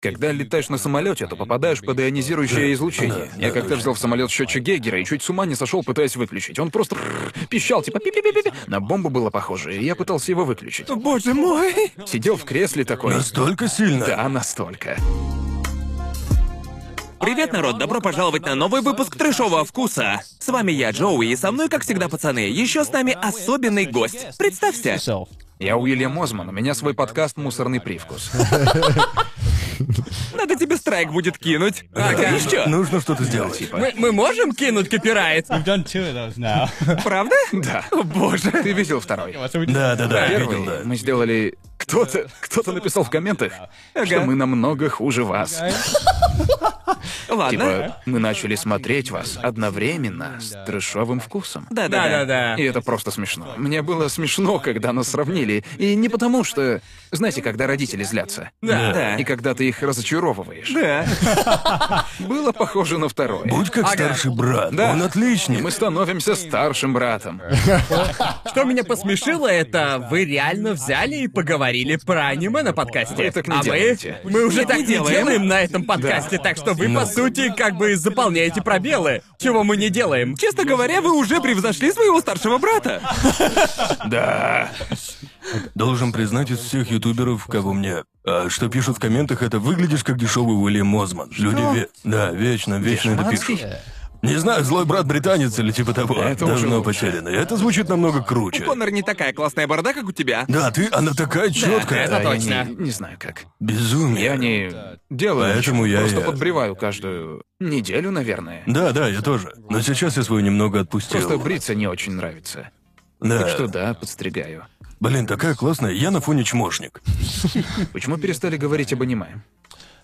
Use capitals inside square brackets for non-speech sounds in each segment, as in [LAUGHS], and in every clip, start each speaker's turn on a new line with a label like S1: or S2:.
S1: Когда летаешь на самолете, то попадаешь под ионизирующее излучение.
S2: да,
S1: Я
S2: да,
S1: как-то
S2: точно.
S1: взял в самолет счетчик Гейгера и чуть с ума не сошел, пытаясь выключить. Он просто пищал, типа пи-пи-пи-пи. На бомбу было похоже, и я пытался его выключить.
S2: Боже мой!
S1: Сидел в кресле такой.
S2: Настолько сильно?
S1: Да, настолько.
S3: Привет, народ! Добро пожаловать на новый выпуск трэшового вкуса. С вами я, Джоуи, и со мной, как всегда, пацаны, еще с нами особенный гость. Представься.
S1: Я Уильям Озман, у меня свой подкаст «Мусорный
S2: [LAUGHS]
S1: привкус».
S3: Надо тебе страйк будет кинуть. А знаешь что?
S2: Нужно что-то сделать.
S3: Мы, мы можем кинуть копирайт?
S4: We've done two of those [LAUGHS] now.
S3: Правда?
S1: Да. О, боже. Ты видел второй.
S4: so we
S2: Да, да, да, видел,
S1: Первый
S2: да.
S1: мы сделали... Кто-то кто-то написал в комментах, что мы намного хуже вас.
S3: Ладно.
S1: Типа, мы начали смотреть вас одновременно с трешовым вкусом.
S3: Да, да, да.
S1: И это просто смешно. Мне было смешно, когда нас сравнили. И не потому, что... Знаете, когда родители злятся.
S3: Да. Да.
S1: И когда ты их разочаровываешь.
S3: Да.
S1: Было похоже на второе.
S2: Будь как старший брат.
S1: Да.
S2: Он
S1: И
S2: отличник.
S1: мы становимся старшим братом.
S5: Что меня посмешило, это вы реально взяли и поговорили про аниме на подкасте.
S1: Вы так не
S5: а
S1: делаете.
S5: мы, мы уже так не
S3: делаем.
S5: делаем на этом подкасте, так
S1: Ну.
S5: что вы, по сути, как бы заполняете пробелы, чего мы не делаем.
S3: Честно говоря, вы уже превзошли своего старшего брата.
S1: Да.
S2: Должен признать из всех ютуберов, кого мне... а, что пишут в комментах, это «выглядишь как дешевый Уильям Озман». Люди ве... Да, вечно, вечно это пишут. Не знаю, злой брат британец или типа того.
S1: Это уже
S2: Давно
S1: лучше.
S2: потеряно. Это звучит намного круче.
S3: Конор не такая классная борода, как у тебя.
S2: Да, ты, она такая четкая.
S5: это
S1: А я
S5: точно.
S1: не, не знаю как.
S2: Безумие.
S1: Я не делаю. ничего.
S2: Поэтому я
S1: Просто
S2: и-
S1: подбриваю каждую неделю, наверное.
S2: Да, да, я тоже. Но сейчас я свою немного отпустил.
S1: Просто бриться не очень нравится.
S2: Да.
S1: Так что да, подстригаю.
S2: Блин, такая классная. Я на фоне чмошник.
S1: Почему перестали говорить об аниме?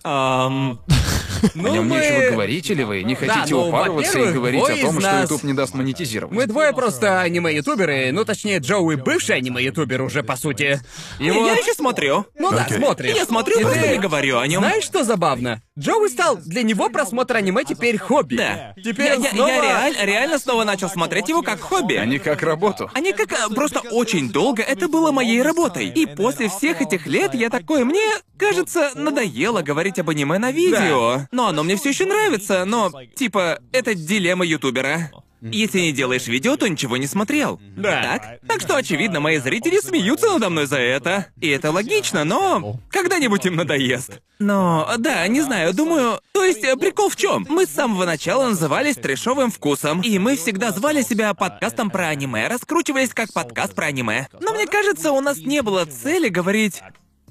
S3: Ам,
S1: О
S5: Ну,
S1: нем нечего
S5: мы...
S1: говорить, или вы не
S5: Да,
S1: хотите
S5: ну,
S1: упарываться и
S5: во-первых,
S1: говорить о
S5: двое
S1: том,
S5: из
S1: что
S5: нас-
S1: YouTube не даст монетизировать?
S5: Мы двое просто аниме-ютуберы, ну точнее, Джоуи бывший аниме-ютубер уже, по сути. Его...
S3: Я еще смотрю.
S5: Ну да,
S2: Окей.
S5: смотришь.
S3: Я смотрю,
S5: И
S3: просто
S5: ты-
S3: не говорю о нем.
S5: Знаешь, что забавно? Джоуи стал... Для него просмотр аниме теперь хобби.
S3: Да.
S5: Теперь
S3: я,
S5: он
S3: я- я
S5: снова...
S3: реаль- реально снова начал смотреть его как хобби.
S1: А не как работу.
S3: Они как э, просто очень долго это было моей работой. И после всех этих лет я такой, мне кажется, надоело говорить об аниме на видео. Но оно мне все еще нравится, но типа это дилемма ютубера. Если не делаешь видео, то ничего не смотрел. Да. Так? Так что, очевидно, мои зрители смеются надо мной за это. И это логично, но когда-нибудь им надоест. Но, да, не знаю, думаю... То есть, э, прикол в чем? Мы с самого начала назывались трешовым вкусом, и мы всегда звали себя подкастом про аниме, раскручивались как подкаст про аниме. Но мне кажется, у нас не было цели говорить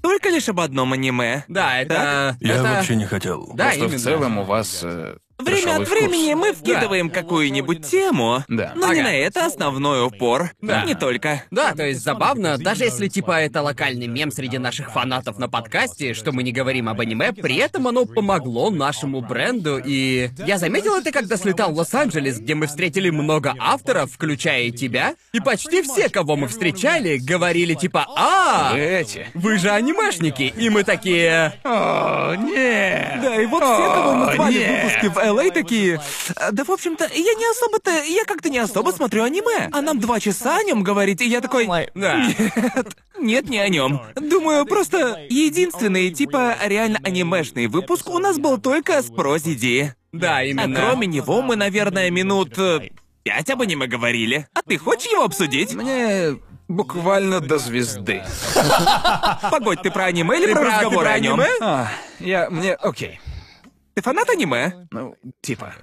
S3: только лишь об одном аниме.
S5: Да, это...
S2: Я
S5: это-
S2: вообще не хотел.
S5: Да,
S1: Что в
S5: именно.
S1: целом у вас... э,
S3: Время
S1: трешовый
S3: от
S1: вкус.
S3: времени мы вкидываем какую-нибудь тему,
S1: Да.
S3: но не
S5: Ага.
S3: на это основной упор.
S5: Да.
S3: Не только.
S5: Да, то есть забавно, даже если типа это локальный мем среди наших фанатов на подкасте, что мы не говорим об аниме, при этом оно помогло нашему бренду, и... Я заметил это, когда слетал в Лос-Анджелес, где мы встретили много авторов, включая и тебя, и почти все, кого мы встречали, говорили типа «А,
S1: Вы эти.
S5: вы же анимешники!» И мы такие...
S1: О, нет.
S3: Да, и вот все, кого мы звали
S1: нет.
S3: в выпуске в LA, такие... «А, Да, в общем-то, я не особо-то... Я как-то не особо смотрю аниме. А нам два часа о нем говорить, и я такой...
S5: Да.
S3: Нет, не о нем. Думаю, просто единственный, типа, реально анимешный выпуск у нас был только с Прозиди.
S5: Да,
S3: А
S5: именно.
S3: кроме него мы, наверное, минут... э, Пять об аниме говорили. А ты хочешь его обсудить?
S1: Мне буквально до звезды.
S3: Погодь, ты про аниме или
S5: Ты
S3: про
S5: про- ты
S3: разговоры
S5: про
S3: о нем?
S5: аниме?
S1: А, я... Мне... Окей.
S3: Ты фанат аниме?
S1: Ну, типа.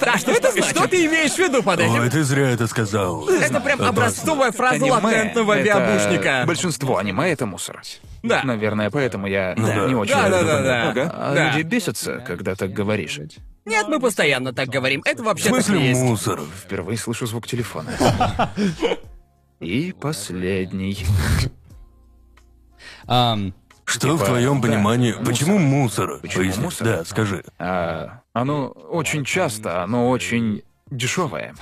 S3: А,
S5: Да, что это значит? Что ты имеешь в виду под этим?
S2: Ой, ты зря это сказал.
S5: Это прям образцовая фраза
S1: Аниме
S5: латентного
S1: это-
S5: биобушника.
S1: Большинство аниме — это мусор.
S5: Да.
S1: Наверное, поэтому я
S2: да.
S1: не очень...
S5: Да,
S1: это
S5: да, да,
S1: люблю.
S5: да.
S1: Ага. А
S5: Да.
S1: люди бесятся, когда так говоришь.
S5: Нет, мы постоянно так говорим. Это
S2: В
S5: вообще так и
S2: смысле
S5: есть.
S2: мусор?
S1: Впервые слышу звук телефона. И последний.
S4: Um,
S2: Что в твоем понимании? Типа, Почему мусор? Поясни.
S1: мусор?
S2: Да, скажи.
S1: А, оно очень часто, оно очень дешевое.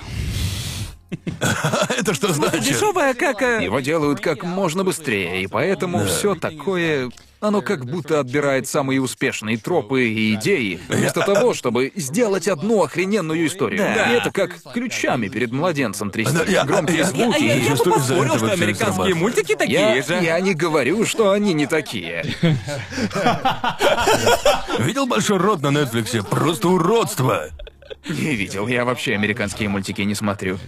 S2: А это что значит?
S3: Дешевая, как... э,
S1: Его делают как можно быстрее, и поэтому все такое Оно как будто отбирает самые успешные тропы и идеи, вместо того, чтобы сделать одну охрененную историю.
S3: Да.
S1: И это как ключами перед младенцем трясти.
S2: Да, я-
S1: Громкие
S2: я-
S1: звуки.
S2: я-
S1: и-
S2: я- что
S3: А
S2: из-за
S3: бы поспорил,
S2: этого
S3: что
S2: всё
S3: американские
S2: срабатывает.
S3: мультики
S1: Я,
S3: такие же.
S1: я не говорю, что они не такие.
S2: Видел большой рот на Нетфликсе? Просто уродство.
S1: Не видел, я вообще американские мультики не смотрю.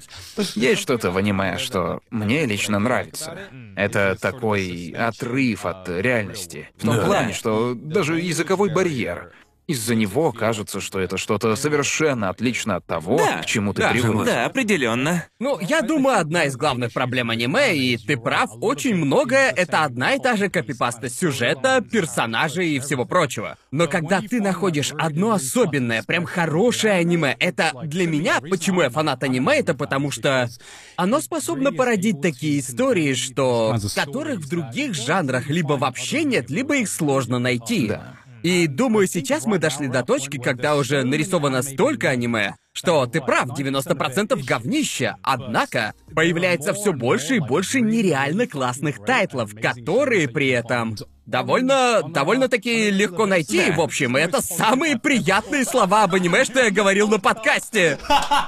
S1: Есть что-то в аниме, что мне лично нравится. Это такой отрыв от реальности. В том
S2: Да.
S1: плане, что даже языковой барьер. Из-за него кажется, что это что-то совершенно отлично от того,
S3: Да.
S1: к чему ты
S3: да,
S1: привык.
S3: да, определенно.
S5: Ну, я думаю, одна из главных проблем аниме, и ты прав, очень многое — это одна и та же копипаста сюжета, персонажей и всего прочего. Но когда ты находишь одно особенное, прям хорошее аниме, это для меня, почему я фанат аниме, это потому что оно способно породить такие истории, что... которых в других жанрах либо вообще нет, либо их сложно найти.
S1: Да.
S5: И думаю, сейчас мы дошли до точки, когда уже нарисовано столько аниме, что ты прав, 90% говнища. Однако, появляется все больше и больше нереально классных тайтлов, которые при этом довольно, довольно-таки легко найти, в общем. И это самые приятные слова об аниме, что я говорил на подкасте.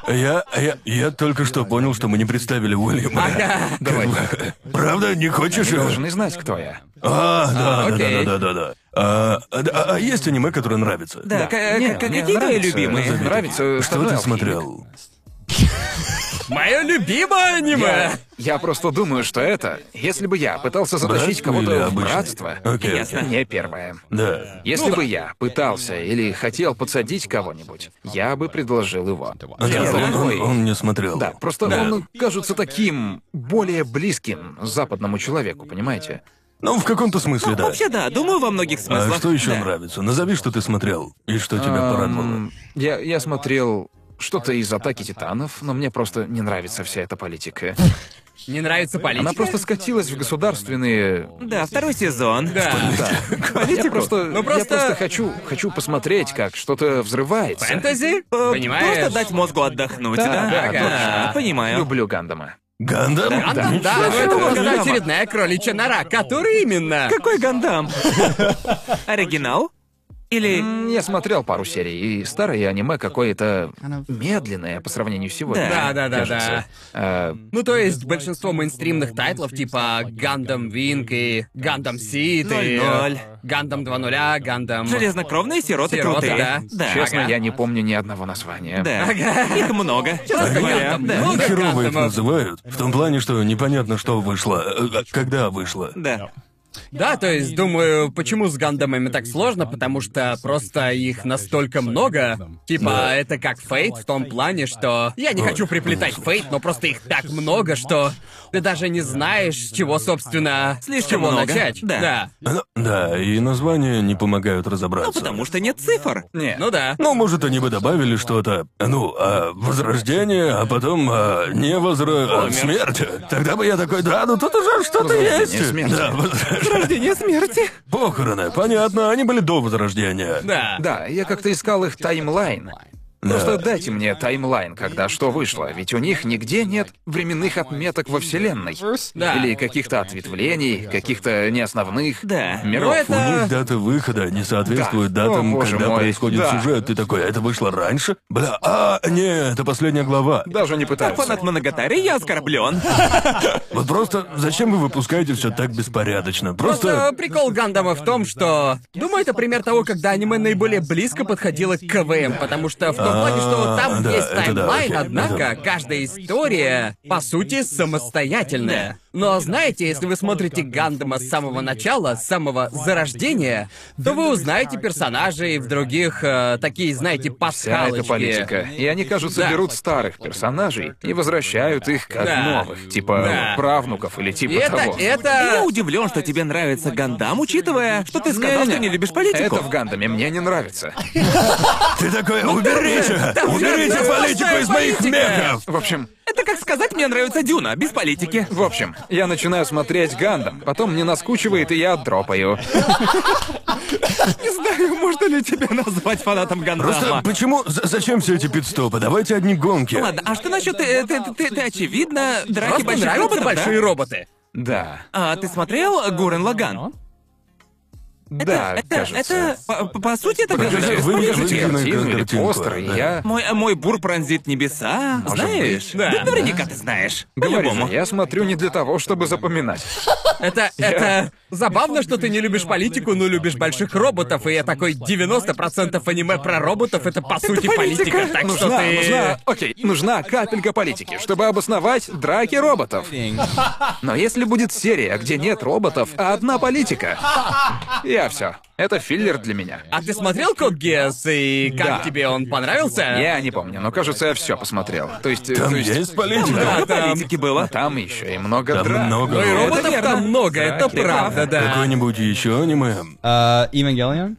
S2: Я, я, я только что понял, что мы не представили Уильяма.
S1: Давай.
S2: Правда, не хочешь?
S1: Ты должны знать, кто я.
S2: А, да, да, да,
S5: окей.
S2: да, да, да. А, а, а есть аниме, которое нравится?
S3: Да, к-
S1: Не,
S3: к- к-
S1: мне
S3: какие твои
S1: нравится,
S3: любимые?
S1: заметил. Нравится
S2: Что ты
S1: «Стальной
S2: смотрел?
S5: Мое любимое аниме!
S1: Я просто думаю, что это, если бы я пытался затащить
S2: Братство или
S1: кого-то в
S2: обычный?
S1: братство,
S2: Окей,
S3: Ясно.
S1: не первое.
S2: Да.
S1: Если бы я пытался или хотел подсадить кого-нибудь, я бы предложил его.
S2: Да,
S1: Я
S2: он,
S1: такой.
S2: он- он не смотрел.
S1: Да, просто он кажется таким более близким западному человеку, понимаете?
S2: Ну, в каком-то смысле, да.
S3: Вообще, да, думаю, во многих
S2: А
S3: смыслах.
S2: что еще
S3: Да.
S2: нравится? Назови, что ты смотрел. И что
S1: Эм,
S2: тебя порадовало.
S1: М, Я, я смотрел что-то из атаки титанов, но мне просто не нравится вся эта политика.
S5: Не нравится политика?
S1: Она просто скатилась в государственные.
S3: Да, второй сезон.
S5: Да.
S1: Да. Я просто, я
S5: просто-
S1: просто хочу, хочу посмотреть, как что-то взрывается.
S5: Фэнтези?
S3: Э,
S5: Понимаешь?
S3: Просто дать мозгу отдохнуть,
S1: Да,
S3: да?
S1: да,
S3: Да,
S5: точно.
S3: понимаю.
S1: Люблю Гандама.
S2: Гандам?
S5: Гандам,
S1: ничего
S5: да, но
S1: себе.
S5: это просто
S3: Гандама.
S5: очередная кроличья нора, который именно.
S3: Какой гандам? [LAUGHS] Оригинал? Или...
S1: М, Я смотрел пару серий, и старое аниме какое-то медленное по сравнению с сегодня.
S5: Да, да, да,
S1: кажется. Э,
S5: Ну, то есть, большинство мейнстримных тайтлов, типа Гандам Винк и Гандам Сид и...
S3: 00.
S5: Гандам 2.0, Гандам...
S3: Железнокровные сироты
S5: Сироты,
S3: крутые.
S5: да.
S1: Честно,
S5: Ага.
S1: я не помню ни одного названия.
S3: Да. Их много.
S5: Просто
S3: говоря,
S5: Гандам,
S3: да.
S5: много
S2: Херово их
S5: Гандамов.
S2: называют. В том плане, что непонятно, что вышло. э, Когда вышло.
S3: Да.
S5: Да, то есть, думаю, почему с гандамами так сложно, потому что просто их настолько много. Типа,
S2: Да.
S5: это как фейт в том плане, что... Я не хочу приплетать фейт, но просто их так много, что ты даже не знаешь, с чего, собственно, с
S3: Слишком
S5: чего
S3: много.
S5: начать.
S3: Да.
S2: Ну, Да, и названия не помогают разобраться.
S3: Ну, потому что нет цифр.
S1: Нет.
S5: Ну да.
S2: Ну, может, они бы добавили что-то, ну, а, возрождение, а потом а, не возра... а, смерть. Тогда бы я такой, да, ну тут уже что-то
S1: Возрождение,
S2: есть.
S1: смерть.
S2: Да, возрож-
S3: Рождение смерти.
S2: Похороны, понятно, они были до возрождения.
S5: Да.
S1: Да, я как-то искал их таймлайн. Просто дайте мне таймлайн, когда что вышло, ведь у них нигде нет временных отметок во Вселенной.
S5: Да.
S1: Или каких-то ответвлений, каких-то неосновных
S3: Да.
S5: Ну,
S1: миров.
S5: это...
S2: У них дата выхода не соответствует
S1: Да.
S2: датам,
S1: О, боже
S2: когда
S1: мой,
S2: происходит
S1: да.
S2: сюжет. Ты такой, «А это вышло раньше? Бля, а, не, это последняя глава.
S1: Даже не пытаюсь.
S3: Фанат Моногатари, я оскорблен.
S2: Вот просто зачем вы выпускаете все так беспорядочно? Просто...
S5: Просто Э, прикол Гандама в том, что... Думаю, это пример того, когда аниме наиболее близко подходило к КВМ, потому что в том плане, что там
S2: А, да,
S5: есть
S2: это да,
S5: таймлайн,
S2: окей,
S5: однако
S2: да.
S5: каждая история, по сути, самостоятельная. Но знаете, если вы смотрите Гандама с самого начала, с самого зарождения, то вы узнаете персонажей в других, э, такие, знаете,
S1: Вся
S5: пасхалочки.
S1: эта политика. И они, кажется,
S5: Да.
S1: берут старых персонажей и возвращают их как
S5: Да.
S1: новых. Типа
S5: Да.
S1: правнуков или типа
S5: И это,
S1: того.
S3: Я
S5: это...
S3: удивлен, что тебе нравится Гандам, учитывая, что ты сказал, что не любишь политику.
S1: Это в Гандаме мне не нравится.
S2: Ты такой, уберите! Уберите
S5: это
S2: политику из моих
S5: политика!»
S2: мехов!
S1: В общем,
S3: Это как сказать, мне нравится Дюна, без политики.
S1: в общем, я начинаю смотреть Гандам, потом мне наскучивает, и я дропаю.
S3: Не знаю, можно ли тебя назвать фанатом Гандама.
S2: Просто почему... за- Зачем все эти пидстопы? Давайте одни гонки.
S3: Ладно, а что насчет... э, Ты, ты, ты, ты, очевидно, драки
S5: Просто
S3: больших
S5: нравятся
S3: роботов, да?
S5: большие роботы.
S1: Да.
S3: А ты смотрел Гурен Лаган?
S1: Да,
S3: это,
S1: кажется.
S3: это- по, по сути, это
S2: Покажи,
S3: кажется.
S2: вы-
S3: Мне
S2: вы-
S3: же
S1: Покажите
S2: выглядело как
S1: картину или
S2: картинку,
S1: постер, и
S2: да.
S1: я...
S3: Мой, мой бур пронзит небеса, знаешь?
S1: быть. Да,
S3: Да наверняка ты знаешь.
S1: Говорю
S3: По-любому.
S1: же, я смотрю не для того, чтобы запоминать.
S5: Это, это... Забавно, что ты не любишь политику, но любишь больших роботов, и я такой 90% аниме про роботов, это по сути политика, так
S1: Ну, нужна,
S5: что ты...
S1: нужна, окей, нужна капелька политики, чтобы обосновать драки роботов. Но если будет серия, где нет роботов, а одна политика, я все. Это филлер для меня.
S5: А ты смотрел Код Гиас, и как
S1: Да.
S5: тебе он понравился?
S1: Я не помню, но кажется, я все посмотрел. То есть, э,
S2: Там
S1: то есть,
S2: есть политика?
S5: Да, там-
S3: Политики было.
S1: там еще и много
S2: Там
S1: драк.
S2: много.
S5: Ну и
S2: роботов.
S5: роботов
S1: верно.
S5: там много, это
S1: Драки,
S5: правда, да.
S2: Какое-нибудь еще аниме?
S4: Uh, Evangelion?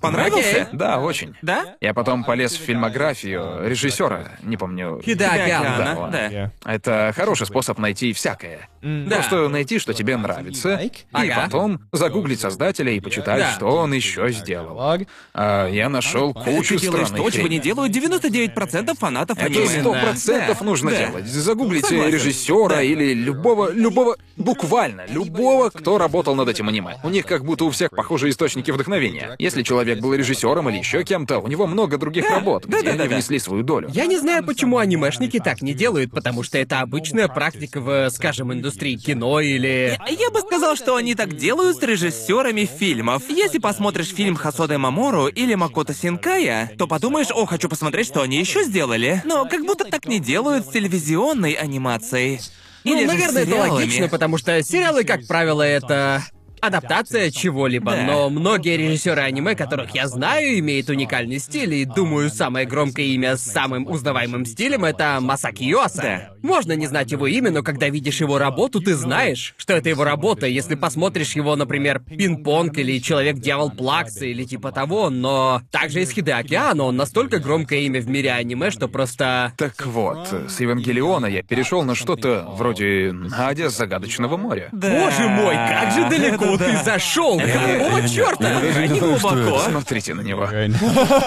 S3: Понравился?
S1: Да, очень.
S3: Да?
S1: Я потом полез в фильмографию режиссера, не помню.
S5: Хидаки
S3: Да,
S5: Анна.
S1: Да, ладно.
S3: да.
S1: Это хороший способ найти всякое.
S5: Да.
S1: Просто найти, что тебе нравится, и
S5: Ага.
S1: потом загуглить создателя и почитать,
S5: Да.
S1: что он еще сделал.
S4: Log?
S1: А, я нашел
S3: Ты
S1: кучу
S3: делаешь
S1: странных
S3: то, чего не
S1: хреней.
S3: делают 99% фанатов
S1: Это
S3: аниме.
S1: сто процентов
S3: Да.
S1: нужно
S3: Да.
S1: делать. Загуглите
S3: Согласен.
S1: режиссера или любого, любого, буквально любого, кто работал над этим аниме. У них как будто у всех похожие источники вдохновения. Если человек был режиссером или еще кем-то, у него много других работ, где они
S3: да, да.
S1: внесли свою долю.
S5: Я не знаю, почему анимешники так не делают, потому что это обычная практика в, скажем, индустрии кино или...
S3: А Я бы сказал, что они так делают с режиссерами фильмов. Если посмотришь фильм Хасода Мамору или Макото Синкая, то подумаешь, о, хочу посмотреть, что они еще сделали. Но как будто так не делают с телевизионной анимацией. Или
S5: ну,
S3: же с
S5: наверное, это
S3: сериалами.
S5: логично, потому что сериалы, как правило, это адаптация чего-либо,
S3: Да.
S5: но многие режиссеры аниме, которых я знаю, имеют уникальный стиль, и думаю, самое громкое имя с самым узнаваемым стилем это Масаки Йоса.
S3: Да.
S5: Можно не знать его имя, но когда видишь его работу, ты знаешь, что это его работа. Если посмотришь его, например, Пинг-понг или Человек-дьявол Плакс или типа того, но также из Хидеаки Анно, он настолько громкое имя в мире аниме, что просто
S1: Так вот, с Евангелиона я перешел на что-то вроде Надя с загадочного моря.
S3: Да.
S5: Боже мой, как же далеко ты зашел! Какого черта?
S2: Я даже не знаю, что
S3: глубоко.
S2: это.
S1: Смотрите на него.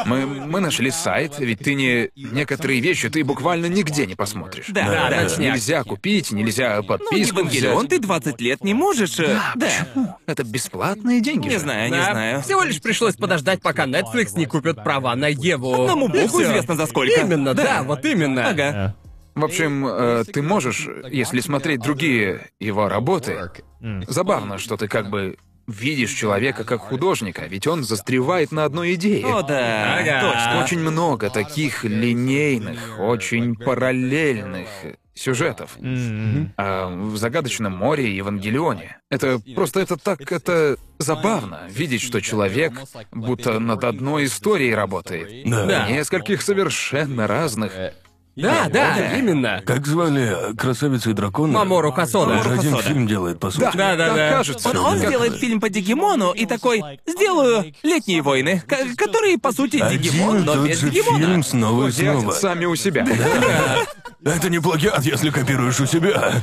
S1: Мы, мы нашли сайт, ведь ты не... Некоторые вещи ты буквально нигде не посмотришь.
S3: Да, да, да.
S5: точняк.
S1: Нельзя купить, нельзя
S3: Ну,
S1: подписку
S3: Евангелион,
S1: взять.
S3: ты 20 лет не можешь. э, Да.
S1: Это бесплатные деньги
S3: Не
S1: же.
S3: знаю, не
S5: Да,
S3: знаю.
S5: А, Всего лишь пришлось подождать, пока Netflix не купит права на Еву.
S3: Одному
S5: И
S3: богу
S5: всё.
S3: известно за сколько.
S5: Именно, да, вот именно.
S3: Ага.
S1: В общем, э, ты можешь, если смотреть другие его работы... Забавно, что ты как бы видишь человека как художника, ведь он застревает на одной идее.
S3: О, да.
S5: Ага.
S3: Точно.
S1: Очень много таких линейных, очень параллельных сюжетов. А в «Загадочном море» и «Евангелионе». Это просто это так, это забавно, видеть, что человек будто над одной историей работает.
S2: Да.
S5: Да.
S1: Нескольких совершенно разных.
S5: Да, да, именно.
S2: Как звали э, красавицу и дракона?
S5: Мамору Хасода.
S2: Он же
S3: Мамору
S2: один
S3: Хасода.
S2: фильм делает, по сути.
S1: Да,
S5: да,
S1: так
S5: да.
S1: кажется.
S3: Он, он
S1: как-
S3: сделает фильм по Дигимону и такой «Сделаю летние войны», ко- которые, по сути,
S2: Один
S3: Дигимон,
S2: и
S3: но
S2: тот
S3: без
S2: же
S3: Дигимона.
S2: фильм снова и
S1: Плагиатят
S2: снова.
S1: сами у себя.
S2: Это не плагиат, если копируешь у себя.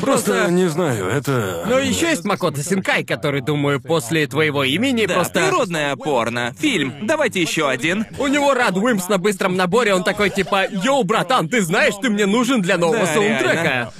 S2: Просто не знаю, это...
S5: Но еще есть Макото Синкай, который, думаю, после твоего имени
S3: Да,
S5: просто...
S3: природное порно. Фильм. Давайте еще один.
S5: У него Рад Уимс на быстром наборе, он такой типа «Йоу, братан, ты знаешь, ты мне нужен для нового
S3: Да,
S5: саундтрека».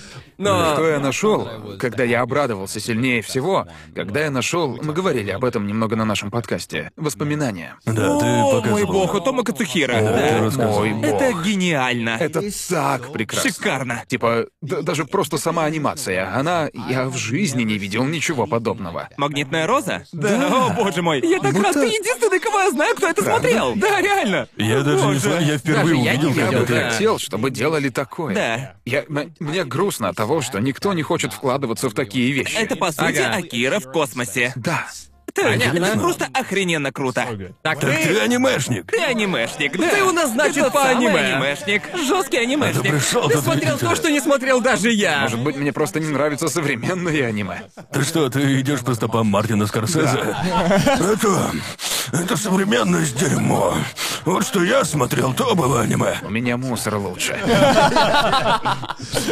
S1: Что
S5: Но...
S1: я нашел, когда я обрадовался сильнее всего, когда я нашел, мы говорили об этом немного на нашем подкасте, воспоминания.
S2: Да, ты
S3: О,
S2: показывал.
S3: мой бог, у Тома Кацухира.
S2: ты
S3: Да.
S2: рассказывал.
S1: Мой бог.
S3: Это гениально.
S1: Это так прекрасно.
S3: Шикарно.
S1: Типа, да- даже просто сама анимация, она... Я в жизни не видел ничего подобного.
S3: Магнитная роза? Да. О, боже мой. Я так
S1: Будто-
S3: рад, ты единственный, кого я знаю, кто это смотрел. Да, реально.
S2: Я даже не знаю, я впервые
S5: Даже я не
S2: увидел,
S1: Я
S2: как
S1: бы
S2: это...
S5: видел, да.
S1: хотел, чтобы делали такое.
S3: Да.
S1: Я, м- мне грустно от того, что никто не хочет вкладываться в такие вещи.
S3: Это, по сути,
S5: Ага.
S3: Акира в космосе.
S1: Да.
S3: Это, это просто охрененно круто.
S2: Так
S5: Так
S2: ты
S5: ты...
S2: анимешник.
S3: Ты анимешник, да?
S5: Ты у нас, значит,
S3: Ты тот
S5: по
S3: самый
S5: аниме.
S3: анимешник. Жесткий
S2: Ты
S3: анимешник.
S2: пришел
S5: Ты
S2: тут
S5: смотрел
S2: удивительно.
S5: то, что не смотрел даже я.
S1: Может быть, мне просто не нравится современное аниме.
S2: Ты что, ты идешь по стопам Мартина Скорсезе? Это... Это современность дерьмо. Вот что я смотрел, то было аниме.
S1: У меня мусор лучше.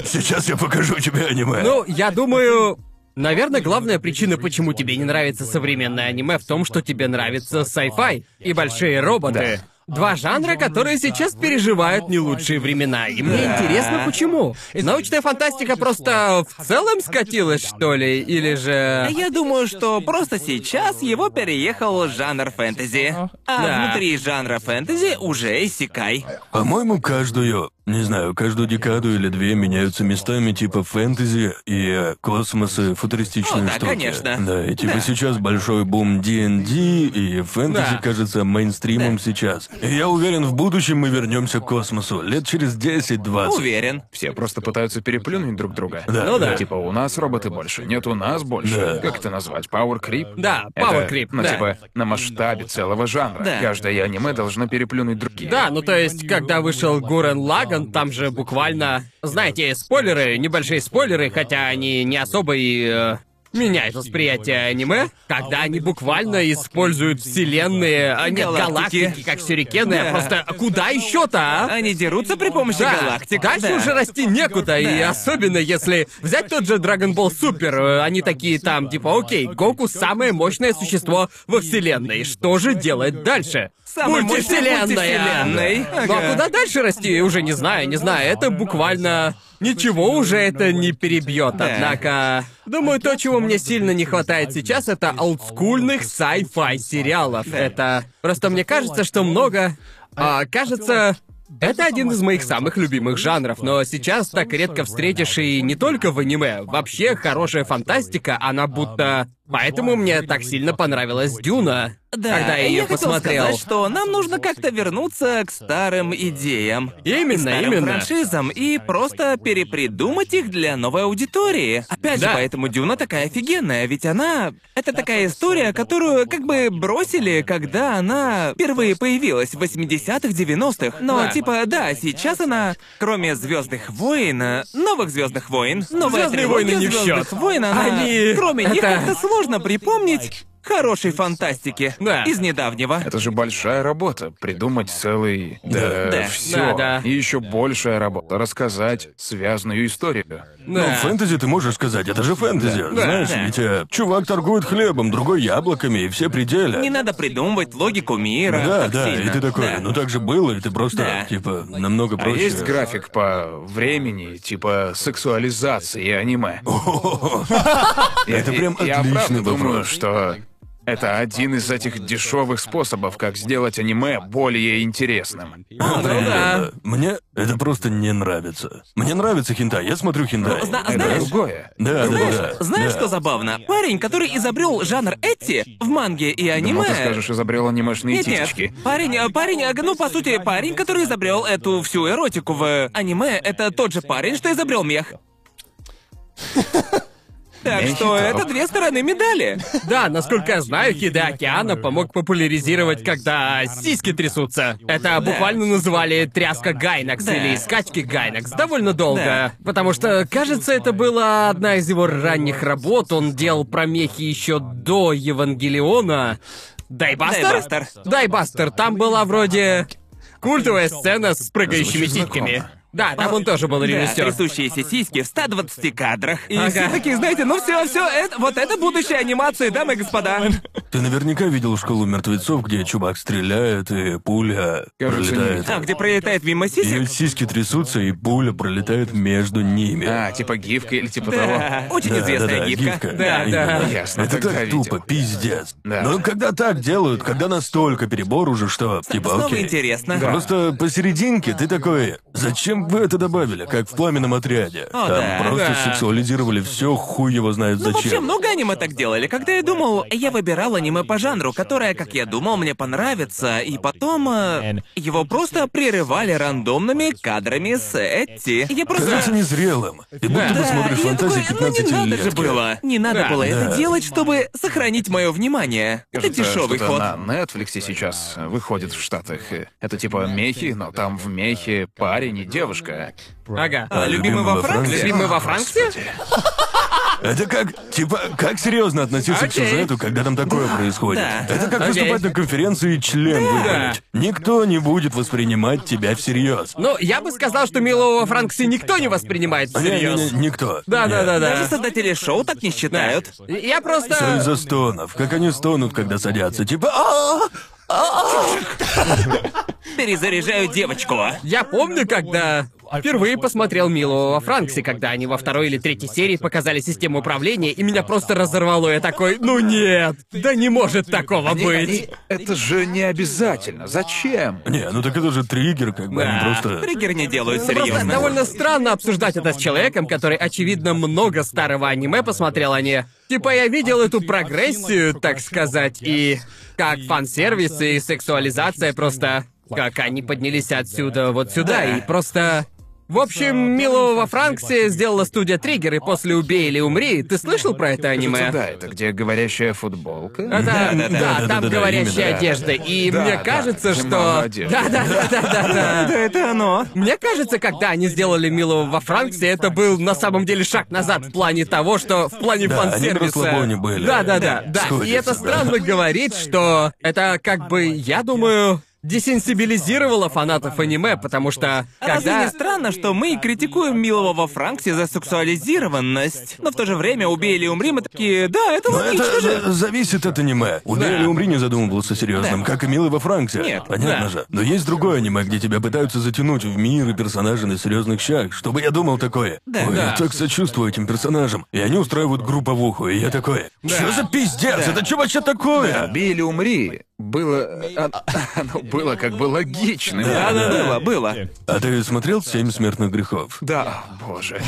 S2: Сейчас я покажу тебе аниме.
S5: Ну, я думаю, наверное, главная причина, почему тебе не нравится современное аниме, в том, что тебе нравится sci-fi и большие роботы. Два жанра, которые сейчас переживают не лучшие времена. И мне интересно, почему. Научная фантастика просто в целом скатилась, что ли? Или же...
S3: Я думаю, что просто сейчас его переехал жанр фэнтези. А
S5: Да.
S3: внутри жанра фэнтези уже исекай.
S2: По-моему, каждую, не знаю, каждую декаду или две меняются местами типа фэнтези и э, космосы, футуристичные
S3: Ну да,
S2: штуки.
S3: конечно.
S2: Да, и типа
S3: Да.
S2: сейчас большой бум D&D, и фэнтези
S5: Да.
S2: кажется мейнстримом сейчас. И я уверен, в будущем мы вернемся к космосу, лет через 10-20.
S3: Уверен.
S1: Все просто пытаются переплюнуть друг друга.
S2: Да, Ну да.
S1: Типа, у нас роботы больше, нет у нас больше.
S2: Да.
S1: Как это назвать? Power creep?
S5: Да,
S1: Это,
S5: Power Creep,
S1: ну,
S5: да.
S1: типа, на масштабе целого жанра.
S3: Да.
S1: Каждое аниме должно переплюнуть другие.
S5: Да, ну то есть, когда вышел Гурен Лаган, там же буквально... Знаете, спойлеры, небольшие спойлеры, хотя они не особо и... э, меняют восприятие аниме, когда они буквально используют вселенные, а не
S3: Галактики.
S5: галактики, как сюрикены, а
S3: Да.
S5: просто куда еще-то, а?
S3: Они дерутся при помощи
S5: Да,
S3: галактик.
S5: Дальше
S3: Да.
S5: уже расти некуда, и особенно если взять тот же Dragon Ball Super, э, они такие там, типа, окей, Гоку самое мощное существо во вселенной, что же делать дальше?
S3: Самый мощный
S5: Мультивселенной.
S3: мультивселенной.
S5: Ну а
S3: Ага.
S5: куда дальше расти, уже не знаю, не знаю, это буквально... Ничего уже это не перебьет,
S3: Да.
S5: однако... Думаю, то, чего мне сильно не хватает сейчас, это олдскульных sci-fi сериалов. Это... Просто мне кажется, что много... а, кажется, это один из моих самых любимых жанров, но сейчас так редко встретишь и не только в аниме. Вообще, хорошая фантастика, она будто... Поэтому мне так сильно понравилась Дюна,
S3: Да,
S5: когда я ее
S3: хотел
S5: посмотрел.
S3: сказать, что нам нужно как-то вернуться к старым идеям.
S5: Именно,
S3: к старым
S5: именно.
S3: франшизам и просто перепридумать их для новой аудитории. Опять
S5: Да.
S3: же, поэтому Дюна такая офигенная, ведь она... Это такая история, которую как бы бросили, когда она впервые появилась в 80-х, 90-х. Но
S5: Да.
S3: типа, да, сейчас она, кроме Звездных войн, э, новых Звездных войн, новая
S5: «Звёздные
S3: трилогия
S5: войны» не в
S3: «Звёздных
S5: счёт.
S3: войн», она-
S5: Они-
S3: Кроме них
S5: это-
S3: как-то сложно припомнить хорошей фантастики
S5: Да.
S3: из недавнего.
S1: Это же большая работа. Придумать целый... Да.
S3: Да.
S1: Все.
S5: Да, да.
S1: И еще большая работа. Рассказать связанную историю.
S2: Ну,
S5: Да.
S2: фэнтези ты можешь сказать, это же фэнтези. Знаешь,
S3: Да.
S2: ведь э, чувак торгует хлебом, другой яблоками, и все пределы.
S3: Не надо придумывать логику мира.
S2: Да,
S3: так
S2: да,
S3: сильно.
S2: и ты такой,
S3: Да.
S2: ну так же было, и ты просто,
S3: Да.
S2: типа, намного
S1: А
S2: проще.
S1: есть график по времени, типа сексуализации аниме?
S2: Это прям
S1: Я правда
S2: отличный
S1: думаю,
S2: вопрос.
S1: что это один из этих дешевых способов, как сделать аниме более интересным.
S2: [LAUGHS]
S5: Ну да.
S2: Да. Мне это просто не нравится. Мне нравится хентай, я смотрю хентай.
S3: зна- а
S2: Да.
S1: Это
S3: знаешь-
S1: другое.
S2: Да,
S3: Знаешь,
S2: да, да.
S3: знаешь,
S2: да.
S3: что забавно? Парень, который изобрел жанр эти в манге и
S1: Думал,
S3: аниме.
S1: ты скажешь, изобрел анимешные
S3: Нет, нет.
S1: титечки.
S3: Парень, э, парень, э, ну по сути, парень, который изобрел эту всю эротику в аниме, это тот же парень, что изобрел мех. Так
S1: Мех
S3: что
S1: и
S3: это
S1: топ.
S3: две стороны медали.
S5: Да, насколько я знаю, Хиде Океана помог популяризировать, когда сиськи трясутся. Это буквально называли тряска Гайнакс
S3: Да.
S5: или скачки Гайнакс довольно долго. Потому что, кажется, это была одна из его ранних работ. Он делал промехи еще до Евангелиона. Дайбастер?
S3: Дайбастер.
S5: Дайбастер. Там была вроде культовая сцена с прыгающими
S1: Звучит
S5: титками.
S1: знакомо.
S5: Да, там А он тоже был
S3: Да,
S5: режиссер.
S3: трясущиеся сиськи в 120 кадрах. И
S5: Ага.
S3: все такие, знаете, ну все, все, это, вот это будущее анимации, дамы и господа.
S2: Ты наверняка видел школу мертвецов, где чувак стреляет, и пуля
S1: Кажется, не
S2: пролетает.
S1: видел.
S3: А где пролетает мимо
S2: Ее
S3: сисек?
S2: сиськи трясутся, и пуля пролетает между ними.
S1: А, типа гифка или типа
S3: Да,
S1: того.
S3: Очень
S2: Да,
S3: известная
S2: да, да,
S3: гифка.
S5: Да,
S2: именно.
S5: да.
S1: Ясно,
S2: Это
S1: тогда
S2: так
S1: видел.
S2: тупо, пиздец.
S1: Да.
S2: Но когда так делают, когда настолько перебор уже, что типа
S3: Снова
S2: окей.
S3: интересно.
S2: Просто посерединке ты такой, зачем вы это добавили, как в пламенном отряде?
S3: О,
S2: Там
S3: да.
S2: просто
S5: Да.
S2: сексуализировали все, хуй его знает
S3: Ну, вообще,
S2: зачем.
S3: много аниме так делали. Когда я думал, я выбирал аниме по жанру, которое, как я думал, мне понравится, и потом э, его просто прерывали рандомными кадрами с Этти. Я
S2: Кажется
S3: просто...
S2: незрелым. И будто
S5: Да,
S2: ты смотришь
S3: и я
S2: фантазии
S3: такой, ну не
S2: 15
S3: надо же было. Не надо
S5: Да.
S3: было
S2: Да.
S3: это делать, чтобы сохранить мое внимание. Это
S1: Кажется,
S3: дешевый
S1: что-то
S3: ход.
S1: На Netflix сейчас выходит в Штатах. Это типа мехи, но там в мехе парень и девушка.
S5: Ага.
S3: А, любимый во Франции?
S5: Любимый во Франции?
S2: Это как, типа, как серьезно относиться к
S5: Окей.
S2: сюжету, когда там такое происходит?
S3: Да.
S2: Это как
S5: Окей.
S2: выступать на конференции и член выпалить. Никто не будет воспринимать тебя всерьез.
S5: Ну, я бы сказал, что милого Франкси никто не воспринимает
S2: Не-не-не,
S5: всерьез.
S2: Никто.
S5: Да, да,
S2: Нет.
S5: да, да.
S3: Даже создатели шоу так не считают.
S5: Я
S2: Что
S5: просто.
S2: из-за «А!» стонов? Как они стонут, когда садятся? Типа, «А-а-а!
S3: перезаряжаю девочку.
S5: Я помню, когда впервые посмотрел Милу во Франксе, когда они во второй или третьей серии показали систему управления, и меня просто разорвало. Я такой, ну нет, да не может такого
S1: Они-
S5: быть.
S1: они- Это же не обязательно. Зачем?
S2: Не, ну так это же триггер, как бы, они
S3: Да,
S2: просто...
S3: триггер не делают
S5: Просто
S3: серьезно.
S5: довольно странно обсуждать это с человеком, который, очевидно, много старого аниме посмотрел, а не... Типа я видел эту прогрессию, так сказать, и как фан-сервис и сексуализация просто... Как они поднялись отсюда вот сюда, и просто... В общем, Милого во Франксе сделала студия Триггер, и после «Убей или умри» ты слышал про это аниме?
S1: Кажется, да, это где говорящая футболка.
S5: Да, да,
S3: да, да,
S5: да,
S2: да,
S5: там
S2: да, да,
S5: говорящая
S2: именно.
S5: одежда. И
S1: Да,
S5: мне
S1: да,
S5: кажется,
S1: где
S5: что...
S1: много
S5: Да,
S1: одежды.
S5: да, да, да, да, да.
S3: Да, это оно.
S5: Мне кажется, когда они сделали Милого во Франксе, это был на самом деле шаг назад в плане того, что в плане
S2: Да, они на
S5: фан-сервиса.
S2: расслабоне были.
S5: Да, да, да, да. И
S2: Сходится,
S5: это
S2: да.
S5: странно говорит, что это как бы, я думаю, десенсибилизировало фанатов аниме, потому что
S3: А Разве
S5: когда...
S3: не странно, что мы критикуем милого во Франксе за сексуализированность, но в то же время «Убей или умри» мы такие, да, это
S2: Но
S5: Ну,
S3: логично
S2: это
S3: же.
S2: э, зависит от аниме. У или умри не задумывался серьезным, как и Милый во Франксе.
S3: Нет,
S2: Понятно
S3: да.
S2: же. Но есть другое аниме, где тебя пытаются затянуть в мир и персонажей на серьезных щах, чтобы я думал такое. Ой,
S5: да.
S2: я так сочувствую этим персонажам. И они устраивают групповуху, и я такой, что за пиздец? Это что вообще такое?
S1: «Убей или умри» было... о- Оно было как бы логичным.
S3: Да, да, было, было.
S2: А ты смотрел «Семь смертных грехов»?
S1: Да,
S3: [LAUGHS]
S1: боже.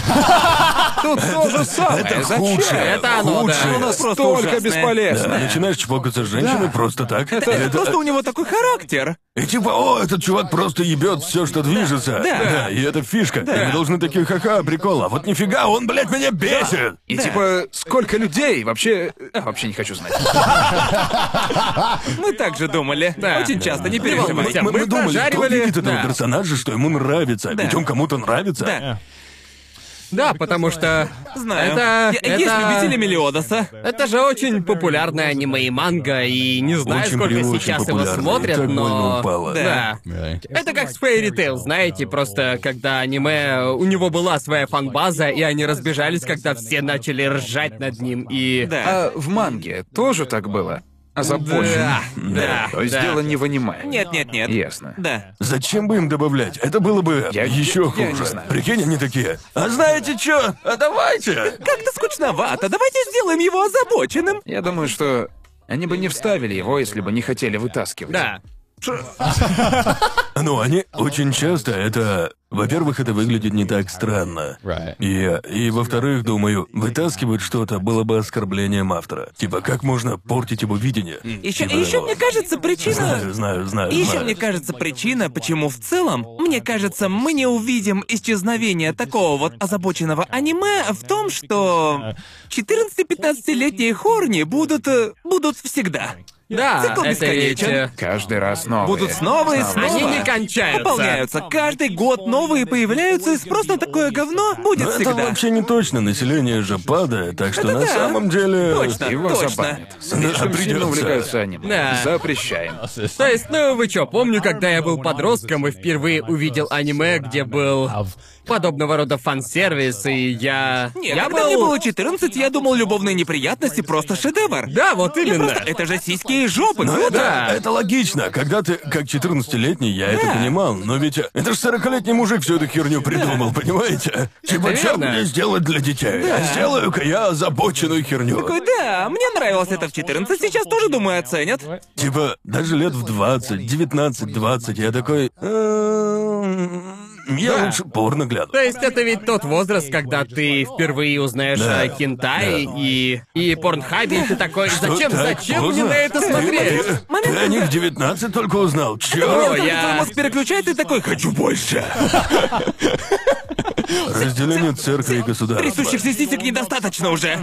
S1: Тут то же самое.
S2: Это
S1: Зачем?
S2: худшее,
S5: Это оно, да.
S2: худшее.
S5: Оно
S3: просто
S1: Столько
S3: ужасное.
S1: бесполезно.
S2: Да, начинаешь чпокаться с женщиной просто так. Это,
S3: Просто у него такой характер.
S2: И типа, о, этот чувак просто ебет все, что движется. Да, и это фишка. И мы должны такие ха-ха, прикол. А вот нифига, он, блядь, меня бесит.
S1: И типа, сколько людей вообще... а, вообще не хочу знать.
S3: Мы так же думали. Очень часто, не
S5: волнуйся.
S3: переживай.
S5: мы
S2: думали, кто
S5: прожаривали-
S2: видит этого
S5: да.
S2: персонажа, что ему нравится. Ведь он кому-то нравится.
S3: Да.
S5: Да, потому что...
S3: Знаю.
S5: Это-
S3: Е- Есть
S5: это-
S3: любители Мелиодоса.
S5: Это же очень популярное аниме и манга, и не знаю,
S2: Очень
S5: сколько
S2: при- очень
S5: сейчас его
S2: популярное.
S5: смотрят,
S2: Так больно
S5: но...
S2: упало.
S5: Да. Это как с Fairy Tail, знаете, просто когда аниме, у него была своя фанбаза, и они разбежались, когда все начали ржать над ним, и...
S3: Да.
S1: А в манге тоже так было? Озабочен.
S5: Да, да,
S1: То есть
S5: да.
S1: дело не в аниме.
S3: Нет, нет, нет.
S1: Ясно.
S3: Да.
S2: Зачем бы им добавлять? Это было бы
S1: Я-
S2: еще
S1: я-
S2: хуже.
S1: я не знаю.
S2: Прикинь, они такие. А знаете что? А давайте!
S3: Как-то скучновато. Давайте сделаем его озабоченным.
S1: Я думаю, что они бы не вставили его, если бы не хотели вытаскивать.
S5: Да.
S2: Ну, они очень часто это... Во-первых, это выглядит не так странно. И, и во-вторых, думаю, вытаскивать что-то было бы оскорблением автора. Типа, как можно портить его видение?
S3: Еще,
S2: Типа
S3: еще
S2: того.
S3: мне кажется,
S5: [LAUGHS]
S3: причина
S2: Знаю, знаю, знаю.
S3: И еще,
S2: знаю.
S3: мне кажется, причина, почему в целом, мне кажется, мы не увидим исчезновения такого вот озабоченного аниме в том, что 14-15-летние хорни будут... э, будут всегда.
S5: Да,
S3: Цикл
S5: это ведь...
S3: бесконечен.
S5: э,
S1: Каждый раз новые.
S3: Будут снова и снова.
S5: Они не кончаются.
S3: Пополняются. Каждый год новые появляются, и спрос на такое говно будет
S2: Но Ну, это
S3: всегда.
S2: вообще не точно, население же падает, так что на
S3: да.
S2: самом деле...
S3: Точно.
S1: Его
S3: Точно.
S1: забанят. Слишком сильно
S2: придётся.
S1: увлекаются аниме.
S5: Да.
S1: Запрещаем.
S5: То есть, ну вы чё, помню, когда я был подростком и впервые увидел аниме, где был подобного рода фан-сервис, и я...
S3: Нет,
S5: я
S3: когда мне было 14, я думал, любовные неприятности просто шедевр. Ну,
S5: Да, вот
S3: Я
S5: именно.
S3: просто- Это же сиськи и жопы,
S2: Ну
S3: круто.
S2: это,
S5: да.
S2: это логично. Когда ты, как 14-летний, я это понимал. Но ведь это же 40-летний мужик всю эту херню придумал, понимаете? Типа, что
S5: верно.
S2: мне сделать для детей? А сделаю-ка я озабоченную херню.
S3: Такой, да, мне нравилось это в 14, сейчас тоже, думаю, оценят.
S2: Типа, даже лет в 20, 19, 20, я такой... «Эм, Я лучше порно гляну.
S5: То есть это ведь тот возраст, когда ты впервые узнаешь
S2: Да.
S5: о хентай и и порнхабе, и ты такой, зачем,
S2: так
S5: зачем мне
S2: поздно?
S5: на это
S2: Ты-
S5: смотреть?
S2: Ты, ты о них в 19 только узнал. Чё?
S5: Ой,
S3: Когда
S5: я-
S3: твой мозг переключает, ты такой
S5: [LAUGHS]
S3: «Хочу больше!»
S2: Разделение церкви и государства.
S3: Трясущихся сисек
S2: [LAUGHS]
S3: недостаточно уже.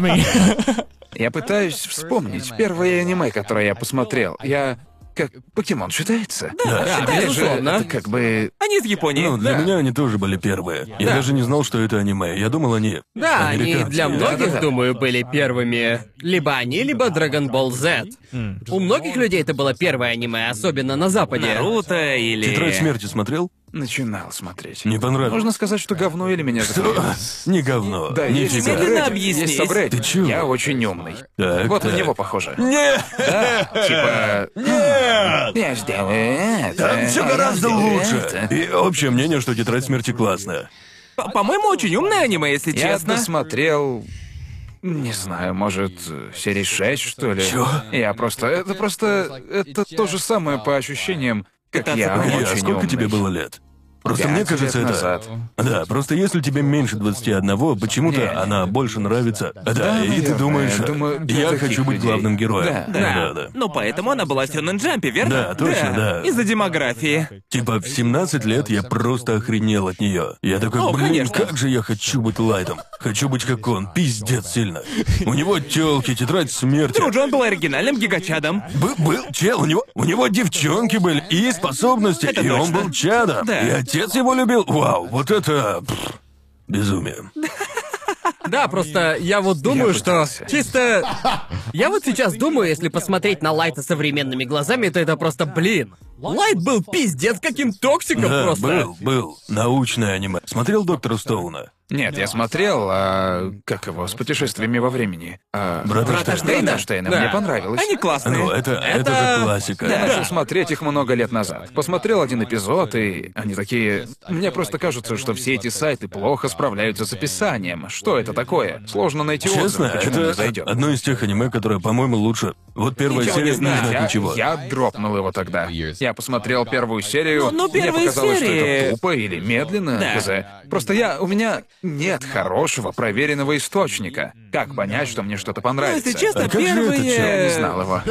S1: Я пытаюсь вспомнить первое аниме, которое я посмотрел. Я... Как покемон считается? Да,
S5: считается, безусловно.
S1: Это как бы...
S3: Они из Японии.
S2: Ну, для меня они тоже были первые. Я даже не знал, что это аниме. Я думал, они...
S5: Да, они
S2: американские.
S5: для многих,
S1: Да-да-да.
S5: думаю, были первыми. Либо они, либо Dragon Ball Z. У многих людей это было первое аниме, особенно на Западе.
S3: Наруто или...
S2: «Тетрадь смерти» смотрел?
S1: начинал смотреть.
S2: Не понравилось.
S1: Можно сказать, что говно или меня
S2: Что?
S1: закрыли.
S2: Не говно.
S1: Да, есть
S2: Нифига.
S1: Собретти,
S3: Медленно объяснись.
S1: Есть Собретти.
S2: Ты чё?
S1: Я очень умный.
S2: Так,
S1: вот
S2: так.
S1: на него похоже.
S2: Нет!
S1: Типа... «М, Я сделаю это.
S2: Там все
S1: Э, а я
S2: Э, гораздо
S1: сделаю
S2: лучше.
S1: это».
S2: И общее мнение, что тетрадь смерти классная.
S3: П- По-моему, очень умное аниме, если
S1: Я
S3: честно.
S1: досмотрел... Не знаю, может, э, серии 6, что ли?
S2: Чё?
S1: Я просто... Это просто... Это то же самое по ощущениям, как я
S3: Пятнадцать
S1: А
S2: Илья,
S1: очень
S2: а сколько
S1: умный.
S2: тебе было лет? Просто
S1: Пять
S2: мне кажется,
S1: лет
S2: это...
S1: назад.
S2: Да, просто если тебе меньше 21, почему-то
S1: Не.
S2: она больше нравится. Да, и ты
S1: наверное.
S2: думаешь,
S1: Думаю, для
S2: я
S1: таких
S2: хочу быть
S1: людей».
S2: главным героем.
S1: Да.
S2: да. да.
S3: Но поэтому она была в Сёнэн Джампе, верно?
S2: Да, точно, да.
S3: Из-за демографии.
S2: Типа в 17 лет я просто охренел от нее. Я такой,
S3: О,
S2: блин,
S3: конечно.
S2: как же я хочу быть Лайтом. Хочу быть как он, пиздец сильно. У него телки, тетрадь смерти.
S3: Тру Джон был оригинальным гигачадом.
S2: Был, был чел, у него, у него девчонки были и способности,
S3: Это
S2: и он
S3: точно.
S2: был чадом.
S3: Да.
S2: И отец его любил. Вау, вот это... пф, безумие.
S5: Да, просто я вот думаю, что
S1: пытался.
S5: чисто... Я вот сейчас думаю, если посмотреть на Лайта современными глазами, то это просто, блин. Лайт был пиздец каким токсиком
S2: Да,
S5: просто.
S2: был, был. Научное аниме. Смотрел Доктора Стоуна?
S1: Нет, я смотрел, а, как его, с путешествиями во времени. А,
S2: Брата Штейна.
S1: Штейна. Штейна.
S5: Да.
S1: Мне понравилось.
S3: Они классные.
S2: Ну, это, это... же классика.
S1: Я начал смотреть их много лет назад. Посмотрел один эпизод, и они такие... Мне просто кажется, что все эти сайты плохо справляются с описанием. Что это такое? Сложно найти
S2: Честно,
S1: отзыв, почему не
S2: это
S1: зайдет.
S2: одно из тех аниме, которое, по-моему, лучше. Вот первая
S3: Ничего
S2: серия
S3: не
S2: не
S3: знаю.
S2: знает
S1: Я,
S2: ничего.
S1: я дропнул его тогда. Я посмотрел первую
S3: Ну,
S1: серию.
S3: ну, первые
S1: мне показалось, что
S3: серии-
S1: это тупо или медленно.
S3: Да.
S1: хз. Просто я у меня нет хорошего проверенного источника. Как понять, что мне что-то
S3: Ну,
S1: понравится?
S3: если честно, э,
S2: как же это,
S3: первые...
S2: чел?
S1: Я не знал его.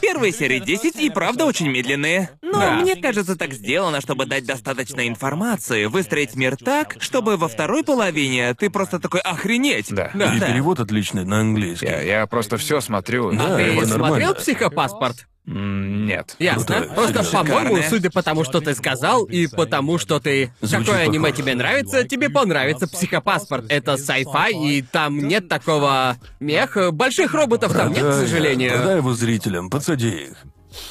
S3: Первые серии 10 и правда очень медленные. Но
S1: Да.
S3: мне кажется, так сделано, чтобы дать достаточно информации, выстроить мир так, чтобы во второй половине ты просто такой охренеть.
S1: Да.
S3: Да.
S2: И перевод отличный на английский.
S1: Я, я просто все смотрю.
S2: Да,
S5: Ты
S2: его
S5: смотрел
S2: нормально.
S5: психопаспорт?
S1: М, Нет.
S5: Ясно.
S2: Крутой,
S5: Просто,
S2: серьезно.
S5: по-моему,
S3: Шикарное.
S5: судя по тому, что ты сказал, и потому, что ты...
S2: Звучит
S5: Какое аниме
S2: похоже.
S5: тебе нравится, тебе понравится психопаспорт. Это сайфа, и там нет такого меха. Больших роботов там нет, к
S2: Продай-
S5: сожалению.
S2: Продай его зрителям, подсади их.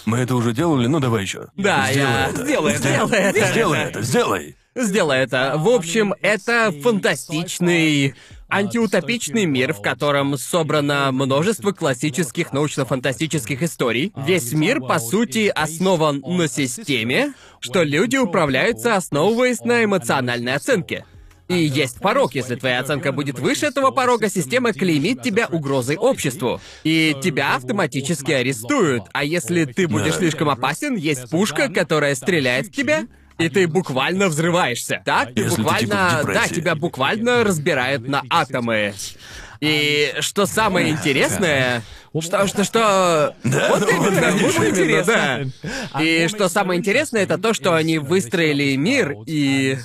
S2: Мы это уже делали, ну давай еще.
S5: Да,
S2: сделай
S5: я...
S2: это.
S3: Сделай это.
S5: Сделай это.
S2: Сделай это, сделай.
S5: Сделай это. В общем, это фантастичный антиутопичный мир, в котором собрано множество классических научно-фантастических историй. Весь мир, по сути, основан на системе, что люди управляются, основываясь на эмоциональной оценке. И есть порог, если твоя оценка будет выше этого порога, система клеймит тебя угрозой обществу. И тебя автоматически арестуют. А если ты будешь
S2: Да.
S5: слишком опасен, есть пушка, которая стреляет в тебя, и ты буквально взрываешься. Так, ты
S2: Если ты типа в
S5: буквально. да,
S2: депрессии.
S5: тебя буквально разбирают на атомы. И что самое интересное, что что что
S2: Да,
S5: вот
S2: ну,
S5: именно,
S2: вот
S5: вот
S2: именно.
S5: именно, да. И что самое интересное, это то, что они выстроили мир, и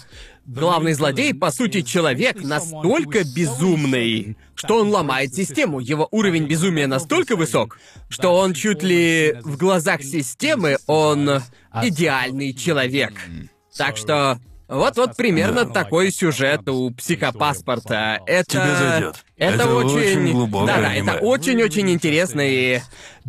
S5: главный злодей, по сути, человек настолько безумный, что он ломает систему. Его уровень безумия настолько высок, что он чуть ли в глазах системы он идеальный человек. Так что вот-вот примерно такой сюжет у психопаспорта. Это
S2: Тебе зайдет.
S5: Это,
S2: Это очень
S5: очень
S2: глубокое
S5: Да-да,
S2: аниме.
S5: это очень-очень интересно и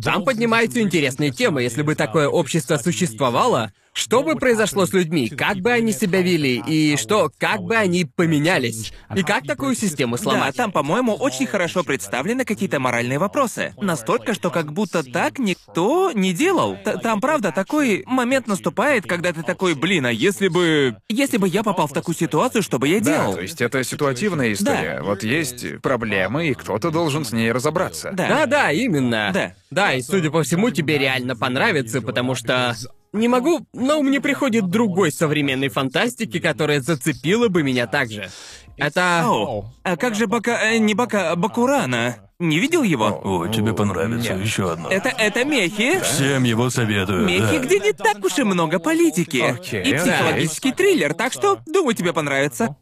S5: там поднимаются интересные темы. Если бы такое общество существовало, что бы произошло с людьми, как бы они себя вели и что, как бы они поменялись и как такую систему
S3: Да,
S5: сломать.
S3: там, по-моему, очень хорошо представлены какие-то моральные вопросы. Настолько, что как будто так никто не делал. Т- там, правда, такой момент наступает, когда ты такой, блин, а если бы... Если бы я попал в такую ситуацию, что бы я
S1: Да,
S3: делал?
S1: то есть это ситуативная история. Вот есть проблемы, и кто-то должен с ней разобраться.
S3: Да.
S5: Да, да, именно.
S3: Да.
S5: Да, и судя по всему, тебе реально понравится, потому что. Не могу, но мне приходит другой современной фантастики, которая зацепила бы меня также. Это.
S3: Ау. А как же Бака... э, не Бака... а Бакурана? Не видел его?
S2: О, тебе понравится, еще одно.
S3: Это... это мехи?
S2: Всем его советую. да.
S3: Мехи, где не так уж и много политики.
S1: Окей,
S3: И
S1: окей.
S3: психологический триллер, так что, думаю, тебе понравится.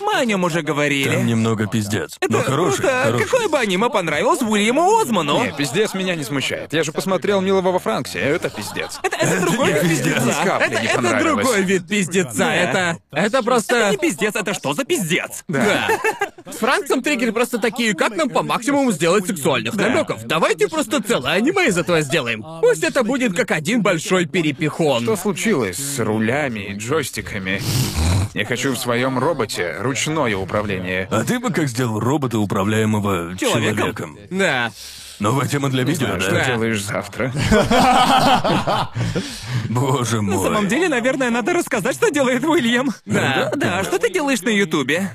S3: Мы о нем уже говорили.
S2: Там немного пиздец. но хороший,
S3: Просто
S2: хороший.
S3: какое бы аниме понравилось Уильяму Озману?
S1: Не, пиздец меня не смущает. Я же посмотрел «Милого во Франксе», это пиздец.
S3: Это, это другой
S1: не
S3: вид
S1: пиздец. Ни
S3: пиздеца.
S1: капли
S3: Это,
S1: не
S3: это
S1: понравилось.
S3: другой вид.
S5: вид пиздеца.
S3: Да.
S5: Это. Это просто.
S3: Это не пиздец, это что за пиздец?
S5: Да. с Франксом Триггер просто такие, как нам по максимуму сделать сексуальных намеков? Давайте просто целое аниме из этого сделаем. Пусть это будет как один большой перепихон.
S1: Что случилось с рулями и джойстиками? Я хочу в своем роботе ручное управление.
S2: А ты бы как сделал робота, управляемого
S3: Человеком.
S2: человеком? Ну,
S5: Да.
S2: Новая тема для видео,
S1: Что
S2: да?
S1: делаешь завтра?
S2: Боже мой.
S3: На самом деле, наверное, надо рассказать, что делает Уильям. Да, да, что ты делаешь на Ютубе?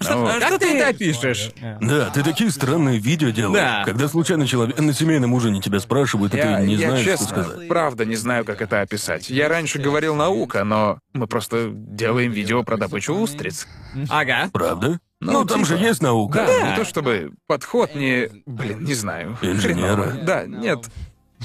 S1: Ну,
S3: А
S5: Как
S3: что
S5: ты
S3: ты...
S5: это опишешь?
S2: Да, ты такие странные видео делаешь.
S5: Да.
S2: Когда случайно человек на семейном ужине тебя спрашивают, и
S1: Я,
S2: ты не
S1: я
S2: знаешь,
S1: честно,
S2: что сказать.
S1: правда не знаю, как это описать. Я раньше говорил наука, но мы просто делаем видео про добычу устриц.
S5: Ага.
S2: Правда? Ну, там
S1: типа.
S2: же есть наука.
S1: Да, не то чтобы подход не... Блин, не знаю.
S2: Инженера.
S1: Хреново. Да, нет.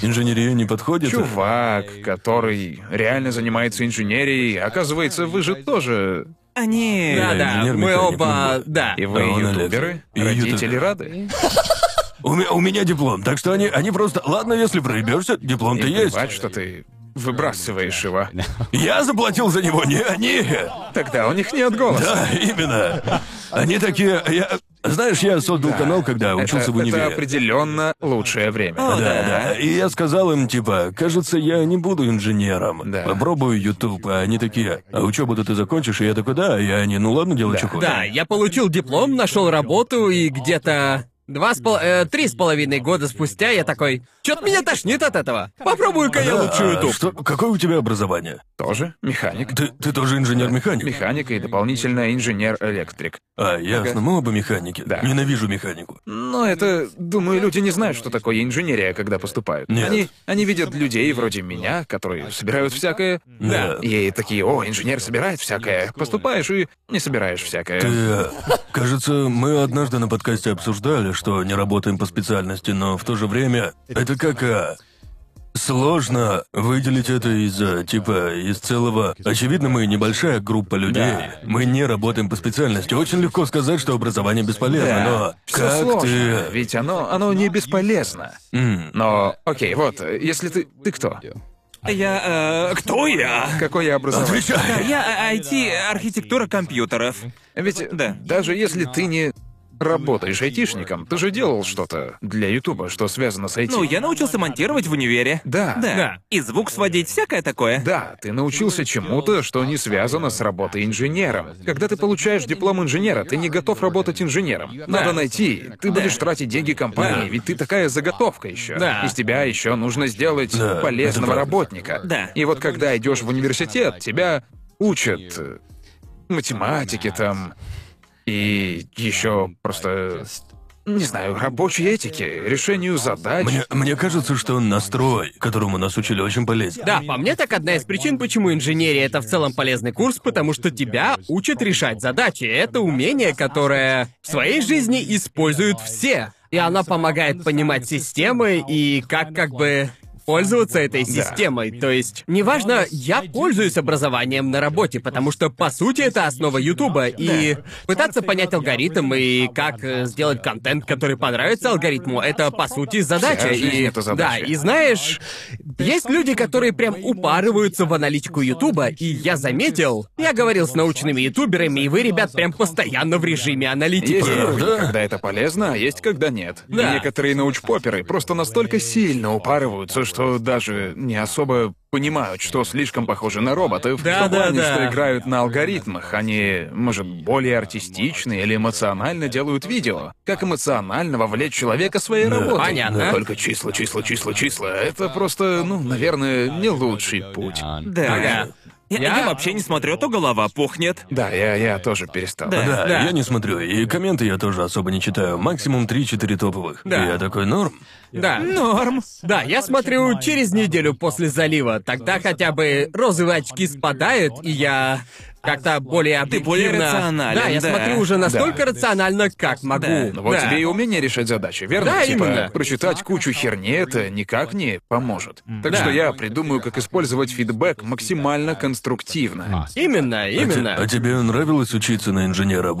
S2: Инженерия не подходит.
S1: Чувак, который реально занимается инженерией, оказывается, вы же тоже...
S3: А, Они...
S5: Да,
S2: Я
S5: да.
S2: инженер,
S5: Мы
S2: механик,
S5: оба.
S2: ну,
S5: Да.
S1: И вы
S2: А он
S1: ютуберы?
S2: и
S1: Родители
S2: ютубер.
S1: рады?
S2: У, ме- у меня диплом, так что они, они просто... Ладно, если проебешься,
S1: И
S2: диплом-то есть.
S1: плевать, что ты выбрасываешь его.
S2: Я заплатил за него, не они.
S1: Тогда у них нет голоса.
S2: Да, именно. Они такие... я- Знаешь, я создал канал, когда
S1: Это,
S2: учился в универе.
S1: это определенно лучшее время.
S3: О,
S2: Да, да. И я сказал им, типа, кажется, я не буду инженером.
S1: Да.
S2: Попробую YouTube. А они такие, а учебу-то ты закончишь? И я такой, да. И они, ну ладно, делай, что хочешь.
S5: Да, я получил диплом, нашел работу и где-то два с пол... э, три с половиной года спустя я такой, чё-то меня тошнит от этого. Попробую-ка я
S2: Да,
S5: лучше
S2: а
S5: YouTube.
S2: что- какое у тебя образование?
S1: Тоже механик.
S2: Ты, ты тоже инженер-механик?
S1: Механик и дополнительно инженер-электрик.
S2: А, ясно, мы оба механики.
S1: Да.
S2: Ненавижу механику.
S1: Но это, думаю, люди не знают, что такое инженерия, когда поступают.
S2: Нет.
S1: Они, они видят людей вроде меня, которые собирают всякое.
S2: Да.
S1: И такие, о, инженер собирает всякое. Поступаешь и не собираешь всякое.
S2: Ты, э, кажется, мы однажды на подкасте обсуждали, что не работаем по специальности, но в то же время это как э, сложно выделить это из э, типа из целого. Очевидно, мы небольшая группа людей. Мы не работаем по специальности. Очень легко сказать, что образование бесполезно,
S1: Да.
S2: но
S1: Всё
S2: как
S1: сложно,
S2: ты?
S1: ведь оно, оно не бесполезно. Но, окей, вот, если ты... Ты кто?
S3: Я... э, кто я?
S1: Какое образование?
S3: Да,
S2: Отвечай.
S3: Я э, IT, архитектура компьютеров.
S1: Ведь
S3: Да.
S1: даже если ты не работаешь айтишником, ты же делал что-то для Ютуба, что связано с IT.
S3: Ну, я научился монтировать в универе.
S1: Да.
S3: Да. И звук сводить, всякое такое.
S1: Да, ты научился чему-то, что не связано с работой инженером. Когда ты получаешь диплом инженера, ты не готов работать инженером. Надо найти. Ты будешь тратить деньги компании, ведь ты такая заготовка еще.
S5: Да.
S1: Из тебя еще нужно сделать
S2: Да, это
S1: полезного
S2: правда.
S1: работника.
S3: Да.
S1: И вот когда идешь в университет, тебя учат э, математике там и еще просто не знаю, рабочей этике, решению задач.
S2: Мне, мне кажется, что настрой, которому нас учили, очень полезен.
S5: Да, по мне так одна из причин, почему инженерия это в целом полезный курс, потому что тебя учат решать задачи. Это умение, которое в своей жизни используют все. И она помогает понимать системы и как как бы пользоваться этой системой. То есть, неважно, я пользуюсь образованием на работе, потому что, по сути, это основа Ютуба. И пытаться понять алгоритм и как э, сделать контент, который понравится алгоритму, это, по сути,
S1: Вся
S5: задача.
S1: жизнь
S5: и,
S1: это задача.
S5: Да, и знаешь, есть люди, которые прям упарываются в аналитику Ютуба, и я заметил, я говорил с научными ютуберами, и вы, ребят, прям постоянно в режиме аналитики.
S1: Есть уровни,
S2: Правда?
S1: когда это полезно, а есть, когда нет. И
S5: Да.
S1: Некоторые научпоперы просто настолько сильно упарываются, что даже не особо понимают, что слишком похоже на роботов.
S5: Да,
S1: в том
S5: да,
S1: плане,
S5: да.
S1: что играют на алгоритмах. Они, может, более артистично или эмоционально делают видео. Как эмоционально вовлечь человека своей работой.
S5: Понятно.
S1: Только числа, числа, числа, числа. Это просто, ну, наверное, не лучший путь.
S3: Да.
S5: Ага.
S3: Я,
S5: Я-
S3: я вообще не смотрю, а то голова пухнет.
S1: Да, я, я тоже перестал.
S2: Да,
S5: Да.
S2: я не смотрю, и комменты я тоже особо не читаю. Максимум 3-4 топовых.
S5: Да.
S2: И я такой, норм.
S5: Да.
S3: Норм.
S5: Да, я смотрю через неделю после залива, тогда хотя бы розовые очки спадают, и я как-то более объективно...
S3: более рационален,
S5: Да, я
S3: да.
S5: смотрю уже настолько рационально, как могу.
S1: Ну, Вот
S5: Да.
S1: тебе и умение решать задачи, верно?
S5: Да,
S1: типа,
S5: именно.
S1: прочитать кучу херни это никак не поможет. Так
S5: Да.
S1: что я придумаю, как использовать фидбэк максимально конструктивно.
S5: Именно,
S2: А те-
S5: именно.
S2: А, тебе нравилось учиться на инженера в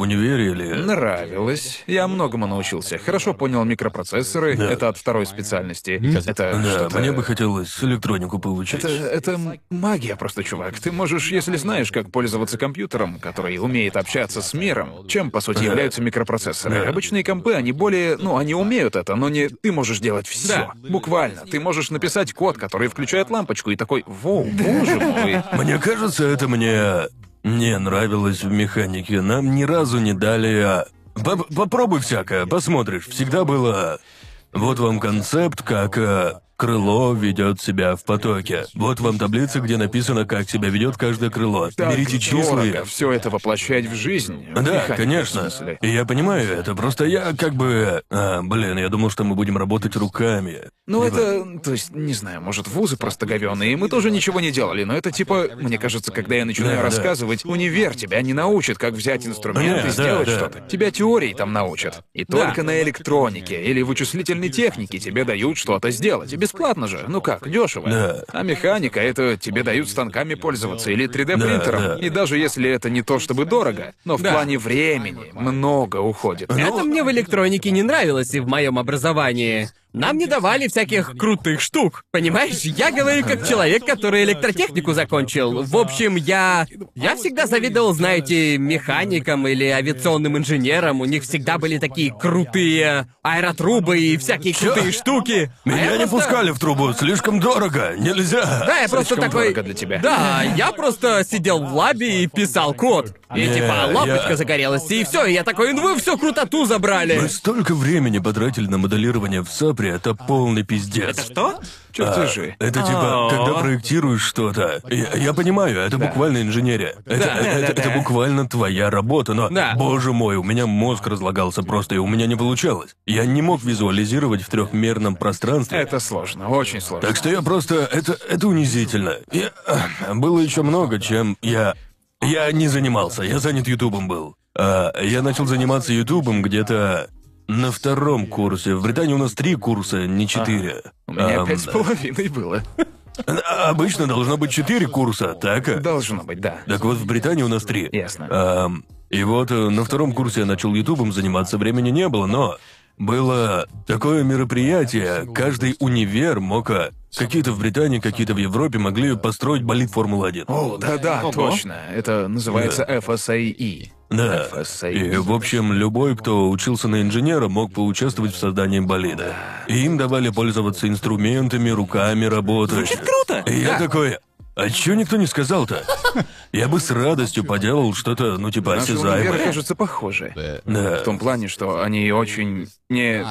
S1: Ну,
S2: универе или...
S1: Нравилось. Я многому научился. Хорошо понял микропроцессоры. Это от второй специальности. Это
S2: Да,
S1: что-то-
S2: мне бы хотелось электронику получить.
S1: Это, это м- магия просто, чувак. Ты можешь, если знаешь, как пользоваться являются компьютером, который умеет общаться с миром, чем, по сути,
S2: Да.
S1: являются микропроцессоры.
S2: Да.
S1: Обычные компы, они более... Ну, они умеют это, но не... Ты можешь делать все. Буквально. Ты можешь написать код, который включает лампочку, и такой... Воу, боже мой.
S2: Мне кажется, это мне не нравилось в механике. Нам ни разу не дали... а, «Поп- Попробуй всякое, посмотришь. Всегда было... Вот вам концепт, как а, крыло ведет себя в потоке. Вот вам таблица, где написано, как себя ведет каждое крыло. Берите числа. и-
S1: все это воплощать в жизнь. в
S2: Да,
S1: механику, в
S2: конечно.
S1: смысле.
S2: И Я понимаю это. Просто я как бы... а, блин, я думал, что мы будем работать руками.
S1: Ну,
S2: Либо-
S1: это, то есть, не знаю, может, вузы простоговённые, и мы тоже ничего не делали, но это типа, мне кажется, когда я начинаю
S2: Да, да.
S1: рассказывать, универ тебя не научит, как взять инструмент
S2: Не,
S1: и сделать
S2: да, да.
S1: что-то. Тебя теории там научат. И только на электронике или вычислительной технике тебе дают что-то сделать. И бесплатно же, ну как, дешево.
S2: Да.
S1: А механика — это тебе дают станками пользоваться или
S2: Да,
S1: 3D-принтером.
S2: да.
S1: И даже если это не то чтобы дорого, но в плане времени много уходит.
S2: Ну,
S5: Это мне в электронике не нравилось и в моем образовании. Нам не давали всяких крутых штук. Понимаешь, я говорю как человек, который электротехнику закончил. В общем, я... Я всегда завидовал, знаете, механикам или авиационным инженерам. У них всегда были такие крутые аэротрубы и всякие крутые штуки. А я
S2: Меня не
S5: просто-
S2: пускали в трубу, слишком дорого, нельзя.
S5: Да, я просто
S1: Слишком
S5: такой...
S1: дорого для тебя.
S5: Да, я просто сидел в лабе и писал код. И
S2: Не,
S5: типа лампочка
S2: я-
S5: загорелась, и все. И я такой, ну вы всю крутоту забрали.
S2: Мы столько времени потратили на моделирование в САПре, это полный пиздец. Это
S3: Что?
S1: Чертежи.
S2: Это типа,
S3: А.
S2: когда проектируешь что-то. Я, я понимаю, это буквально инженерия. Это, это- это
S3: да, да.
S2: буквально твоя работа, но,
S5: Да.
S2: боже мой, у меня мозг разлагался просто, и у меня не получалось. Я не мог визуализировать в трехмерном пространстве.
S1: Это сложно, очень сложно.
S2: Так что я просто... Это, это унизительно. Я- Было еще много, чем я... Я не занимался, я занят Ютубом был. А, я начал заниматься Ютубом где-то на втором курсе. В Британии у нас три курса, не четыре.
S1: У меня
S2: Ам,
S1: пять с половиной было.
S2: а, Обычно должно быть четыре курса, так? а?
S1: Должно быть, да.
S2: Так вот, в Британии у нас три.
S1: Ясно.
S2: Ам, и вот э, на втором курсе я начал Ютубом заниматься, времени не было, но было такое мероприятие, каждый универ мог... э, Какие-то в Британии, какие-то в Европе могли построить болид Формулы-1.
S1: О, да-да, точно. Это называется FSAE.
S2: Да. И,
S1: FSAE.
S2: в общем, любой, кто учился на инженера, мог поучаствовать в создании болида. И им давали пользоваться инструментами, руками работать.
S3: Круто!
S2: И я такой... А чё никто не сказал-то? Я бы с радостью поделал что-то, ну, типа,
S1: Наши универы,
S2: осязаемое.
S1: кажется, похожи.
S2: Да.
S1: В том плане, что они очень не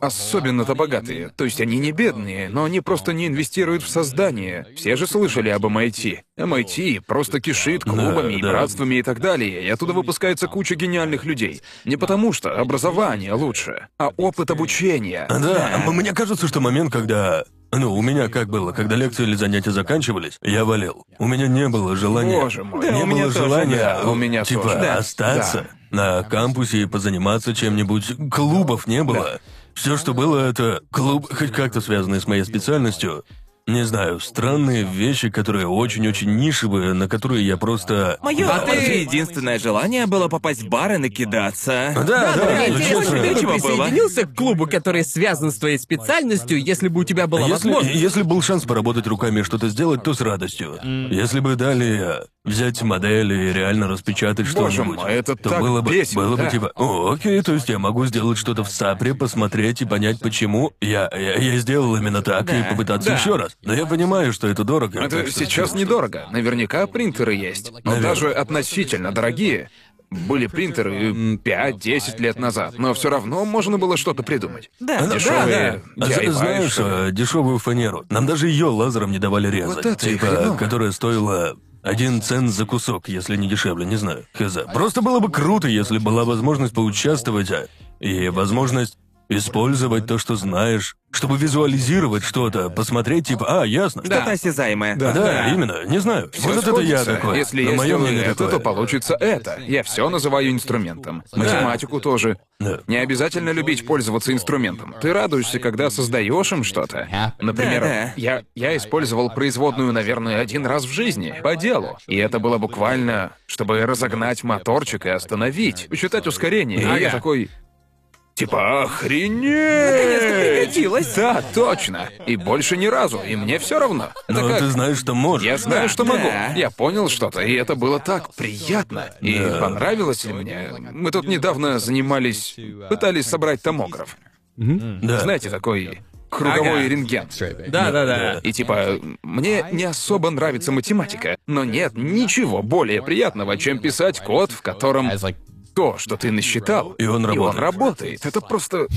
S1: особенно-то богатые. То есть они не бедные, но они просто не инвестируют в создание. Все же слышали об эм MIT. MIT просто кишит клубами и
S2: да.
S1: братствами и так далее, и оттуда выпускается куча гениальных людей. Не потому что образование лучше, а опыт обучения.
S2: А, Да, м- мне кажется, что момент, когда... Ну, у меня как было, когда лекции или занятия заканчивались, я валил. У меня не было желания...
S1: Боже мой.
S2: не
S1: Да, у меня
S2: было
S1: тоже,
S2: желания,
S1: да, у меня
S2: типа,
S1: тоже. Да.
S2: остаться на кампусе и позаниматься чем-нибудь. Клубов не было. Все, что было, это клуб, хоть как-то связанный с моей специальностью. Не знаю, странные вещи, которые очень-очень нишевые, на которые я просто...
S3: Мое
S5: А
S3: а
S5: ты-
S3: единственное желание было попасть в бар и
S2: Да,
S3: накидаться.
S2: да,
S5: Да, да,
S2: ну,
S5: интересно,
S2: честно.
S5: ты
S1: типа,
S5: бы
S3: Нечего было.
S5: присоединился к клубу, который связан с твоей специальностью, если бы у тебя была
S2: А Если,
S5: возможность.
S2: если был шанс поработать руками и что-то сделать, то с радостью. Если бы дали э, взять модель и реально распечатать
S1: Боже
S2: что-нибудь,
S1: мой, это
S2: то
S1: так
S2: было бы,
S1: бесит,
S2: было
S1: да.
S2: бы типа, «О, окей, то есть я могу сделать что-то в Сапре, посмотреть и понять, почему я, я, я сделал именно так и попытаться еще раз. Но я понимаю, что это дорого. так
S1: Это
S2: что-
S1: сейчас недорого. Наверняка принтеры есть. Но
S2: Наверно.
S1: даже относительно дорогие. Были принтеры м, 5-10 лет назад, но все равно можно было что-то придумать.
S3: Да, да,
S1: Дешевые.
S2: А за-
S1: DIY,
S2: знаешь,
S1: что ли.
S2: э, дешевую фанеру. Нам даже ее лазером не давали резать.
S1: это и
S2: типа,
S1: хреново.
S2: которая стоила один цент за кусок, если не дешевле, не знаю. Хз.
S1: А
S2: Просто было бы круто, если была возможность поучаствовать а, и возможность использовать то, что знаешь, чтобы визуализировать что-то, посмотреть, типа, а, ясно.
S3: Что-то осязаемое.
S2: Да, именно, не знаю.
S1: Всё
S2: Может, это я
S1: сходится.
S2: такой.
S1: Если
S2: но
S1: я
S2: мое
S1: сделаю
S2: мнение
S1: это,
S2: такое.
S1: то получится это. Я все называю инструментом. Математику тоже.
S2: Да.
S1: Не обязательно любить пользоваться инструментом. Ты радуешься, когда создаешь им что-то. Например,
S3: Да, да.
S1: Я, я использовал производную, наверное, один раз в жизни, по делу. И это было
S3: А
S1: буквально, чтобы разогнать моторчик и остановить, посчитать ускорение. И я
S5: Ага.
S1: такой... Типа,
S3: Наконец-то
S1: охренеть!
S3: прекратилось.
S1: Да, точно. И больше ни разу, и мне все равно. Это
S2: Но
S1: как-
S2: Ну, ты знаешь, что можешь.
S1: Я знаю, что могу.
S3: Да.
S1: Я понял что-то, и это было так приятно. И
S2: Да.
S1: понравилось ли мне? Мы тут недавно занимались... Пытались собрать томограф.
S2: Да.
S1: Знаете, такой круговой
S3: Ага.
S1: рентген.
S5: Да, да, да.
S1: И типа, мне не особо нравится математика, но нет ничего более приятного, чем писать код, в котором то, что ты насчитал,
S2: И он работает.
S1: работает. Это просто...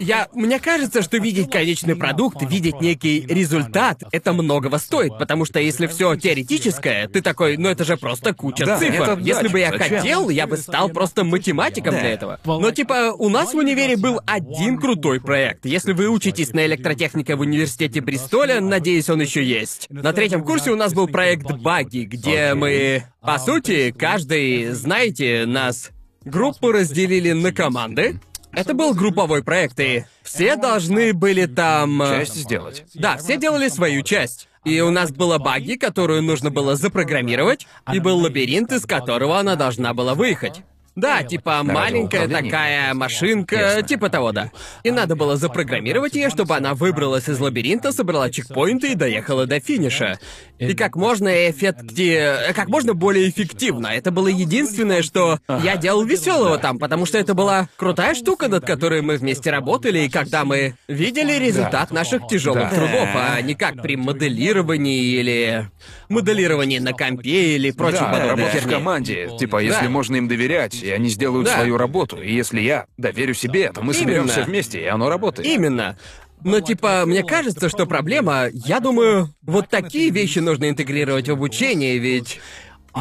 S5: Я, мне кажется, что видеть конечный продукт, видеть некий результат, это многого стоит, потому что если все теоретическое, ты такой, ну это же просто куча
S1: Да,
S5: цифр.
S1: это да,
S5: если бы я
S1: зачем?
S5: хотел, я бы стал просто математиком для этого. Но типа у нас в универе был один крутой проект. Если вы учитесь на электротехнике в университете Бристоля, надеюсь, он еще есть. На третьем курсе у нас был проект Баги, где мы, по сути, каждый, знаете, нас Группу разделили на команды. Это был групповой проект, и все должны были там...
S2: А.
S5: э,
S1: Часть сделать.
S5: Да, все делали свою часть. И у нас была баги, которую нужно было запрограммировать, и был лабиринт, из которого она должна была выехать. Да, типа маленькая
S1: управления.
S5: такая машинка, типа того, да. И надо было запрограммировать ее, чтобы она выбралась из лабиринта, собрала чекпоинты и доехала до финиша. И как можно эффективнее, как можно более эффективно. Это было единственное, что я делал веселого там, потому что это была крутая штука, над которой мы вместе работали, и когда мы видели результат наших тяжелых
S1: Да.
S5: трудов, а не как при моделировании или моделировании на компе или прочей
S1: Да,
S5: подобной
S1: работа в
S5: херне.
S1: команде. Типа, если
S5: Да.
S1: можно им доверять, и они сделают
S5: Да.
S1: свою работу. И если я доверю себе, то мы соберемся
S5: Именно.
S1: вместе, и оно работает.
S5: Именно. Но типа, мне кажется, что проблема, я думаю, вот такие вещи нужно интегрировать в обучение, ведь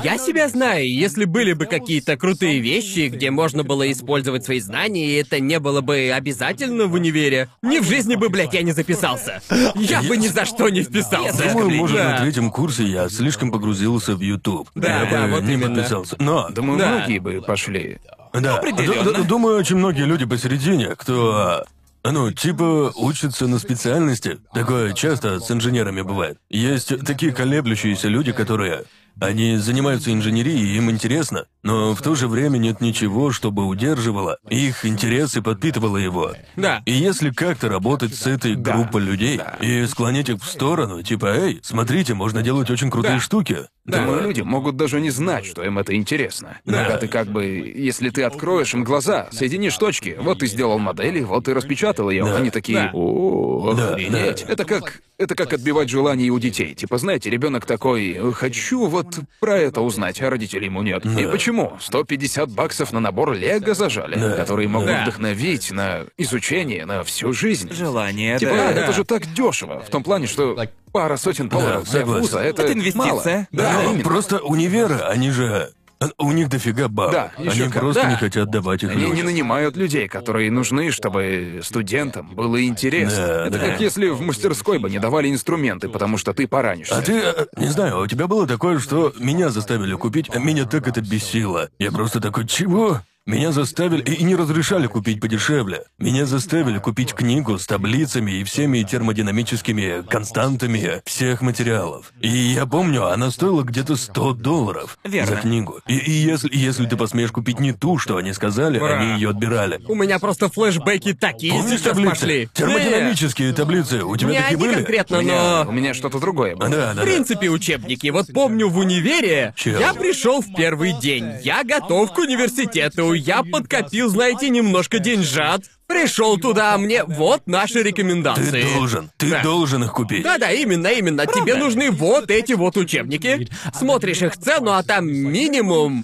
S5: я себя знаю, и если были бы какие-то крутые вещи, где можно было использовать свои знания, и это не было бы обязательно в универе, ни в жизни бы, блядь, я не записался. Я бы ни за что не вписался.
S2: Думаю, может,
S5: Да.
S2: на третьем курсе я слишком погрузился в YouTube.
S5: Да,
S2: я
S5: да,
S2: бы
S5: вот
S2: не
S5: именно.
S2: подписался. Но,
S1: Думаю,
S5: Да.
S1: многие бы пошли.
S2: да, д- д- думаю, очень многие люди посередине, кто, а, ну, типа, учатся на специальности. Такое часто с инженерами бывает. Есть такие колеблющиеся люди, которые... Они занимаются инженерией, им интересно, но в то же время нет ничего, чтобы удерживало их интерес и подпитывало его.
S5: Да.
S2: И если как-то работать с этой группой людей и склонить их в сторону, типа, эй, смотрите, можно делать очень крутые штуки.
S1: Думаю,
S2: Думаю,
S1: люди могут даже не знать, что им это интересно.
S2: Да.
S1: Когда ты как бы, если ты откроешь им глаза, соединишь точки, вот ты сделал модели, вот ты распечатал ее,
S2: Да.
S1: они такие,
S5: Да.
S1: о,
S2: Да,
S1: охренеть.
S2: да.
S1: Это как, это как отбивать желание у детей. Типа, знаете, ребенок такой, хочу вот про это узнать, а родителей ему нет. И почему? 150 баксов на набор Лего зажали, которые могут
S5: Да.
S1: вдохновить на изучение на всю жизнь.
S3: Желание,
S1: Типа,
S3: да.
S1: это же так дешево, в том плане, что пара сотен долларов для
S2: согласен.
S1: вуза это
S3: Это инвестиция.
S1: мало. Да,
S2: Но
S1: именно.
S2: Ну, просто универы, они же... э, У них дофига баб.
S1: Да,
S2: они
S1: ещё как.
S2: просто
S1: Да.
S2: не хотят давать их
S1: Они не
S2: людям.
S1: нанимают людей, которые нужны, чтобы студентам было интересно.
S2: Да,
S1: это
S2: да.
S1: как если в мастерской бы не давали инструменты, потому что ты поранишься.
S2: А ты, э, не знаю, у тебя было такое, что меня заставили купить, а меня так это бесило. Я просто такой, чего? Меня заставили и и не разрешали купить подешевле. Меня заставили купить книгу с таблицами и всеми термодинамическими константами всех материалов. И я помню, она стоила где-то 100 долларов
S3: Верно.
S2: за книгу. И, и если, и если ты посмеешь купить не ту, что они сказали,
S5: Ура.
S2: они ее отбирали.
S5: У меня просто флешбеки такие
S2: Помнишь
S5: сейчас
S2: таблицы?
S5: пошли. Э,
S2: Термодинамические таблицы. У тебя
S5: Не
S2: такие
S5: они
S2: были?
S5: конкретно,
S1: у, меня, у
S5: но...
S1: меня что-то другое было.
S2: Да, да,
S5: В
S2: да.
S5: принципе, учебники. Вот помню в универе,
S2: Чел.
S5: я пришел в первый день, я готов к университету, я подкопил, знаете, немножко деньжат, пришел туда, а мне вот наши
S2: Ты
S5: рекомендации.
S2: должен, ты
S5: Да.
S2: должен их купить.
S5: Да-да, именно, именно. Тебе нужны вот эти вот учебники. Смотришь их цену, а там минимум,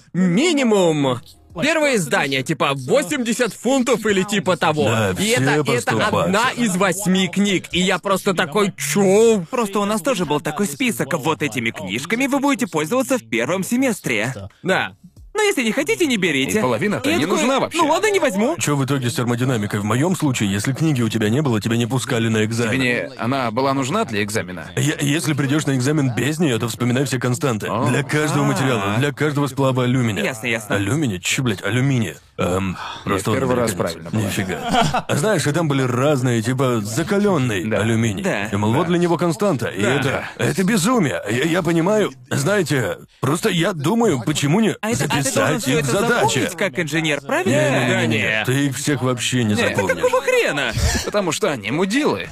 S5: минимум. Первое издание, типа 80 фунтов или типа того.
S2: Да,
S5: и
S2: все
S5: это,
S2: по
S5: и
S2: 100
S5: это одна
S2: баксов.
S5: из восьми книг. И я просто такой, чё?
S3: Просто у нас тоже был такой список. Вот этими книжками вы будете пользоваться в первом семестре.
S5: Да.
S3: Но если не хотите, не берите.
S1: И половина-то
S3: Я
S1: не
S3: такой,
S1: нужна вообще.
S3: Ну ладно, не возьму.
S2: Что в итоге с термодинамикой? В моем случае, если книги у тебя не было, тебя не пускали на экзамен.
S1: Мне она была нужна для экзамена.
S2: Е- если придешь на экзамен без нее, то вспоминай все константы. Для каждого материала, для каждого сплава алюминия.
S3: Ясно, ясно.
S2: Алюминия? Че, блядь, алюминия? Эм, просто он
S1: первый раз
S2: американец.
S1: правильно понял.
S2: Нифига. А знаешь, и там были разные, типа закаленный
S1: Да.
S2: алюминий.
S3: Да.
S2: И, мол, вот для него константа. И это, это безумие. Я, я понимаю, знаете, просто я думаю, почему не
S3: А это, а ты должен
S2: записать
S3: всё
S2: их
S3: это
S2: задачи.
S3: запомнить как инженер, правильно?
S2: Не-не-не-не,
S1: Не.
S2: Ты их всех вообще не запомнишь.
S3: Какого хрена?
S1: Потому что они мудилы.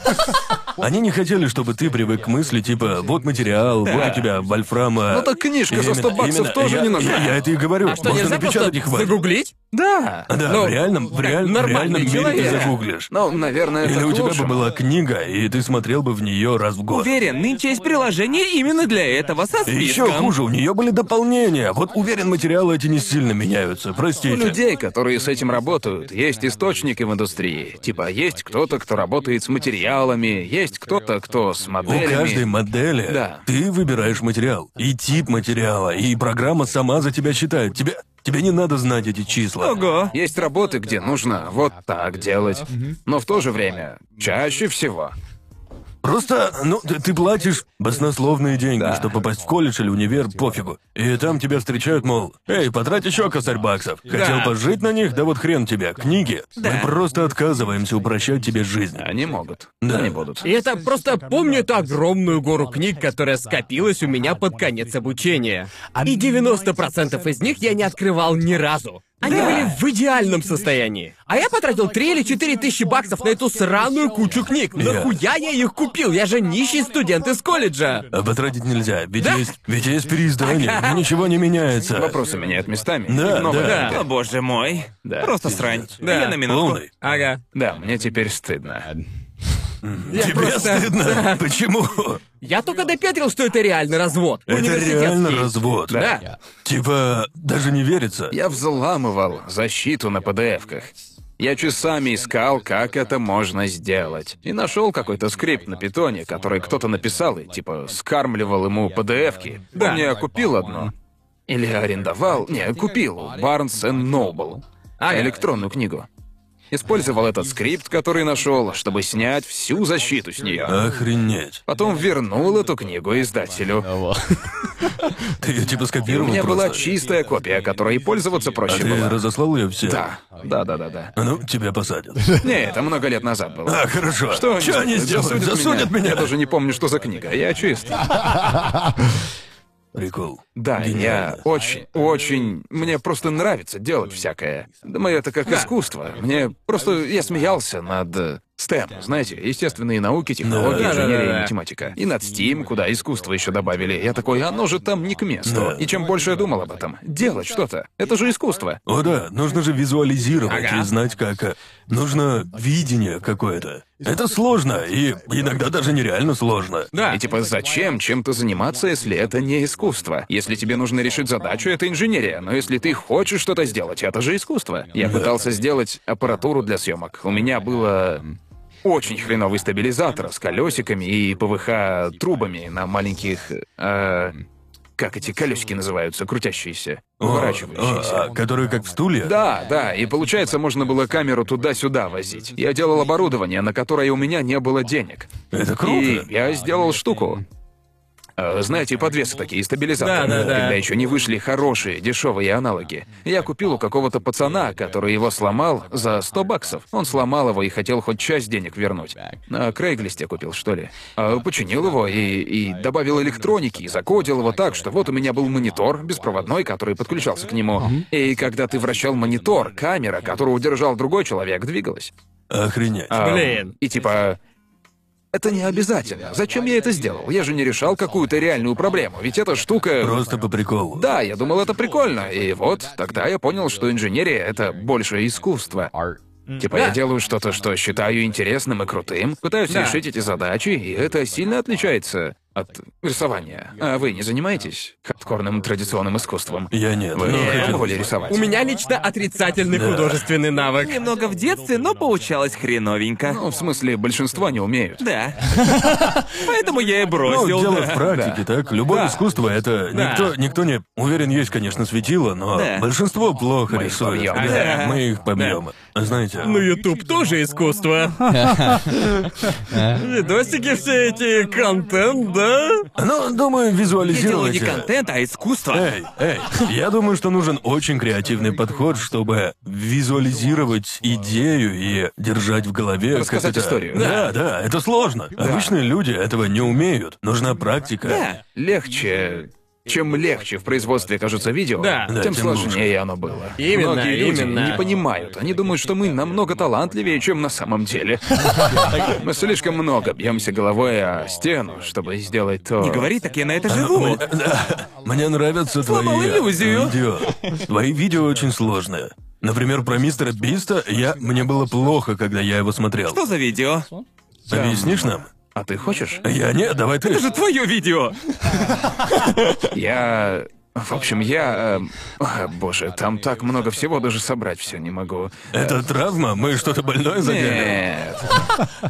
S2: Они не хотели, чтобы ты привык к мысли, типа, вот материал, вот у тебя вольфрама.
S1: Ну так книжка за 100
S2: Именно,
S1: баксов
S2: именно.
S1: тоже
S2: Я-
S1: не нужна.
S2: Я, я это и говорю.
S5: А что,
S2: Можно
S5: нельзя
S2: напечатать
S5: просто
S2: их хватит.
S5: загуглить?
S1: Да.
S2: Да,
S5: Ну,
S2: в реальном, в реальном, в
S5: нормальный
S2: реальном мире ты
S5: человек.
S2: загуглишь.
S1: Ну, наверное,
S2: Или
S1: это
S2: у
S1: к
S2: тебя бы
S1: лучшему.
S2: была книга, и ты смотрел бы в нее раз в год.
S3: Уверен, нынче есть приложение именно для этого со
S2: И еще
S3: списком.
S2: хуже, у нее были дополнения. Вот уверен, материалы эти не сильно меняются.
S1: У
S2: Простите.
S1: людей, которые с этим работают, есть источники в индустрии. Типа, есть кто-то, кто работает с материалами, есть кто-то, кто с
S2: У каждой
S1: моделями.
S2: модели
S1: Да.
S2: ты выбираешь материал, и тип материала, и программа сама за тебя считает. Тебе, тебе не надо знать эти числа.
S3: Ого.
S1: Есть работы, где нужно вот так делать. Но в то же время, чаще всего,
S2: Просто, ну, ты, ты платишь баснословные деньги, чтобы попасть в колледж или универ, пофигу. И там тебя встречают, мол, «Эй, потрать еще косарь баксов. Хотел пожить на них? Да вот хрен тебе, книги. Мы просто отказываемся упрощать тебе жизнь».
S1: они могут.
S2: Да.
S1: Они будут.
S5: И это просто помню эту огромную гору книг, которая скопилась у меня под конец обучения. И 90% из них я не открывал ни разу. Они были в идеальном состоянии. А я потратил 3 или 4 тысячи баксов на эту сраную кучу книг.
S2: Я-
S5: Нахуя я их купил? Я же нищий студент из колледжа.
S2: А потратить нельзя, ведь, есть, ведь есть переиздание, и ничего не меняется.
S1: Вопросы меняют местами.
S2: Да,
S1: Много
S2: да.
S1: людей.
S3: О боже мой.
S1: Да.
S3: Просто срань. Я на минутку.
S2: Полный.
S5: Ага.
S1: Да, мне теперь стыдно.
S5: Я
S2: Тебе
S5: просто-
S2: стыдно? Почему?
S5: Я только допетрил, что это реально развод.
S2: Это
S5: Университетский.
S2: реально развод.
S5: Да.
S2: Типа, даже не верится.
S1: Я взламывал защиту на PDF-ках. Я часами искал, как это можно сделать. И нашел какой-то скрипт на питоне, который кто-то написал и типа скармливал ему PDF-ки. Да. Я купил одну. Или арендовал. Не, купил у Barnes Noble. А электронную книгу. Использовал этот скрипт, который нашел, чтобы снять всю защиту с нее.
S2: Охренеть.
S1: Потом вернул эту книгу издателю.
S2: Ты ее типа
S1: У
S2: скопировал
S1: меня
S2: просто?
S1: была чистая копия, которой пользоваться
S2: А
S1: проще
S2: ты
S1: было.
S2: разослал ее все?
S1: Да. Да, да, да, да.
S2: Ну, тебя посадят.
S1: Не, это много лет назад было.
S2: А, хорошо.
S1: Что
S2: Чё они сделают? Засудят меня.
S1: Я даже не помню, что за книга. Я чист.
S2: Прикол.
S1: Да, я
S2: Гениально.
S1: очень, очень... Мне просто нравится делать всякое. Думаю, это как искусство. Мне просто... Я смеялся над э, STEM, знаете, естественные науки, технологии,
S2: Да.
S1: инженерия
S5: Да-да-да.
S1: и математика. И над Steam, куда искусство еще добавили. Я такой, оно же там не к месту.
S2: Да.
S1: И чем больше я думал об этом, делать что-то. Это же искусство.
S2: О да, нужно же визуализировать
S5: Ага.
S2: и знать, как... э, Нужно видение какое-то. Это сложно, и иногда даже нереально сложно.
S5: Да.
S1: И типа, зачем чем-то заниматься, если это не искусство? Если тебе нужно решить задачу, это инженерия. Но если ты хочешь что-то сделать, это же искусство. Я пытался сделать аппаратуру для съемок. У меня было очень хреновый стабилизатор с колесиками и ПВХ трубами на маленьких. э, как эти колесики называются, крутящиеся,
S2: О,
S1: уворачивающиеся.
S2: а, которые как в стулья?
S1: Да, да, и получается, можно было камеру туда-сюда возить. Я делал оборудование, на которое у меня не было денег.
S2: Это круто.
S1: И я сделал штуку. Э, Знаете, подвесы такие, стабилизаторы.
S5: Да, да, да.
S1: Когда еще не вышли хорошие, дешевые аналоги. Я купил у какого-то пацана, который его сломал за 100 баксов. Он сломал его и хотел хоть часть денег вернуть. На Крейглисте купил, что ли. А, Починил его и, и добавил электроники, и закодил его так, что вот у меня был монитор беспроводной, который подключался к нему. И когда ты вращал монитор, камера, которую удержал другой человек, двигалась.
S2: Охренеть.
S1: Ам,
S5: Блин.
S1: И типа... Это не обязательно. Зачем я это сделал? Я же не решал какую-то реальную проблему. Ведь эта штука...
S2: Просто по приколу.
S1: Да, я думал, это прикольно. И вот тогда я понял, что инженерия — это больше искусство. Типа я
S5: Да.
S1: делаю что-то, что считаю интересным и крутым, пытаюсь решить эти задачи, и это сильно отличается от рисования. А вы не занимаетесь хардкорным традиционным искусством?
S2: Я нет.
S1: Вы
S2: Ну, хрен.
S1: пробовали рисовать?
S5: У меня лично отрицательный художественный навык.
S3: Немного в детстве, но получалось хреновенько.
S1: Ну, в смысле, большинство не умеют.
S3: Да.
S5: [LAUGHS]
S3: Поэтому я и
S2: Ну,
S3: бросил.
S2: дело
S3: да.
S2: в практике, так? Любое искусство это
S5: Да.
S2: никто, никто не уверен, есть, конечно, светило, но
S3: Да.
S2: большинство плохо
S1: их
S2: рисует.
S1: побьём.
S2: Да,
S3: Да.
S2: мы их побьем. Знаете,
S5: Ну, YouTube тоже искусство. Видосики все эти, контент, да?
S3: Что?
S2: Ну, думаю,
S3: Я делаю не
S2: визуализируйте.
S3: контент, а искусство.
S2: Эй, эй, я думаю, что нужен очень креативный подход, чтобы визуализировать идею и держать в голове... как
S1: Рассказать
S2: это-
S1: историю.
S2: Да, да, это сложно. Обычные люди этого не умеют. Нужна практика.
S3: Да.
S1: Легче. Чем легче в производстве окажется видео,
S5: Да.
S2: Да,
S1: тем
S2: тем лучше.
S1: сложнее оно было.
S5: Именно,
S1: Многие люди
S5: именно.
S1: не понимают. Они думают, что мы намного талантливее, чем на самом деле. Мы слишком много бьемся головой о стену, чтобы сделать то.
S3: Не говори так, я на это живу.
S2: Мне- да. Мне нравятся твои э,
S3: Сломал иллюзию.
S2: видео. Твои видео очень сложные. Например, про мистера Биста я мне было плохо, когда я его смотрел.
S3: Что за видео?
S2: Объяснишь нам?
S1: А ты хочешь?
S2: Я нет, давай ты.
S3: Это же твое видео.
S1: Я. В общем, я. эм, о, боже, там так много всего, даже собрать все не могу.
S2: Это травма? Мы что-то больное задели?
S1: Нет.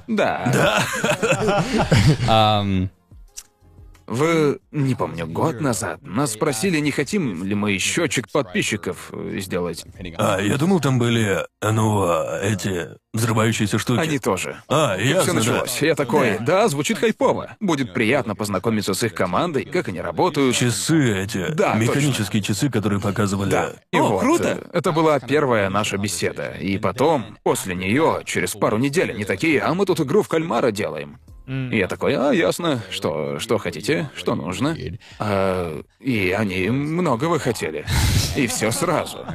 S1: Да. Да.
S4: Um,
S1: В, не помню, год назад нас спросили, не хотим ли мы счетчик подписчиков э, сделать.
S2: А, я думал, там были, ну, а, эти взрывающиеся штуки.
S1: Они тоже.
S2: А,
S1: Все
S2: ясно, да.
S1: началось. Я такой, да, звучит хайпово. Будет приятно познакомиться с их командой, как они работают.
S2: Часы эти.
S1: Да,
S2: Механические часы, которые показывали.
S1: Да. И
S3: О,
S1: вот,
S3: круто.
S1: э, Это была первая наша беседа. И потом, после нее, через пару недель, они такие, а мы тут игру в кальмара делаем. И я такой, а, ясно, что, что хотите, что нужно. А, и они многого хотели. И все сразу.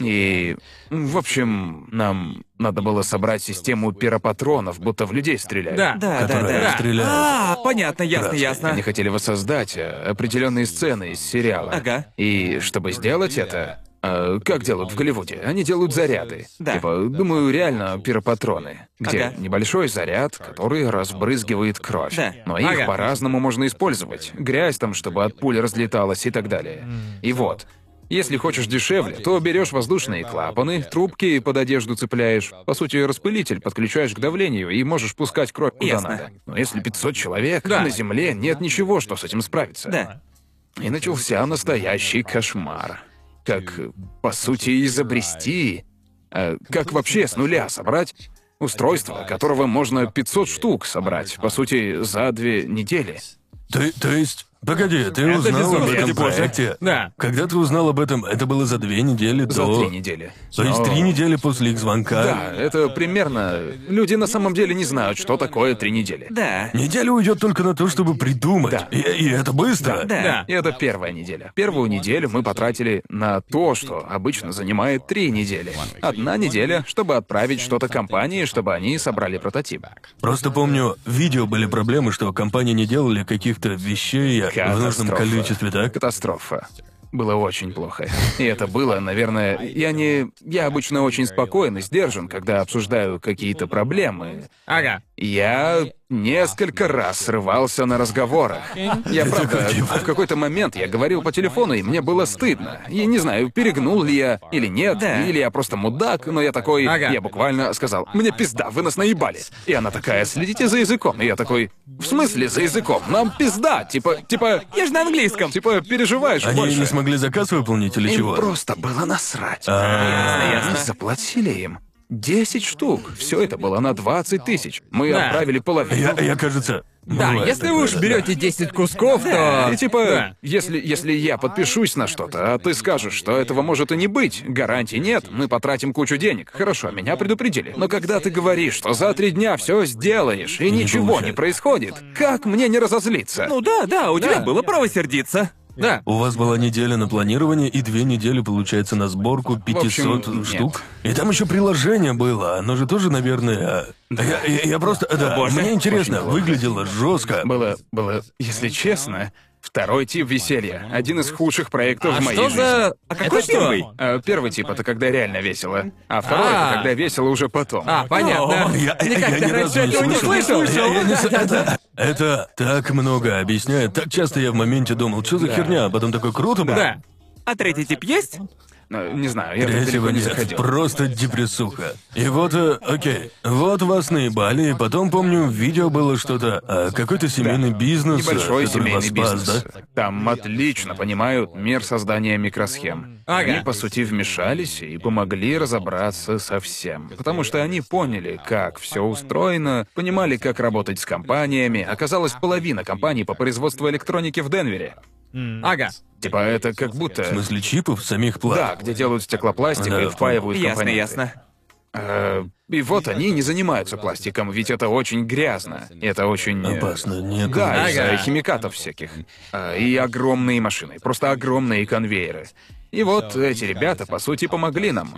S1: И, в общем, нам надо было собрать систему пиропатронов, будто в людей стреляли.
S5: Да.
S3: Да, да,
S2: Которые
S3: да.
S2: стреляют.
S3: А, понятно, ясно, ясно.
S1: Они хотели воссоздать э, определенные сцены из сериала.
S3: Ага.
S1: И чтобы сделать это, э, как делают в Голливуде? Они делают заряды.
S3: Да.
S1: Типа, думаю, реально пиропатроны. Где
S3: Ага.
S1: небольшой заряд, который разбрызгивает кровь.
S3: Да.
S1: Но их
S5: Ага.
S1: по-разному можно использовать. Грязь там, чтобы от пуль разлеталась и так далее. И вот. Если хочешь дешевле, то берешь воздушные клапаны, трубки под одежду цепляешь. По сути, распылитель подключаешь к давлению и можешь пускать кровь куда
S3: Ясно.
S1: надо. Но если 500 человек,
S5: Да.
S1: на Земле нет ничего, что с этим справится.
S3: Да.
S1: И начался настоящий кошмар. Как, э, по сути, изобрести... э, как вообще с нуля собрать устройство, которого можно 500 штук собрать, по сути, за две недели.
S2: Ты- то есть, погоди, ты узнал
S5: Это безумие,
S2: об этом
S5: господи боже.
S2: проекте?
S5: Да.
S2: Когда ты узнал об этом, это было за две недели
S1: За
S2: до...
S1: две недели.
S2: То есть
S1: Но-
S2: три недели после их звонка.
S1: Да, это примерно... Люди на самом деле не знают, что такое три недели.
S3: Да.
S2: Неделя уйдет только на то, чтобы придумать.
S1: Да.
S2: И, и это быстро.
S3: Да.
S1: И это первая неделя. Первую неделю мы потратили на то, что обычно занимает три недели. Одна неделя, чтобы отправить что-то компании, чтобы они собрали прототип.
S2: Просто помню, в видео были проблемы, что компании не делали каких-то вещей в нужном
S1: Катастрофа.
S2: количестве, так?
S1: Катастрофа. Было очень плохо. И это было, наверное, я не... Я обычно очень спокоен и сдержан, когда обсуждаю какие-то проблемы.
S5: Ага.
S1: Я несколько раз срывался на разговорах. Я правда, в какой-то момент я говорил по телефону, и мне было стыдно. Я не знаю, перегнул ли я или нет,
S3: Да.
S1: или я просто мудак, но я такой,
S5: Ага.
S1: я буквально сказал, мне пизда, вы нас наебали. И она такая, следите за языком. И я такой, в смысле за языком? Нам пизда, типа, типа,
S3: Я же на английском.
S1: типа переживаешь
S2: Они
S1: больше.
S2: не смогли заказ выполнить или
S1: Им
S2: чего?
S1: просто было насрать.
S2: А.
S1: Ясно, ясно. Заплатили им 10 штук. Все это было на 20 тысяч. Мы
S5: Да.
S1: отправили половину.
S2: Я, я, кажется...
S5: Да,
S2: бывает
S5: если вы
S2: такое,
S5: уж
S2: Ну, да.
S5: берете 10 кусков, то.
S1: И типа,
S5: Да.
S1: если, если я подпишусь на что-то, а ты скажешь, что этого может и не быть, гарантий нет, мы потратим кучу денег. Хорошо, меня предупредили. Но когда ты говоришь, что за три дня все сделаешь, и ничего не
S2: получается.
S1: происходит, как мне не разозлиться?
S3: Ну да, да, у тебя было право сердиться.
S5: Да.
S2: У вас была неделя на планирование и две недели, получается, на сборку 500
S1: общем, нет.
S2: штук. И там еще приложение было, оно же тоже, наверное... а, Я, я- я просто... Да,
S3: боже.
S2: мне интересно, выглядело жестко.
S1: Было, было, если честно, второй тип веселья. Один из худших проектов
S5: А
S1: в моей
S5: что
S1: жизни.
S5: за.
S3: А какой
S5: Это что?
S3: первый?
S1: Э, Первый тип это когда реально весело, а второй
S5: А.
S1: это когда весело уже потом.
S5: А, понятно.
S2: О, я, я
S5: Никогда
S2: ни разу
S5: раньше
S2: не
S5: этого не
S2: слышал.
S5: слышал.
S2: Я- я не с-
S5: [LAUGHS]
S2: это, это так много объясняет. Так часто я в моменте думал, что за херня, а потом такой круто было.
S5: Да.
S3: А третий тип есть?
S1: Э, Не знаю, я так
S2: Третьего
S1: далеко не
S2: нет,
S1: заходил.
S2: просто депрессуха. И вот, э, окей, вот вас наебали, и потом, помню, в видео было что-то, э, какой-то семейный бизнес, э,
S1: Небольшой
S2: который вас
S1: семейный
S2: спас,
S1: бизнес.
S2: да?
S1: Там отлично понимают мир создания микросхем.
S3: Ага.
S1: Они, по сути, вмешались и помогли разобраться со всем. Потому что они поняли, как все устроено, понимали, как работать с компаниями. Оказалось, половина компаний по производству электроники в Денвере.
S3: Ага.
S1: Типа это как
S2: В
S1: будто...
S2: смысле чипов самих плат.
S1: Да, где делают стеклопластик
S2: Да.
S1: и впаивают
S3: Э, Ясно,
S1: компоненты.
S3: ясно.
S1: Э, И вот они не занимаются пластиком, ведь это очень грязно. И Это очень... э,
S2: Опасно, нет. А
S1: Да,
S5: Ага.
S1: из-за химикатов всяких. А, И огромные машины, просто огромные конвейеры. И вот эти ребята, по сути, помогли нам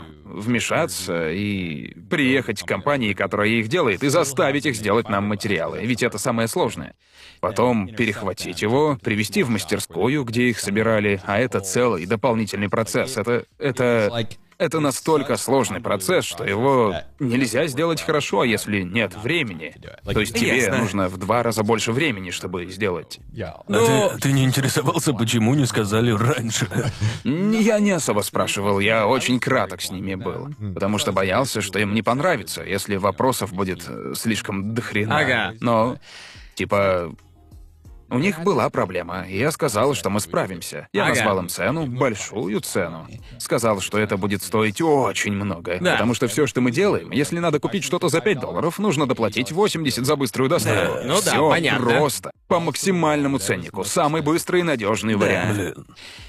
S1: вмешаться и приехать к компании, которая их делает, и заставить их сделать нам материалы, ведь это самое сложное. Потом перехватить его, привести в мастерскую, где их собирали, а это целый дополнительный процесс. Это... это... Это настолько сложный процесс, что его нельзя сделать хорошо, если нет времени. То есть тебе
S3: Ясно.
S1: нужно в два раза больше времени, чтобы сделать.
S2: А
S1: ну-
S2: ты, ты не интересовался, почему не сказали раньше?
S1: Н- Я не особо спрашивал, я очень краток с ними был, потому что боялся, что им не понравится, если вопросов будет э, слишком дохрена.
S3: Ага.
S1: Но, типа, у них была проблема, и я сказал, что мы справимся. Я
S3: Ага.
S1: назвал им цену, большую цену. Сказал, что это будет стоить очень много,
S3: Да.
S1: потому что все, что мы делаем, если надо купить что-то за 5 долларов, нужно доплатить 80 за быструю доставку.
S5: Ну да,
S1: Всё
S5: понятно.
S1: просто. По максимальному ценнику. Самый быстрый и надежный вариант.
S2: Блин.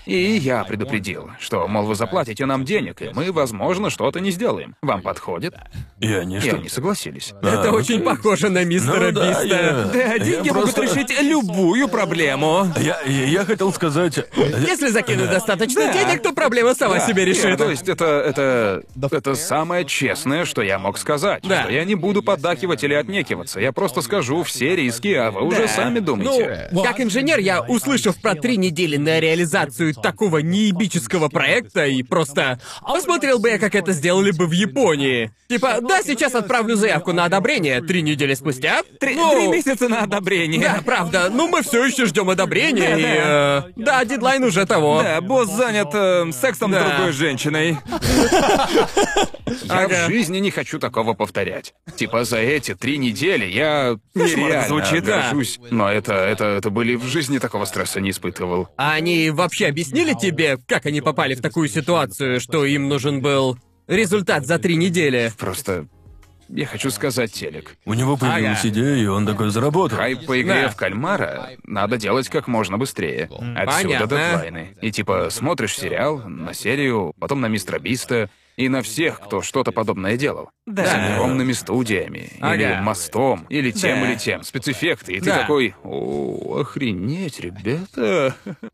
S1: И я предупредил, что, мол, вы заплатите нам денег, и мы, возможно, что-то не сделаем. Вам подходит?
S2: И они
S1: И
S2: что?
S1: они согласились.
S5: Это очень похоже на
S2: Ну
S5: мистера
S2: да,
S5: Биста.
S2: я-
S3: Да,
S2: я
S3: деньги
S2: просто-
S3: могут решить любую проблему.
S2: Я, я, я хотел сказать... э,
S5: Если закинуть достаточно
S3: Да.
S5: денег, то проблема сама себе
S1: Э,
S5: решит.
S1: То есть это, это, это самое честное, что я мог сказать.
S5: Да.
S1: Что я не буду поддакивать или отнекиваться. Я просто скажу все риски, а вы уже сами думаете.
S5: Ну, как инженер, я, услышав про три недели на реализацию такого неебического проекта, и просто посмотрел бы я, как это сделали бы в Японии. Типа, да, сейчас отправлю заявку на одобрение, три недели спустя.
S3: Три,
S5: ну,
S3: три месяца на одобрение.
S5: Да, правда, ну мы все еще ждем одобрения, и, э, да, дедлайн уже того.
S3: Да, босс занят э, сексом с
S5: Да.
S3: другой женщиной.
S1: Я в жизни не хочу такого повторять. Типа за эти три недели я нереально
S3: звучит, да.
S1: горжусь. Но это, это, это были в жизни такого стресса не испытывал.
S5: А они вообще объяснили тебе, как они попали в такую ситуацию, что им нужен был результат за три недели?
S1: Просто я хочу сказать телек.
S2: У него появилась идея, и он такой заработал.
S1: Хайп по игре
S5: Да.
S1: в кальмара надо делать как можно быстрее. Отсюда
S5: Понятно.
S1: дедлайны. И типа смотришь сериал, на серию, потом на Мистера Биста и на всех, кто что-то подобное делал.
S3: Да.
S1: С огромными студиями, или
S5: Ага.
S1: мостом, или тем,
S3: Да.
S1: или тем, спецэффекты. И ты
S5: Да.
S1: такой, о, охренеть, ребята. [LAUGHS]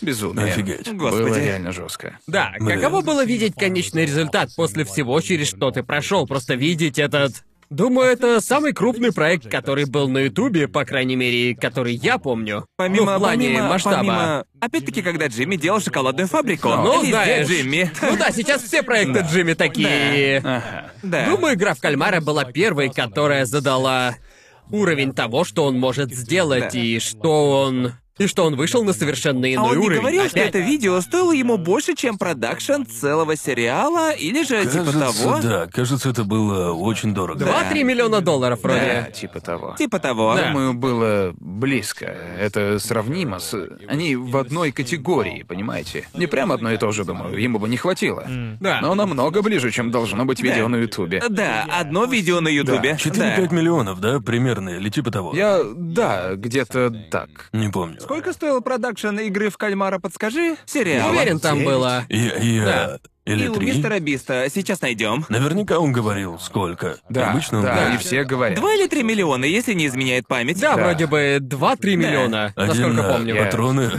S1: Безумие.
S2: Офигеть.
S1: Было
S3: Господи.
S1: реально жестко.
S5: Да,
S2: Блин.
S5: каково было видеть конечный результат после всего, через что ты прошел? Просто видеть этот... Думаю, это самый крупный проект, который был на Ютубе, по крайней мере, который я помню. ну, в плане
S3: помимо-
S5: масштаба.
S3: помимо- Опять-таки, когда Джимми делал шоколадную фабрику.
S5: Ну,
S3: Везде
S5: знаешь.
S3: Джимми.
S5: Ну да, сейчас все проекты Джимми такие.
S3: Да. а
S5: Думаю, игра в кальмара была первой, которая задала уровень того, что он может сделать,
S3: Да.
S5: и что он... И что он вышел на совершенно
S3: а
S5: иной
S3: он не
S5: уровень.
S3: говорил, что
S5: Опять.
S3: это видео стоило ему больше, чем продакшн целого сериала, или же типа того.
S2: Кажется, да, кажется, это было очень дорого.
S5: 2-3 миллиона долларов вроде.
S1: Да, типа того.
S3: Типа того.
S1: Думаю, было близко. Это сравнимо с... Они в одной категории, понимаете? Не прям одно и то же, думаю, ему бы не хватило.
S5: Да.
S1: Но намного ближе, чем должно быть видео на Ютубе.
S3: Да, одно видео на Ютубе.
S2: 4-5 миллионов, да, примерно, или типа того.
S1: Я... Да, где-то так.
S2: Не помню.
S3: Сколько стоил продакшн игры в кальмара, подскажи? Сериал.
S5: Уверен, там было.
S2: Я, я...
S3: И
S2: э, Или
S3: у
S2: три.
S3: мистера Биста. Сейчас найдем.
S2: Наверняка он говорил, сколько.
S1: Да,
S2: Обычно он
S1: да, и
S2: говорит.
S1: все говорят.
S3: Два или три миллиона, если не изменяет память.
S5: Да,
S1: Да.
S5: вроде бы 2-3 миллиона,
S2: Один
S5: насколько
S2: на
S5: помню.
S1: Я-
S2: патроны.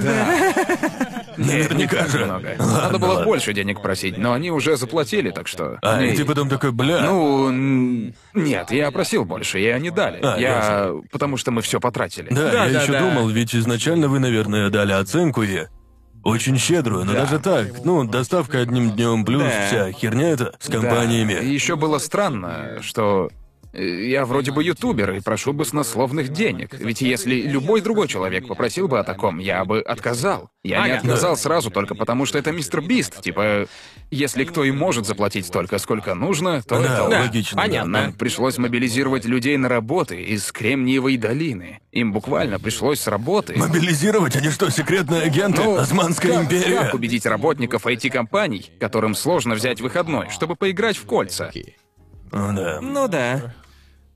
S2: Наверняка же.
S1: Много. Надо
S2: Ладно,
S1: было
S2: ладно.
S1: больше денег просить, но они уже заплатили, так что...
S2: А, и
S1: Эй,
S2: ты потом такой, бля.
S1: Ну, н- нет, я просил больше, и они дали.
S2: А,
S1: я... Потому что мы все потратили.
S2: Да,
S5: Да,
S2: я
S5: да,
S2: еще
S5: да.
S2: думал, ведь изначально вы, наверное, дали оценку и очень щедрую, но даже так, ну, доставка одним днем плюс
S3: Да.
S2: вся херня это с компаниями.
S1: Еще было странно, что Э, Я вроде бы ютубер и прошу бы снословных денег. Ведь если любой другой человек попросил бы о таком, я бы отказал. Я не
S3: Ага.
S1: отказал сразу только потому, что это мистер Бист. Типа, если кто и может заплатить столько, сколько нужно, то это
S2: Да,
S1: он.
S2: логично. да.
S1: Понятно. Нам пришлось мобилизировать людей на работы из Кремниевой долины. Им буквально пришлось с работы.
S2: Мобилизировать? Они что, секретные агенты?
S1: Ну,
S2: Османская
S1: как-
S2: империя?
S1: Как убедить работников IT-компаний, которым сложно взять выходной, чтобы поиграть в кольца?
S2: Ну да.
S3: Ну да.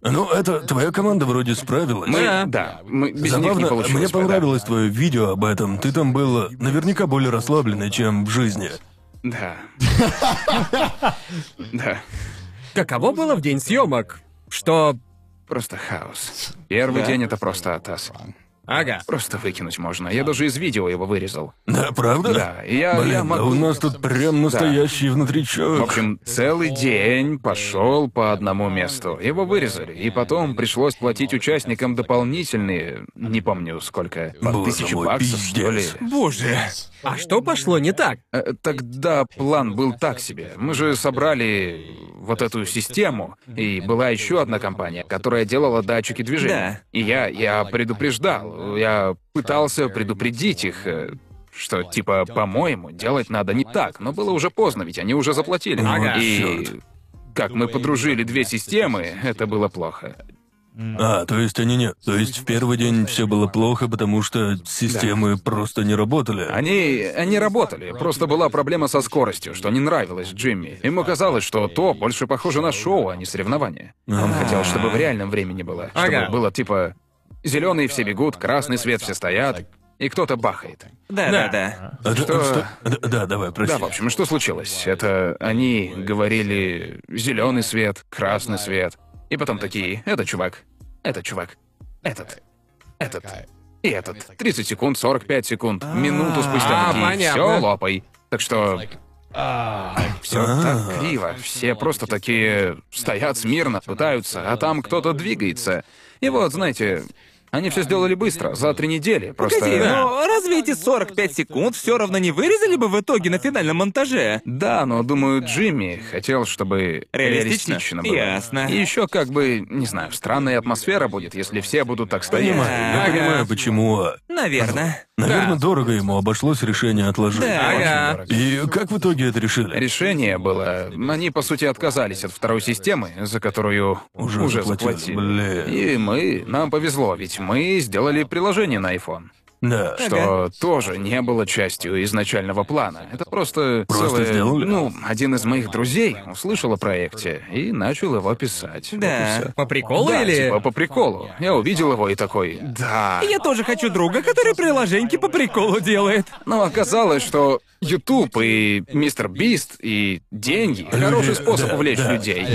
S2: Ну, это твоя команда вроде справилась.
S1: Мы,
S3: Да.
S1: да, мы без них не
S2: Забавно,
S1: получилось.
S2: мне
S1: бы, да.
S2: понравилось твое видео об этом. Ты там был э, наверняка более расслабленный, чем в жизни.
S1: Да.
S2: [LAUGHS]
S1: Да.
S5: Каково было в день съемок? Что...
S1: Просто хаос. Первый день это просто атас.
S5: Ага.
S1: Просто выкинуть можно. Я даже из видео его вырезал.
S2: Да, правда?
S1: Да, я,
S2: Блин,
S1: я
S2: да
S1: могу...
S2: у нас тут прям настоящий
S1: В
S2: внутричок.
S1: общем, целый день пошел по одному месту. Его вырезали, и потом пришлось платить участникам дополнительные, не помню сколько, по
S2: Боже
S1: тысячу
S2: мой,
S1: баксов, что ли.
S2: пиздец.
S3: Боже.
S5: А что пошло не так?
S1: Э, Тогда план был так себе. Мы же собрали вот эту систему, и была еще одна компания, которая делала датчики движения. И я, я предупреждал, я пытался предупредить их, э, что типа, по-моему, делать надо не так, но было уже поздно, ведь они уже заплатили.
S2: Ага.
S1: И как мы подружили две системы, это было плохо.
S2: А, то есть они не... То есть в первый день все было плохо, потому что системы просто не работали.
S1: Они, они работали, просто была проблема со скоростью, что не нравилось Джимми. Ему казалось, что то больше похоже на шоу, а не соревнование. Он хотел, чтобы в реальном времени было. Чтобы
S5: Ага.
S1: было типа зеленый все бегут, красный свет все стоят, и кто-то бахает.
S3: Да, да, да.
S2: А, да,
S1: что-
S2: Да, да, давай, прости.
S1: Да, в общем, что случилось? Это они говорили зеленый свет, красный свет. И потом такие, этот чувак, этот чувак, этот, этот и этот. 30 секунд, 45 секунд, минуту спустя
S5: А,
S1: такие, все
S5: понятно.
S1: лопай. Так что... Все так криво. Все просто такие стоят смирно, пытаются, а там кто-то двигается. И вот, знаете, они все сделали быстро, за три недели. Просто...
S3: Погоди, но ну, разве эти 45 секунд все равно не вырезали бы в итоге на финальном монтаже?
S1: Да, но думаю, Джимми хотел, чтобы
S3: Реалистично?
S1: реалистично было.
S3: Ясно.
S1: И еще как бы, не знаю, странная атмосфера будет, если все будут так стоять.
S2: Понимаю, я
S3: Ага.
S2: понимаю, почему.
S3: Наверное.
S2: Наверное, дорого ему обошлось решение отложить.
S3: Да.
S1: Очень
S5: Ага.
S1: дорого.
S2: И как в итоге это решили?
S1: Решение было. Они, по сути, отказались от второй системы, за которую
S2: Уже
S1: уже,
S2: заплатили.
S1: заплатили.
S2: Блин.
S1: И мы, нам повезло, ведь мы сделали приложение на iPhone,
S2: Да.
S1: что тоже не было частью изначального плана. Это просто,
S2: Просто
S1: целое-
S2: сделали?
S1: Ну, один из моих друзей услышал о проекте и начал его писать.
S3: Да.
S5: По приколу
S1: Да,
S5: или...
S1: типа по приколу. Я увидел его и такой, да.
S3: Я тоже хочу друга, который приложеньки по приколу делает.
S1: Но оказалось, что YouTube и Мистер Бист и деньги — хороший способ
S2: да,
S1: увлечь
S2: да.
S1: людей.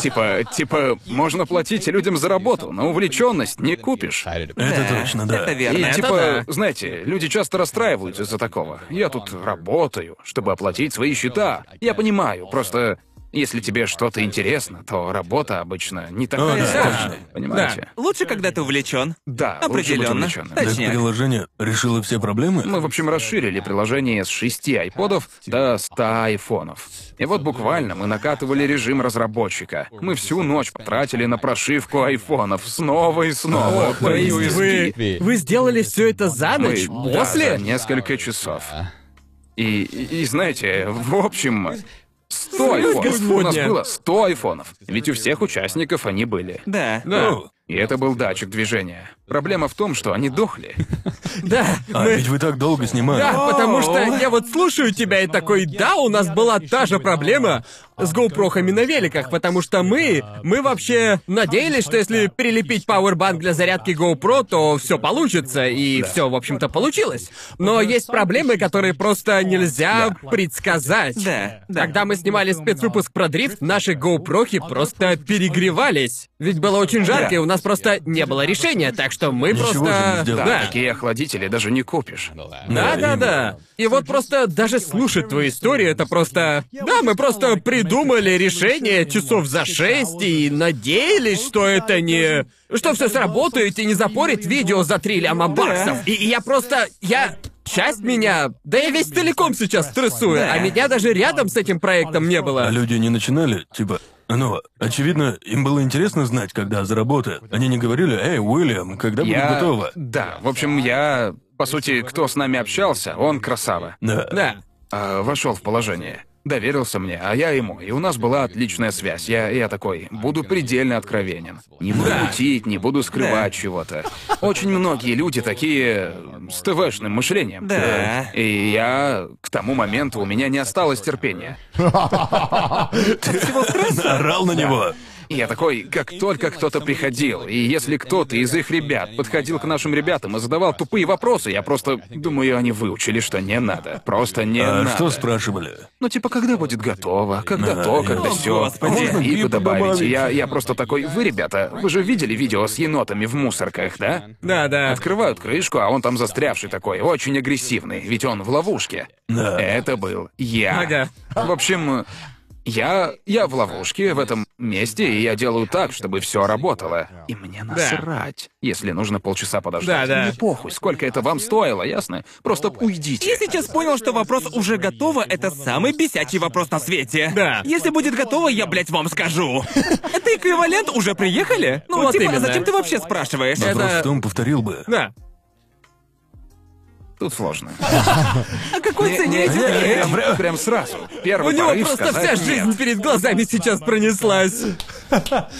S1: Типа, типа, можно платить людям за работу, но увлеченность не купишь.
S2: Это
S3: Да,
S2: точно, да.
S3: Это
S1: И
S3: верно. это
S1: типа,
S3: да.
S1: знаете, люди часто расстраиваются из-за такого. Я тут работаю, чтобы оплатить свои счета. Я понимаю, просто если тебе что-то интересно, то работа обычно не такая
S2: да,
S1: сложная, понимаете?
S3: Лучше, когда ты увлечен.
S1: Да, лучше быть
S3: Определенно.
S1: увлеченным.
S2: Так
S3: Точняк.
S2: приложение решило все проблемы?
S1: Мы, в общем, расширили приложение с 6 айподов до 100 айфонов. И вот буквально мы накатывали режим разработчика. Мы всю ночь потратили на прошивку айфонов снова и снова по USB.
S5: Вы, вы сделали все это за
S1: Мы-
S5: ночь?
S1: да,
S5: после?
S1: за несколько часов. И, и, и знаете, в общем, 100 айфонов. У нас
S5: Господня.
S1: было 100 айфонов. Ведь у всех участников они были.
S3: Да.
S2: Ну,
S1: И это был датчик движения. Проблема в том, что они дохли.
S5: Да.
S2: а
S5: мы-
S2: ведь вы так долго снимали.
S5: Да, потому что я вот слушаю тебя и такой, да, у нас была та же проблема с гоупрохами на великах, потому что мы, мы вообще надеялись, что если прилепить пауэрбанк для зарядки GoPro, то все получится, и все, в общем-то, получилось. Но есть проблемы, которые просто нельзя предсказать.
S3: Да, да.
S5: Когда мы снимали спецвыпуск про дрифт, наши GoPro-хи просто перегревались. Ведь было очень жарко,
S1: Да.
S5: и у нас просто не было решения, так что мы
S2: Ничего же не
S5: просто...
S2: сделали.
S1: Да,
S5: Да.
S1: такие охладители даже не купишь.
S5: Да,
S2: Да,
S5: да, да. И вот просто даже слушать твою историю, это просто... Да, мы просто придумали решение часов за шесть и надеялись, что это не... Что все сработает и не запорит видео за три ляма баксов. И, и я просто... Я... Часть меня... Да я весь целиком сейчас стрессую, а меня даже рядом с этим проектом не
S2: А
S5: было.
S2: люди не начинали, типа, Но, очевидно, им было интересно знать, когда заработает. Они не говорили, «Эй, Уильям, когда будет
S1: Я...
S2: готово?»
S1: Да, в общем, я... По сути, кто с нами общался, он красава.
S2: Да. [LAUGHS]
S5: Да.
S1: А, вошел в положение. Доверился мне, а я ему. И у нас была отличная связь. Я, я такой, буду предельно откровенен. Не буду мутить, не буду скрывать чего-то. Очень многие люди такие с ТВшным мышлением.
S3: Да.
S1: И я к тому моменту у меня не осталось терпения.
S2: Типа, Орал на него.
S1: И Я такой, как только кто-то приходил, и если кто-то из их ребят подходил к нашим ребятам и задавал тупые вопросы, я просто думаю, они выучили, что не надо. Просто не
S2: А
S1: надо.
S2: что спрашивали?
S1: Ну, типа, когда будет готово, когда
S2: Да,
S1: то,
S2: я-
S1: когда
S2: О,
S1: все.
S3: господи.
S1: Можно
S2: Можно
S1: пиво
S2: пиво
S1: добавить.
S2: добавить.
S1: Я, я просто такой, вы, ребята, вы же видели видео с енотами в мусорках, да?
S5: Да, да.
S1: Открывают крышку, а он там застрявший такой, очень агрессивный, ведь он в ловушке.
S2: Да.
S1: Это был я.
S5: Ага.
S1: В общем, я, я в ловушке в этом месте, и я делаю так, чтобы все работало. И мне насрать, если нужно полчаса подождать.
S5: Да, да.
S1: Мне похуй, сколько это вам стоило, ясно? Просто уйдите.
S3: Я сейчас понял, что вопрос уже готово, это самый бесячий вопрос на свете.
S5: Да.
S3: Если будет готово, я, блядь, вам скажу. Это эквивалент, уже приехали? Ну,
S5: Вот
S3: типа,
S5: именно.
S3: зачем ты вообще спрашиваешь?
S2: Вопрос
S5: это-
S2: в том, повторил бы.
S5: Да.
S1: Тут сложно.
S3: О какой цене эти
S1: Не,
S3: игры?
S1: прям, прям сразу.
S5: У
S1: Первый
S5: него
S1: порыв
S5: просто
S1: сказать «нет».
S5: вся жизнь перед глазами сейчас пронеслась.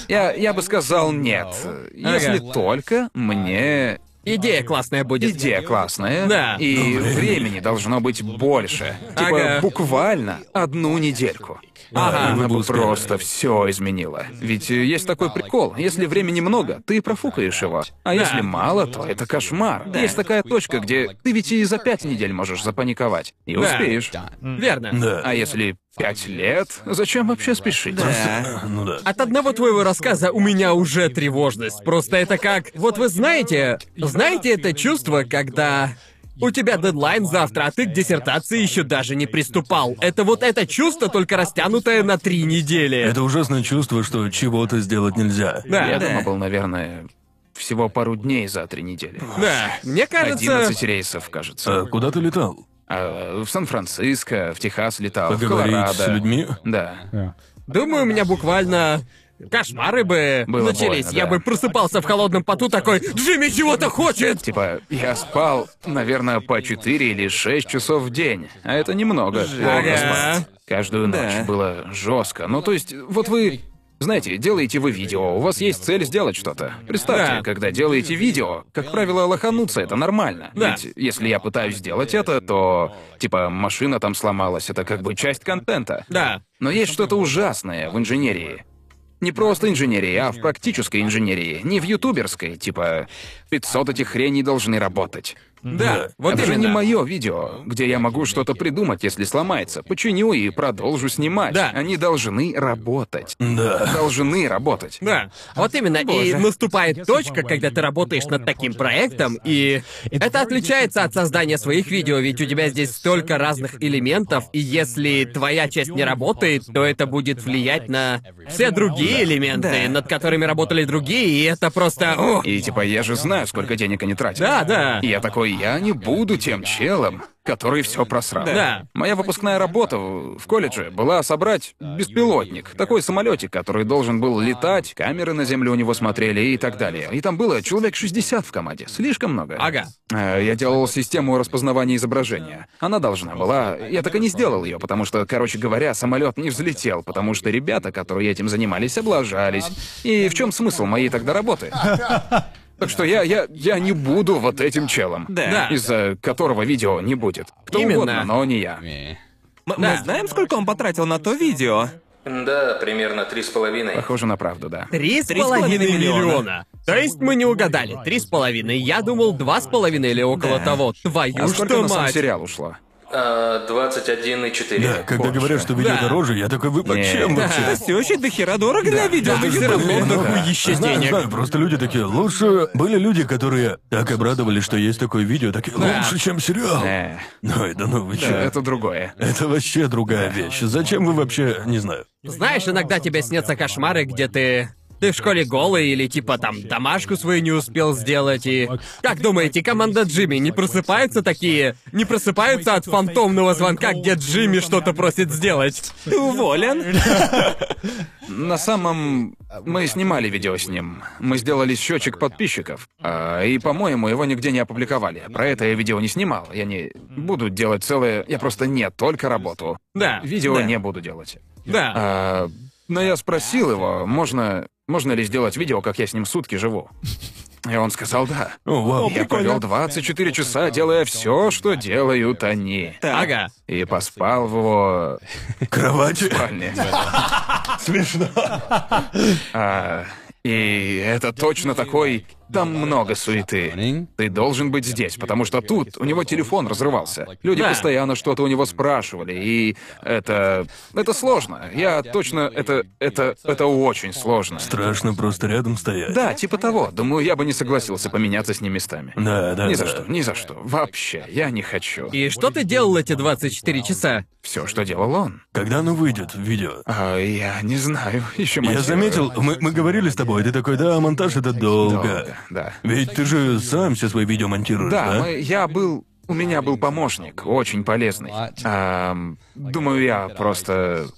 S1: Я, я бы сказал нет. Если только мне
S5: Идея классная будет.
S1: идея классная,
S5: Да.
S1: и времени должно быть больше. Типа
S5: Ага.
S1: буквально одну недельку.
S2: Ага.
S1: Она
S2: Вы бы
S1: бы
S2: успели.
S1: просто все изменила. Ведь э, есть такой прикол. Если времени много, ты профукаешь его. А если мало, то это кошмар. Есть такая точка, где ты ведь и за пять недель можешь запаниковать. И успеешь.
S5: Верно.
S1: А
S2: Да.
S1: если пять лет, зачем вообще спешить?
S2: Ну да.
S5: От одного твоего рассказа у меня уже тревожность. Просто это как... Вот вы знаете... Знаете это чувство, когда... У тебя дедлайн завтра, а ты к диссертации еще даже не приступал. Это вот это чувство, только растянутое на три недели.
S2: Это ужасное чувство, что чего-то сделать нельзя.
S5: Да,
S1: Я
S5: да.
S1: дома был, наверное, всего пару дней за три недели.
S5: Да. Мне кажется...
S1: 11 рейсов, кажется.
S2: А куда ты летал?
S1: А, в Сан-Франциско, в Техас летал, в
S2: Поговорить
S1: Колорадо.
S2: с людьми?
S1: Да.
S5: Думаю, у меня буквально кошмары бы
S1: Было
S5: начались.
S1: больно,
S5: Я
S1: да.
S5: бы просыпался в холодном поту такой, Джимми чего-то хочет!
S1: Типа, я спал, наверное, по 4 или 6 часов в день. А это немного. Плохо
S5: Ага.
S1: спать. Каждую ночь
S3: Да.
S1: было жестко. Ну, то есть, вот вы... Знаете, делаете вы видео, у вас есть цель сделать что-то. Представьте,
S5: Да.
S1: когда делаете видео, как правило, лохануться это нормально.
S5: Да.
S1: Ведь если я пытаюсь сделать это, то типа машина там сломалась, это как бы часть контента.
S5: Да.
S1: Но есть что-то ужасное в инженерии. Не просто инженерии, а в практической инженерии. Не в ютуберской, типа 500 этих хреней должны работать.
S5: Да, вот
S1: это же
S5: именно.
S1: не мое видео, где я могу что-то придумать, если сломается. Починю и продолжу снимать.
S5: Да.
S1: Они должны работать.
S2: Да.
S1: Должны работать.
S5: Да, вот именно. И наступает точка, когда ты работаешь над таким проектом, и это отличается от создания своих видео, ведь у тебя здесь столько разных элементов, и если твоя часть не работает, то это будет влиять на все другие элементы,
S3: Да.
S5: над которыми работали другие, и это просто... о,
S1: И типа, я же знаю, сколько денег они тратят.
S5: Да, да.
S1: И я такой, я не буду тем челом, который все просрал.
S5: Да.
S1: Моя выпускная работа в в колледже была собрать беспилотник, такой самолетик, который должен был летать, камеры на землю у него смотрели и так далее. И там было человек 60 в команде, слишком много.
S5: Ага.
S1: Э, Я делал систему распознавания изображения. Она должна была... Я так и не сделал ее, потому что, короче говоря, самолет не взлетел, потому что ребята, которые этим занимались, облажались. И в чем смысл моей тогда работы? Так что я, я, я не буду вот этим челом,
S3: Да.
S1: из-за которого видео не будет. Кто
S5: Именно.
S1: угодно, но не я.
S3: Мы, мы знаем, сколько он потратил на то видео?
S4: Да, примерно три с половиной.
S1: Похоже на правду, да.
S5: Три с половиной
S3: миллиона.
S5: миллиона. То есть мы не угадали. Три с половиной. Я думал, два с половиной или около того. Твою
S1: А
S5: ж
S1: сколько
S5: ты
S1: на сам
S5: Ну мать.
S1: сериал ушло?
S4: А, 21 и 4.
S2: Да, когда говорят, что видео
S5: Да.
S2: дороже, я такой, вы чем
S3: Это
S2: вообще?
S3: все еще дохера дорого для видео.
S5: Все
S3: на Ютубе.
S2: ну
S5: равно дохуище
S2: Знаю,
S5: денег.
S2: знаю, просто люди такие, лучше... Были люди, которые так обрадовались, что есть такое видео, такие, лучше, чем сериал.
S1: Э,
S2: Ну, это ну вы чё?
S1: это другое.
S2: Это вообще другая вещь. Зачем вы вообще... Не знаю.
S5: Знаешь, иногда тебе снятся кошмары, где ты Ты в школе голый или типа там домашку свою не успел сделать и... Как думаете, команда Джимми не просыпаются такие? Не просыпаются от фантомного звонка, где Джимми что-то просит сделать?
S3: Ты уволен?
S1: На самом... Мы снимали видео с ним. Мы сделали счетчик подписчиков. А, и, по-моему, его нигде не опубликовали. Про это я видео не снимал. Я не буду делать целое... Я просто не только работу.
S3: Да.
S1: Видео
S3: да,
S1: не буду делать.
S3: Да.
S1: А, но я спросил его, можно, можно ли сделать видео, как я с ним сутки живу. И он сказал да.
S2: О, вау.
S1: Я провел 24 часа, делая все, что делают они.
S5: Ага.
S1: И поспал в его
S2: Кровати.
S1: спальне.
S2: Смешно.
S1: А, и это точно такой... Там много суеты. Ты должен быть здесь, потому что тут у него телефон разрывался. Люди
S3: Да.
S1: постоянно что-то у него спрашивали, и это... Это сложно. Я точно... Это... Это... Это очень сложно.
S2: Страшно просто рядом стоять.
S1: Да, типа того. Думаю, я бы не согласился поменяться с ним местами.
S2: Да, да.
S1: Ни за
S2: да.
S1: что, ни за что. Вообще, я не хочу.
S5: И что ты делал эти 24 часа?
S1: Все, что делал он.
S2: Когда оно выйдет, видео?
S1: А, я не знаю. [LAUGHS] Еще
S2: Я заметил, мы, мы говорили с тобой, ты такой, да, монтаж это долго.
S1: Да.
S2: Ведь ты же сам все свои видео монтируешь, да?
S1: Да, мы- я был... У меня был помощник, очень полезный. Ам, думаю, я просто...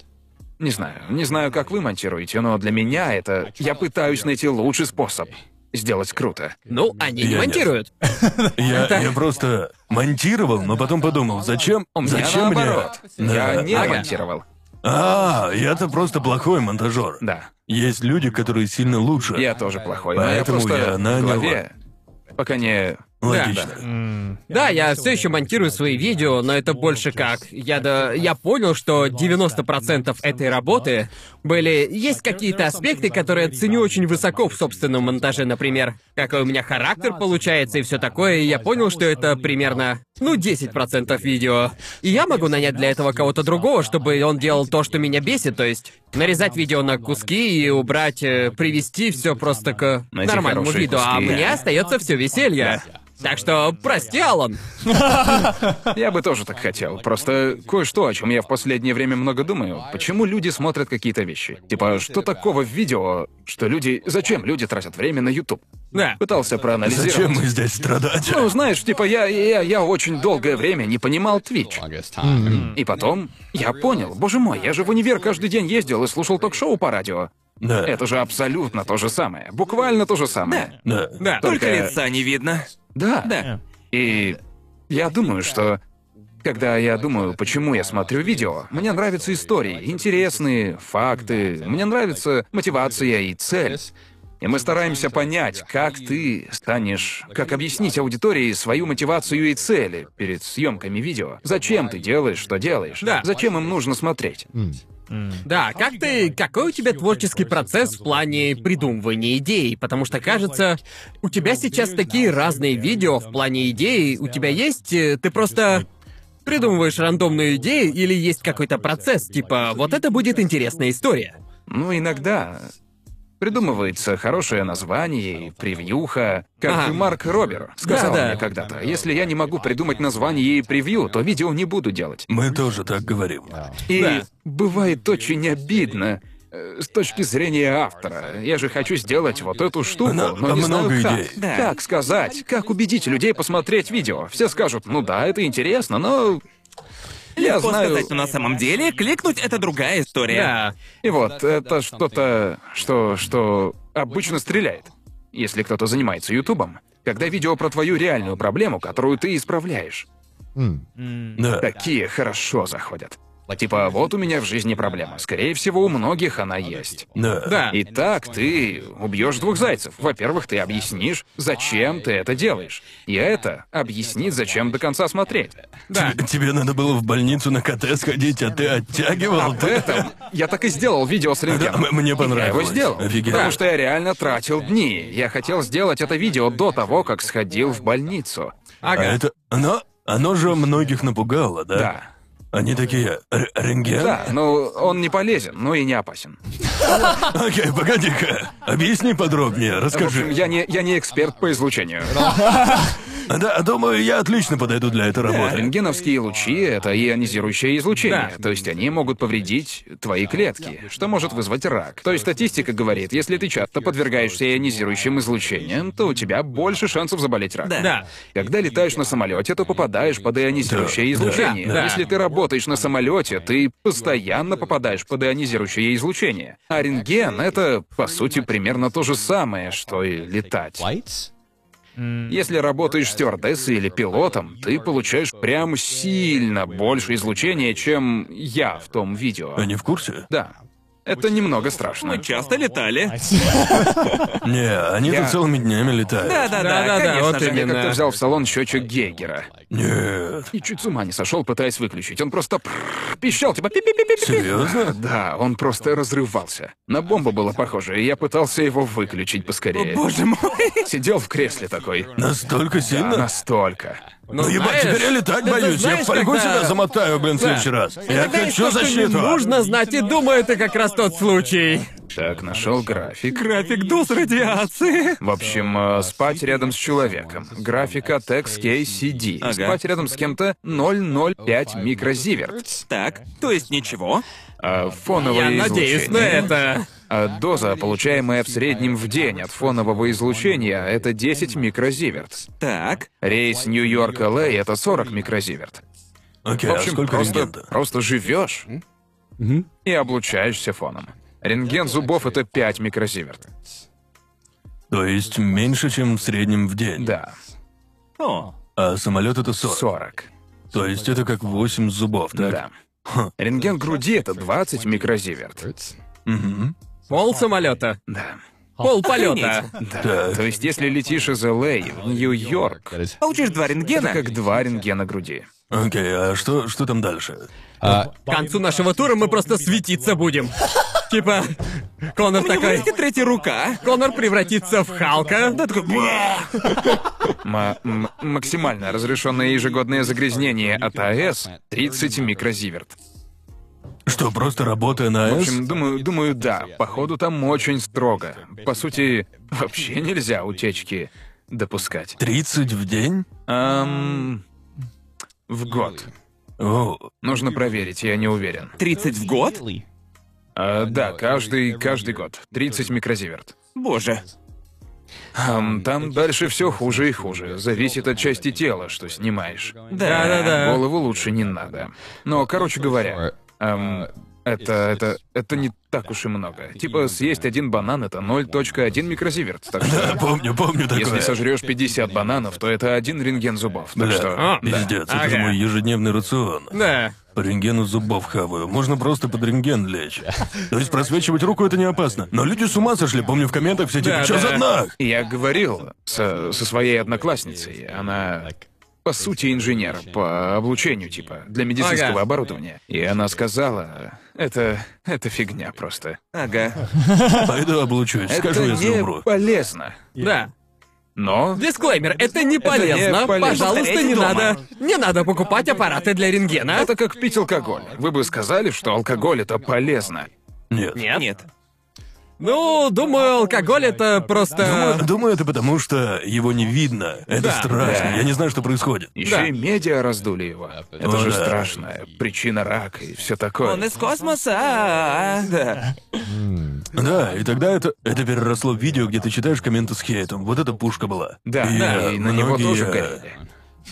S1: Не знаю, не знаю, как вы монтируете, но для меня это... Я пытаюсь найти лучший способ сделать круто.
S5: Ну, они
S2: Я
S5: не
S2: нет.
S5: монтируют.
S2: Я, я просто монтировал, но потом подумал, зачем,
S1: У меня
S2: зачем
S1: наоборот.
S2: мне... Да.
S1: Я не
S5: Ага.
S1: монтировал.
S2: А, я-то просто плохой монтажер.
S1: Да.
S2: Есть люди, которые сильно лучше.
S1: Я тоже плохой.
S2: Поэтому
S1: но я просто
S2: я
S1: в
S2: нанял
S1: голове... Пока не...
S2: Логично.
S5: Да, я все еще монтирую свои видео, но это больше как. Я да, я понял, что 90% этой работы были. Есть какие-то аспекты, которые ценю очень высоко в собственном монтаже, например, какой у меня характер получается и все такое, и я понял, что это примерно, ну, 10% видео. И я могу нанять для этого кого-то другого, чтобы он делал то, что меня бесит, то есть нарезать видео на куски и убрать, э, привести все просто к
S1: Найти
S5: нормальному
S1: хорошие
S5: виду, а
S1: куски.
S5: мне остается все веселье. Так что прости, Алан.
S1: Я бы тоже так хотел. Просто кое-что, о чем я в последнее время много думаю. Почему люди смотрят какие-то вещи? Типа, что такого в видео, что люди... Зачем люди тратят время на YouTube?
S5: Да.
S1: Пытался проанализировать.
S2: Зачем мы здесь страдать?
S1: Ну, знаешь, типа, я, я, я очень долгое время не понимал Twitch.
S4: Hmm.
S1: И потом я понял, боже мой, я же в универ каждый день ездил и слушал ток-шоу по радио.
S2: Да.
S1: Это же абсолютно то же самое. Буквально то же самое.
S2: Да.
S3: Да, только
S1: Только-
S3: лица не видно.
S1: Да.
S3: Да.
S1: И я думаю, что когда я думаю, почему я смотрю видео, мне нравятся истории, интересные факты, мне нравится мотивация и цель. И мы стараемся понять, как ты станешь, как объяснить аудитории свою мотивацию и цели перед съемками видео. Зачем ты делаешь, что делаешь?
S5: Да.
S1: Зачем им нужно смотреть?
S5: Да, как ты... Какой у тебя творческий процесс в плане придумывания идей? Потому что, кажется, у тебя сейчас такие разные видео в плане идей. У тебя есть... э, Ты просто придумываешь рандомную идею или есть какой-то процесс, типа, вот это будет интересная история.
S1: Ну, иногда придумывается хорошее название, и превьюха, как
S5: Ага.
S1: и Марк Робер сказал
S5: Да-да.
S1: мне когда-то. Если я не могу придумать название и превью, то видео не буду делать.
S2: Мы тоже так говорим.
S1: И
S5: Да.
S1: бывает очень обидно э, с точки зрения автора. Я же хочу сделать вот эту штуку,
S2: Мно-
S1: но не знаю
S2: много
S1: как.
S2: идей.
S3: Да.
S1: Как сказать? Как убедить людей посмотреть видео? Все скажут, ну да, это интересно, но... Я
S3: Легко
S1: знаю...
S3: сказать, но на самом деле кликнуть это другая история.
S5: Да.
S1: И вот, это что-то, что, что обычно стреляет, если кто-то занимается Ютубом. Когда видео про твою реальную проблему, которую ты исправляешь,
S2: Да.
S1: такие хорошо заходят. Типа, вот у меня в жизни проблема. Скорее всего, у многих она есть.
S2: Да.
S5: Да.
S1: И так ты убьешь двух зайцев. Во-первых, ты объяснишь, зачем ты это делаешь. И это объяснит, зачем до конца смотреть.
S5: Да.
S2: Тебе, тебе надо было в больницу на КТ сходить, а ты оттягивал.
S1: В этом я так и сделал видео с
S2: Да,
S1: рентгеном.
S2: м- мне
S1: Я его
S2: понравилось.
S1: сделал.
S2: Офигенно.
S1: Потому что я реально тратил дни. Я хотел сделать это видео до того, как сходил в больницу.
S2: А
S5: Ага.
S2: это... Оно... Оно же многих напугало, да?
S1: Да.
S2: Они такие... «Р- Рентген?
S1: Да, ну он не полезен, но и не опасен.
S2: Окей, погоди-ка. Объясни подробнее,
S1: В общем,
S2: расскажи.
S1: я не, я не эксперт по излучению.
S2: Да, думаю, я отлично подойду для этой работы.
S1: Рентгеновские лучи — это ионизирующее излучение, то есть они могут повредить твои клетки, что может вызвать рак. То есть статистика говорит, если ты часто подвергаешься ионизирующим излучениям, то у тебя больше шансов заболеть раком.
S6: Да.
S1: Когда летаешь на самолете, то попадаешь под ионизирующее излучение.
S6: да.
S1: Если ты работаешь на самолете, ты постоянно попадаешь под ионизирующее излучение. А рентген — это, по сути, примерно то же самое, что и летать. Если работаешь стюардессой или пилотом, ты получаешь прям сильно больше излучения, чем я в том видео.
S2: Они в курсе?
S1: Да. Это немного страшно.
S3: Мы часто летали.
S2: Не, они
S1: Я-
S2: тут целыми днями летают.
S3: Да, да, да,
S6: Да-да-да,
S3: конечно
S6: вот
S3: же.
S1: Я
S6: именно.
S1: как-то взял в салон счетчик Гейгера.
S2: Нет.
S1: И чуть с ума не сошел, пытаясь выключить. Он просто прррр пищал, типа пи пи пи
S2: Серьезно?
S1: Да, он просто разрывался. На бомбу было похоже, и я пытался его выключить поскорее.
S3: Боже мой.
S1: Сидел в кресле такой.
S2: Настолько
S1: Да,
S2: сильно?
S1: настолько.
S2: Ну ебать,
S5: знаешь,
S2: теперь я летать
S5: это
S2: боюсь. Я
S5: знаешь,
S2: в фольгу
S5: когда-
S2: себя замотаю, блин, в следующий раз. Я
S5: Тогда есть
S2: хочу
S5: то, что не
S2: защиту.
S5: нужно знать, и думаю, это как раз тот случай.
S1: Так, нашел график.
S3: График дуз радиации.
S1: В общем, э, спать рядом с человеком. Графика TEX KCD.
S3: Ага.
S1: Спать рядом с кем-то 005 микрозиверт.
S3: Так, то есть ничего.
S1: А
S5: Я
S1: фоновое
S5: надеюсь на
S1: излучение-
S5: это.
S1: А доза, получаемая в среднем в день от фонового излучения, это 10 микрозиверт.
S3: Так.
S1: Рейс Нью-Йорк-ЛА это 40 микрозиверт.
S2: Окей,
S1: В
S2: а
S1: общем,
S2: сколько
S1: просто,
S2: рентген-то?
S1: просто живешь и облучаешься фоном. Рентген зубов это 5 микрозиверт.
S2: То есть меньше, чем в среднем в день.
S1: Да,
S3: О,
S2: А самолет это 40.
S1: 40.
S2: То есть это как 8 зубов, так?
S1: Да. Рентген груди это 20 микрозиверт.
S5: Пол самолета.
S1: Да.
S5: Пол полета.
S1: Да. То есть, если летишь из Л.А. в Нью-Йорк,
S3: получишь два
S1: это
S3: рентгена.
S1: как два рентгена груди.
S2: Окей, а что, что там дальше?
S4: uh,
S5: К концу нашего тура мы просто светиться будем. Типа, Конор
S3: Мне
S5: такой...
S3: вырастет третья рука.
S5: Конор превратится в Халка. Да такой...
S1: М- м- максимально разрешенное ежегодное загрязнение от АЭС 30 микрозиверт.
S2: Что, просто работая на
S1: В
S2: АЭС?
S1: общем, думаю, думаю, да. Походу, там очень строго. По сути, вообще нельзя утечки допускать.
S2: 30 в день?
S1: Ам, в год.
S2: О, [LAUGHS]
S1: Нужно проверить, я не уверен.
S3: 30 в год?
S1: А, да, каждый, каждый год. 30 микрозиверт.
S3: Боже.
S1: Ам, там дальше все хуже и хуже. Зависит от части тела, что снимаешь.
S5: Да-да-да.
S1: Голову лучше не надо. Но, короче говоря, эм, это, это, это не так уж и много. Типа, съесть один банан — это 0.1 микрозиверт. Так
S2: да,
S1: что,
S2: помню, помню такое.
S1: если сожрешь 50 бананов, то это один рентген зубов. Так
S2: Бля, а,
S1: что...
S2: пиздец, это же мой ежедневный рацион.
S5: Да.
S2: По рентгену зубов хаваю. Можно просто под
S1: [LAUGHS]
S2: рентген лечь. То есть просвечивать руку это не опасно. Но люди с ума сошли, помню в комментах все типа,
S5: Да,
S2: что
S5: да.
S2: за нах?
S1: Я говорил со, со своей одноклассницей, она по сути инженер по облучению типа для медицинского
S5: Ага.
S1: оборудования, и она сказала, это это фигня просто,
S3: Ага.
S2: Пойду А облучусь, скажу,
S1: это
S2: если
S1: не
S2: умру.
S1: полезно,
S5: Да.
S1: но
S5: Дисклеймер, это не полезно.
S1: полезно.
S5: Пожалуйста, не
S1: Повторяйте дома.
S5: надо. Не надо покупать аппараты для рентгена.
S1: Это как пить алкоголь. Вы бы сказали, что алкоголь это полезно.
S2: Нет.
S3: Нет.
S5: Ну, думаю, алкоголь это
S2: Думаю,
S5: просто...
S2: думаю, это потому, что его не видно. Это страшно. Я не знаю, что происходит.
S1: Еще и медиа раздули его. Это
S2: О,
S1: же
S2: да.
S1: страшно. Причина рака и все такое.
S3: Он из космоса. а, Да.
S2: Да, и тогда это, это переросло в видео, где ты читаешь комменты с хейтом. Вот эта пушка была.
S1: Да,
S2: и,
S1: да,
S2: э,
S1: и на него
S2: многие-
S1: тоже горели.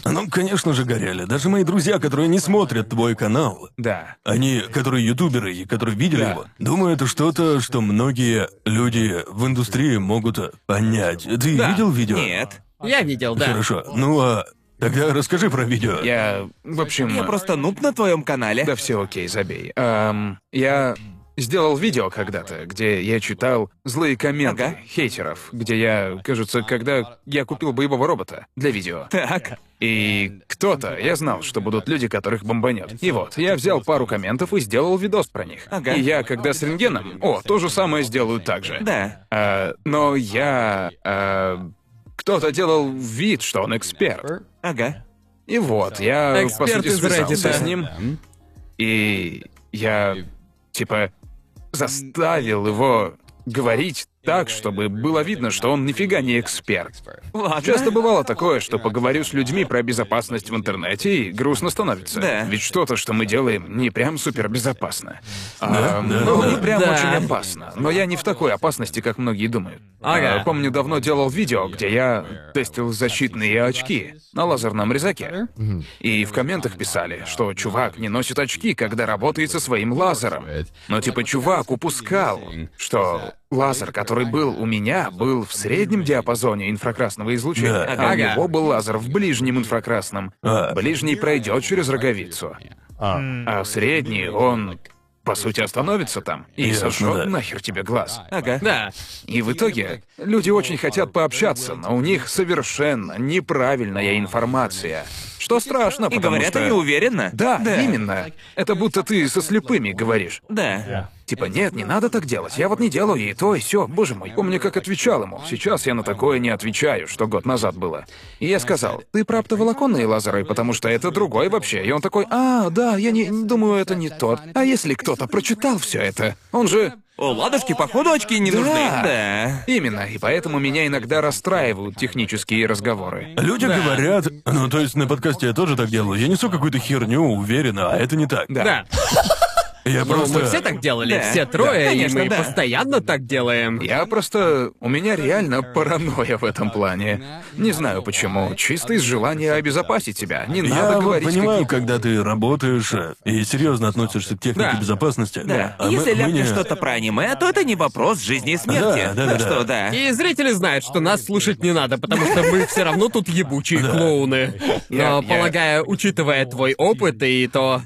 S2: Ну, конечно же, горели. Даже мои друзья, которые не смотрят твой канал,
S1: Да.
S2: они, которые ютуберы и которые видели
S1: Да.
S2: его, думаю, это что-то, что многие люди в индустрии могут э, понять. Ты видел видео?
S3: Нет.
S5: Я видел, да.
S2: Хорошо. Ну, а тогда расскажи про видео.
S1: Я. В общем.
S3: Я просто нуб на твоем канале.
S1: Да все окей, забей. Ам, я сделал видео когда-то, где я читал злые комменты
S3: Ага.
S1: хейтеров, где я, кажется, когда я купил боевого робота для видео.
S3: Так.
S1: И кто-то, я знал, что будут люди, которых бомбанет. И вот, я взял пару комментов и сделал видос про них.
S3: Ага.
S1: И я, когда с рентгеном, о, то же самое сделаю так же.
S3: Да.
S1: А, но я... а, кто-то делал вид, что он эксперт.
S3: Ага.
S1: И вот, я, по
S5: Эксперт
S1: сути,
S5: из
S1: связался
S5: Reddit,
S1: с ним. И я, типа, заставил его говорить так, чтобы было видно, что он нифига не эксперт.
S3: Ладно.
S1: Часто бывало такое, что поговорю с людьми про безопасность в интернете, и грустно становится.
S3: Да.
S1: Ведь что-то, что мы делаем, не прям супербезопасно. А,
S2: да,
S1: ну,
S2: да.
S1: не прям
S5: Да.
S1: очень опасно. Но я не в такой опасности, как многие думают.
S5: Ага.
S1: А, Помню, давно делал видео, где я тестил защитные очки на лазерном резаке. И в комментах писали, что чувак не носит очки, когда работает со своим лазером. Но типа чувак упускал, что лазер, который был у меня, был в среднем диапазоне инфракрасного излучения,
S2: Да.
S1: а у
S5: Ага.
S1: него был лазер в ближнем инфракрасном.
S2: А.
S1: Ближний пройдет через роговицу, а средний он по сути, остановится там и
S2: Ясно,
S1: сожжет
S2: да.
S1: нахер тебе глаз.
S3: Ага.
S5: Да.
S1: И в итоге люди очень хотят пообщаться, но у них совершенно неправильная информация. Что страшно,
S3: И
S1: потому
S3: говорят
S1: что...
S3: они уверенно.
S1: Да, именно. Это будто ты со слепыми говоришь.
S3: Да.
S1: Типа, нет, не надо так делать, я вот не делаю и то, и все, боже мой. Помню, как отвечал ему. Сейчас я на такое не отвечаю, что год назад было. И я сказал, ты про оптоволоконные лазеры, потому что это другой вообще. И он такой, а, да, я не не думаю, это не тот. А если кто-то прочитал все это? Он же...
S3: О, ладушки, походу очки не
S1: Да.
S3: нужны. Да.
S1: Именно, и поэтому меня иногда расстраивают технические разговоры.
S2: Люди говорят, ну то есть на подкасте я тоже так делаю, я несу какую-то херню, уверенно, а это не так.
S5: Да.
S2: Я
S5: Ну,
S2: просто...
S5: мы все так делали,
S3: Да.
S5: все трое,
S3: Да,
S5: и
S3: конечно,
S5: мы
S3: да.
S5: постоянно так делаем.
S1: Я просто... У меня реально паранойя в этом плане. Не знаю почему. Чисто из желания обезопасить себя. Не надо
S2: Я вот
S1: говорить
S2: понимаю,
S1: какие-
S2: когда ты работаешь э, и серьезно относишься к технике
S5: Да.
S2: безопасности.
S3: Да.
S2: А мы-
S3: Если
S2: мы
S3: ляпнешь
S2: не-
S3: что-то про аниме, то это не вопрос жизни и смерти.
S2: Да, да,
S3: так
S2: да,
S3: что
S2: да.
S3: да.
S5: И зрители знают, что нас слушать не надо, потому что мы все равно тут ебучие клоуны. Но,
S1: Я- я-
S5: полагаю, учитывая твой опыт и то,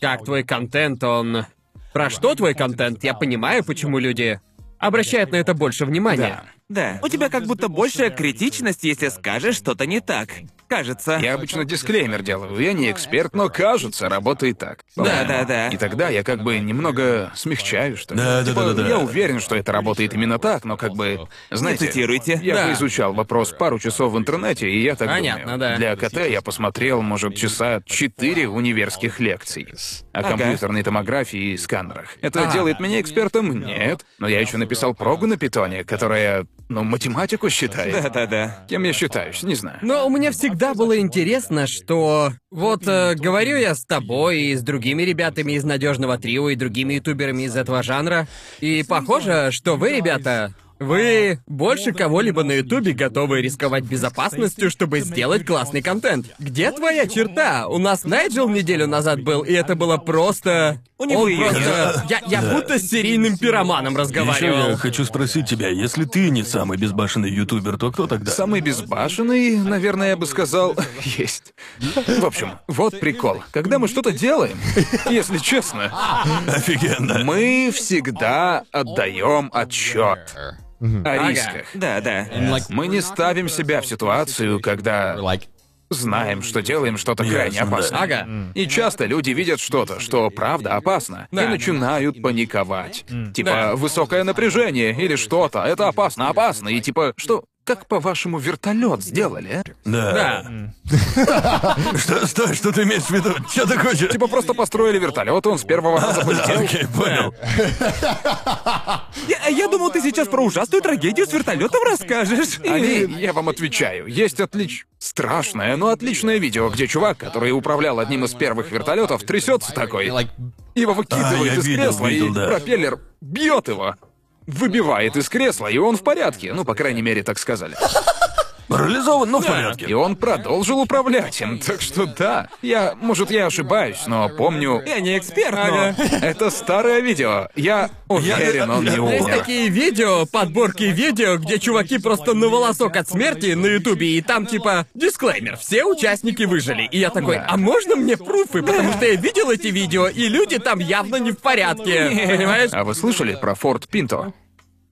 S5: как твой контент, он... Про что твой контент, я понимаю, почему люди обращают на это больше внимания.
S3: Да. У тебя как будто большая критичность, если скажешь что-то не так. Кажется.
S1: Я обычно дисклеймер делаю. Я не эксперт, но кажется, работает так.
S3: Да,
S1: По-моему.
S3: да, да.
S1: И тогда я как бы немного смягчаю, что ли.
S2: Да, да,
S1: Типа,
S2: да, да, да.
S1: Я уверен, что это работает именно так, но как бы... Знаете,
S3: цитируйте.
S1: я
S5: Да.
S1: бы изучал вопрос пару часов в интернете, и я так
S5: Понятно,
S1: думаю.
S5: да.
S1: Для КТ я посмотрел, может, часа четыре универских лекций о
S3: Ага.
S1: компьютерной томографии и сканерах. Это
S5: Ага.
S1: делает меня экспертом? Нет. Но я еще написал прогу на питоне, которая, ну, математику считает.
S3: Да-да-да.
S1: Кем я считаюсь, не знаю.
S5: Но у меня всегда было интересно, что вот э, говорю я с тобой и с другими ребятами из надежного трио и другими ютуберами из этого жанра, и похоже, что вы, ребята,
S3: А,
S5: вы
S3: ну
S5: больше кого-либо на ютубе готовы рисковать безопасностью, чтобы сделать классный контент. Где твоя черта? У нас Найджел неделю назад был, и это было просто...
S3: У него
S5: Он
S3: и-
S5: просто... Я, я будто с серийным пироманом
S2: Еще я
S5: разговаривал.
S2: хочу спросить тебя, если ты не самый безбашенный ютубер, то кто тогда?
S1: Самый безбашенный, наверное, я бы сказал, [LAUGHS] есть. В общем, вот прикол. Когда мы что-то делаем, если честно,
S2: Офигенно.
S1: мы всегда отдаем отчет о рисках.
S3: Да-да.
S1: Мы не ставим себя в ситуацию, когда знаем, что делаем что-то крайне
S2: Ясно, да.
S1: опасное.
S5: Ага.
S1: И часто люди видят что-то, что правда опасно, и начинают паниковать. Типа,
S5: Да.
S1: высокое напряжение или что-то. Это опасно, опасно. И типа, что, как по-вашему вертолет сделали? а?
S2: Да.
S5: Да.
S2: Что, стой, что ты имеешь в виду? Что ты хочешь?
S1: Типа просто построили вертолет, он с первого раза полетел.
S2: Окей, понял.
S3: Я, я думал, ты сейчас про ужасную трагедию с вертолетом расскажешь.
S1: Они,
S3: Или-
S1: я вам отвечаю, есть отлич... Страшное, но отличное видео, где чувак, который управлял одним из первых вертолетов, трясется такой. Его выкидывает
S2: А, я
S1: из
S2: видел,
S1: кресла,
S2: видел,
S1: и
S2: да.
S1: пропеллер бьет его. Выбивает из кресла, и он в порядке. Ну, по крайней мере, так сказали.
S2: Парализован, но в
S1: И
S2: порядке.
S1: он продолжил управлять им, так что да. Я, может, я ошибаюсь, но помню...
S3: Я не эксперт, но...
S1: Ага. Это старое видео. Я уверен, он не
S2: я-
S5: Есть
S1: умер.
S5: такие видео, подборки видео, где чуваки просто на волосок от смерти на Ютубе, и там типа дисклеймер, все участники выжили. И я такой, а можно мне пруфы? Потому что я видел эти видео, и люди там явно не в порядке. Понимаешь?
S1: А вы слышали про Форд Пинто?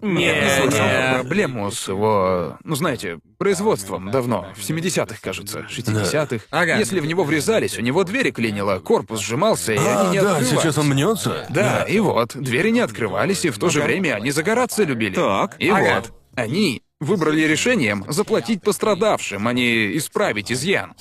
S1: Я
S5: Не,
S1: слышал
S5: Э, не.
S1: про проблему а с его, ну знаете, производством давно, в 70-х, кажется, 60-х.
S5: Ага.
S1: Если в него врезались, у него двери клинило, корпус сжимался, и
S2: А,
S1: они не
S2: да,
S1: открывались.
S2: сейчас он мнется.
S1: Да, и вот, двери не открывались, и в то же время они загораться любили.
S3: Так.
S1: И
S5: Ага.
S1: вот, они выбрали решением заплатить пострадавшим, а не исправить изъян.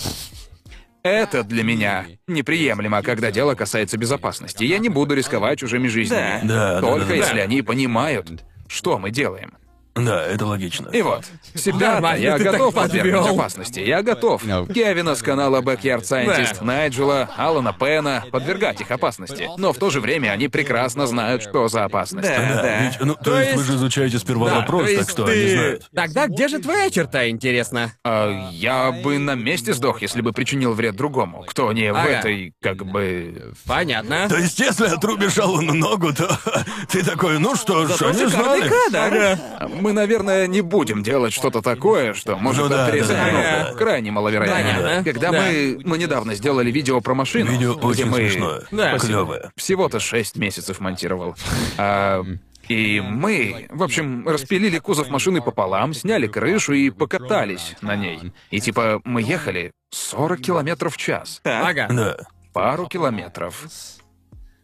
S1: Это для меня неприемлемо, когда дело касается безопасности. Я не буду рисковать чужими жизнями.
S2: Да, да,
S1: Только
S2: да, да.
S1: если они понимают, что мы делаем.
S2: Да, это логично.
S1: И вот. Всегда
S5: Нормально,
S1: я
S5: ты так
S1: готов подвергнуть
S5: подвёл.
S1: опасности. Я готов.
S2: Ну.
S1: Кевина с канала Backyard Scientist, Найджела, Алана Пена подвергать их опасности. Но в то же время они прекрасно знают, что за опасность.
S3: Да,
S2: Да,
S3: да.
S2: ведь, ну, то, есть, вы же изучаете сперва
S5: Да,
S2: вопрос,
S5: то есть
S2: так что
S5: ты-
S2: они знают.
S5: Тогда где же твоя черта, интересно?
S1: А, я бы на месте сдох, если бы причинил вред другому, кто не в
S5: Ага.
S1: этой, как бы...
S5: Понятно.
S2: То есть, если отрубишь Аллану ногу, то [LAUGHS] ты такой, ну что ж, они знали.
S3: Кадр.
S1: Мы, наверное, не будем делать что-то такое, что может
S2: Ну да,
S1: отрезать
S2: да,
S1: ногу.
S5: да.
S1: Крайне маловероятно.
S5: Понятно.
S1: Когда
S5: Да.
S1: мы... Мы недавно сделали видео про машину,
S2: Видео
S1: где
S2: очень
S1: мы...
S2: смешное,
S5: Да.
S2: клевое.
S1: всего-то шесть месяцев монтировал. А, и мы, в общем, распилили кузов машины пополам, сняли крышу и покатались на ней. И типа мы ехали 40 километров в час.
S5: Ага.
S2: Да.
S1: Пару километров.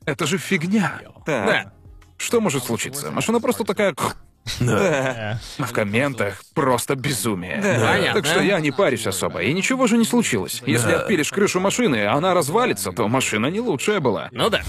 S1: Это же фигня.
S3: Так.
S5: Да.
S1: Что может случиться? Машина просто такая...
S3: Да.
S1: В комментах просто безумие.
S5: Понятно.
S1: Так что я не парюсь особо, и ничего же не случилось. Если отпилишь крышу машины, а она развалится, то машина не лучшая была.
S5: Ну да.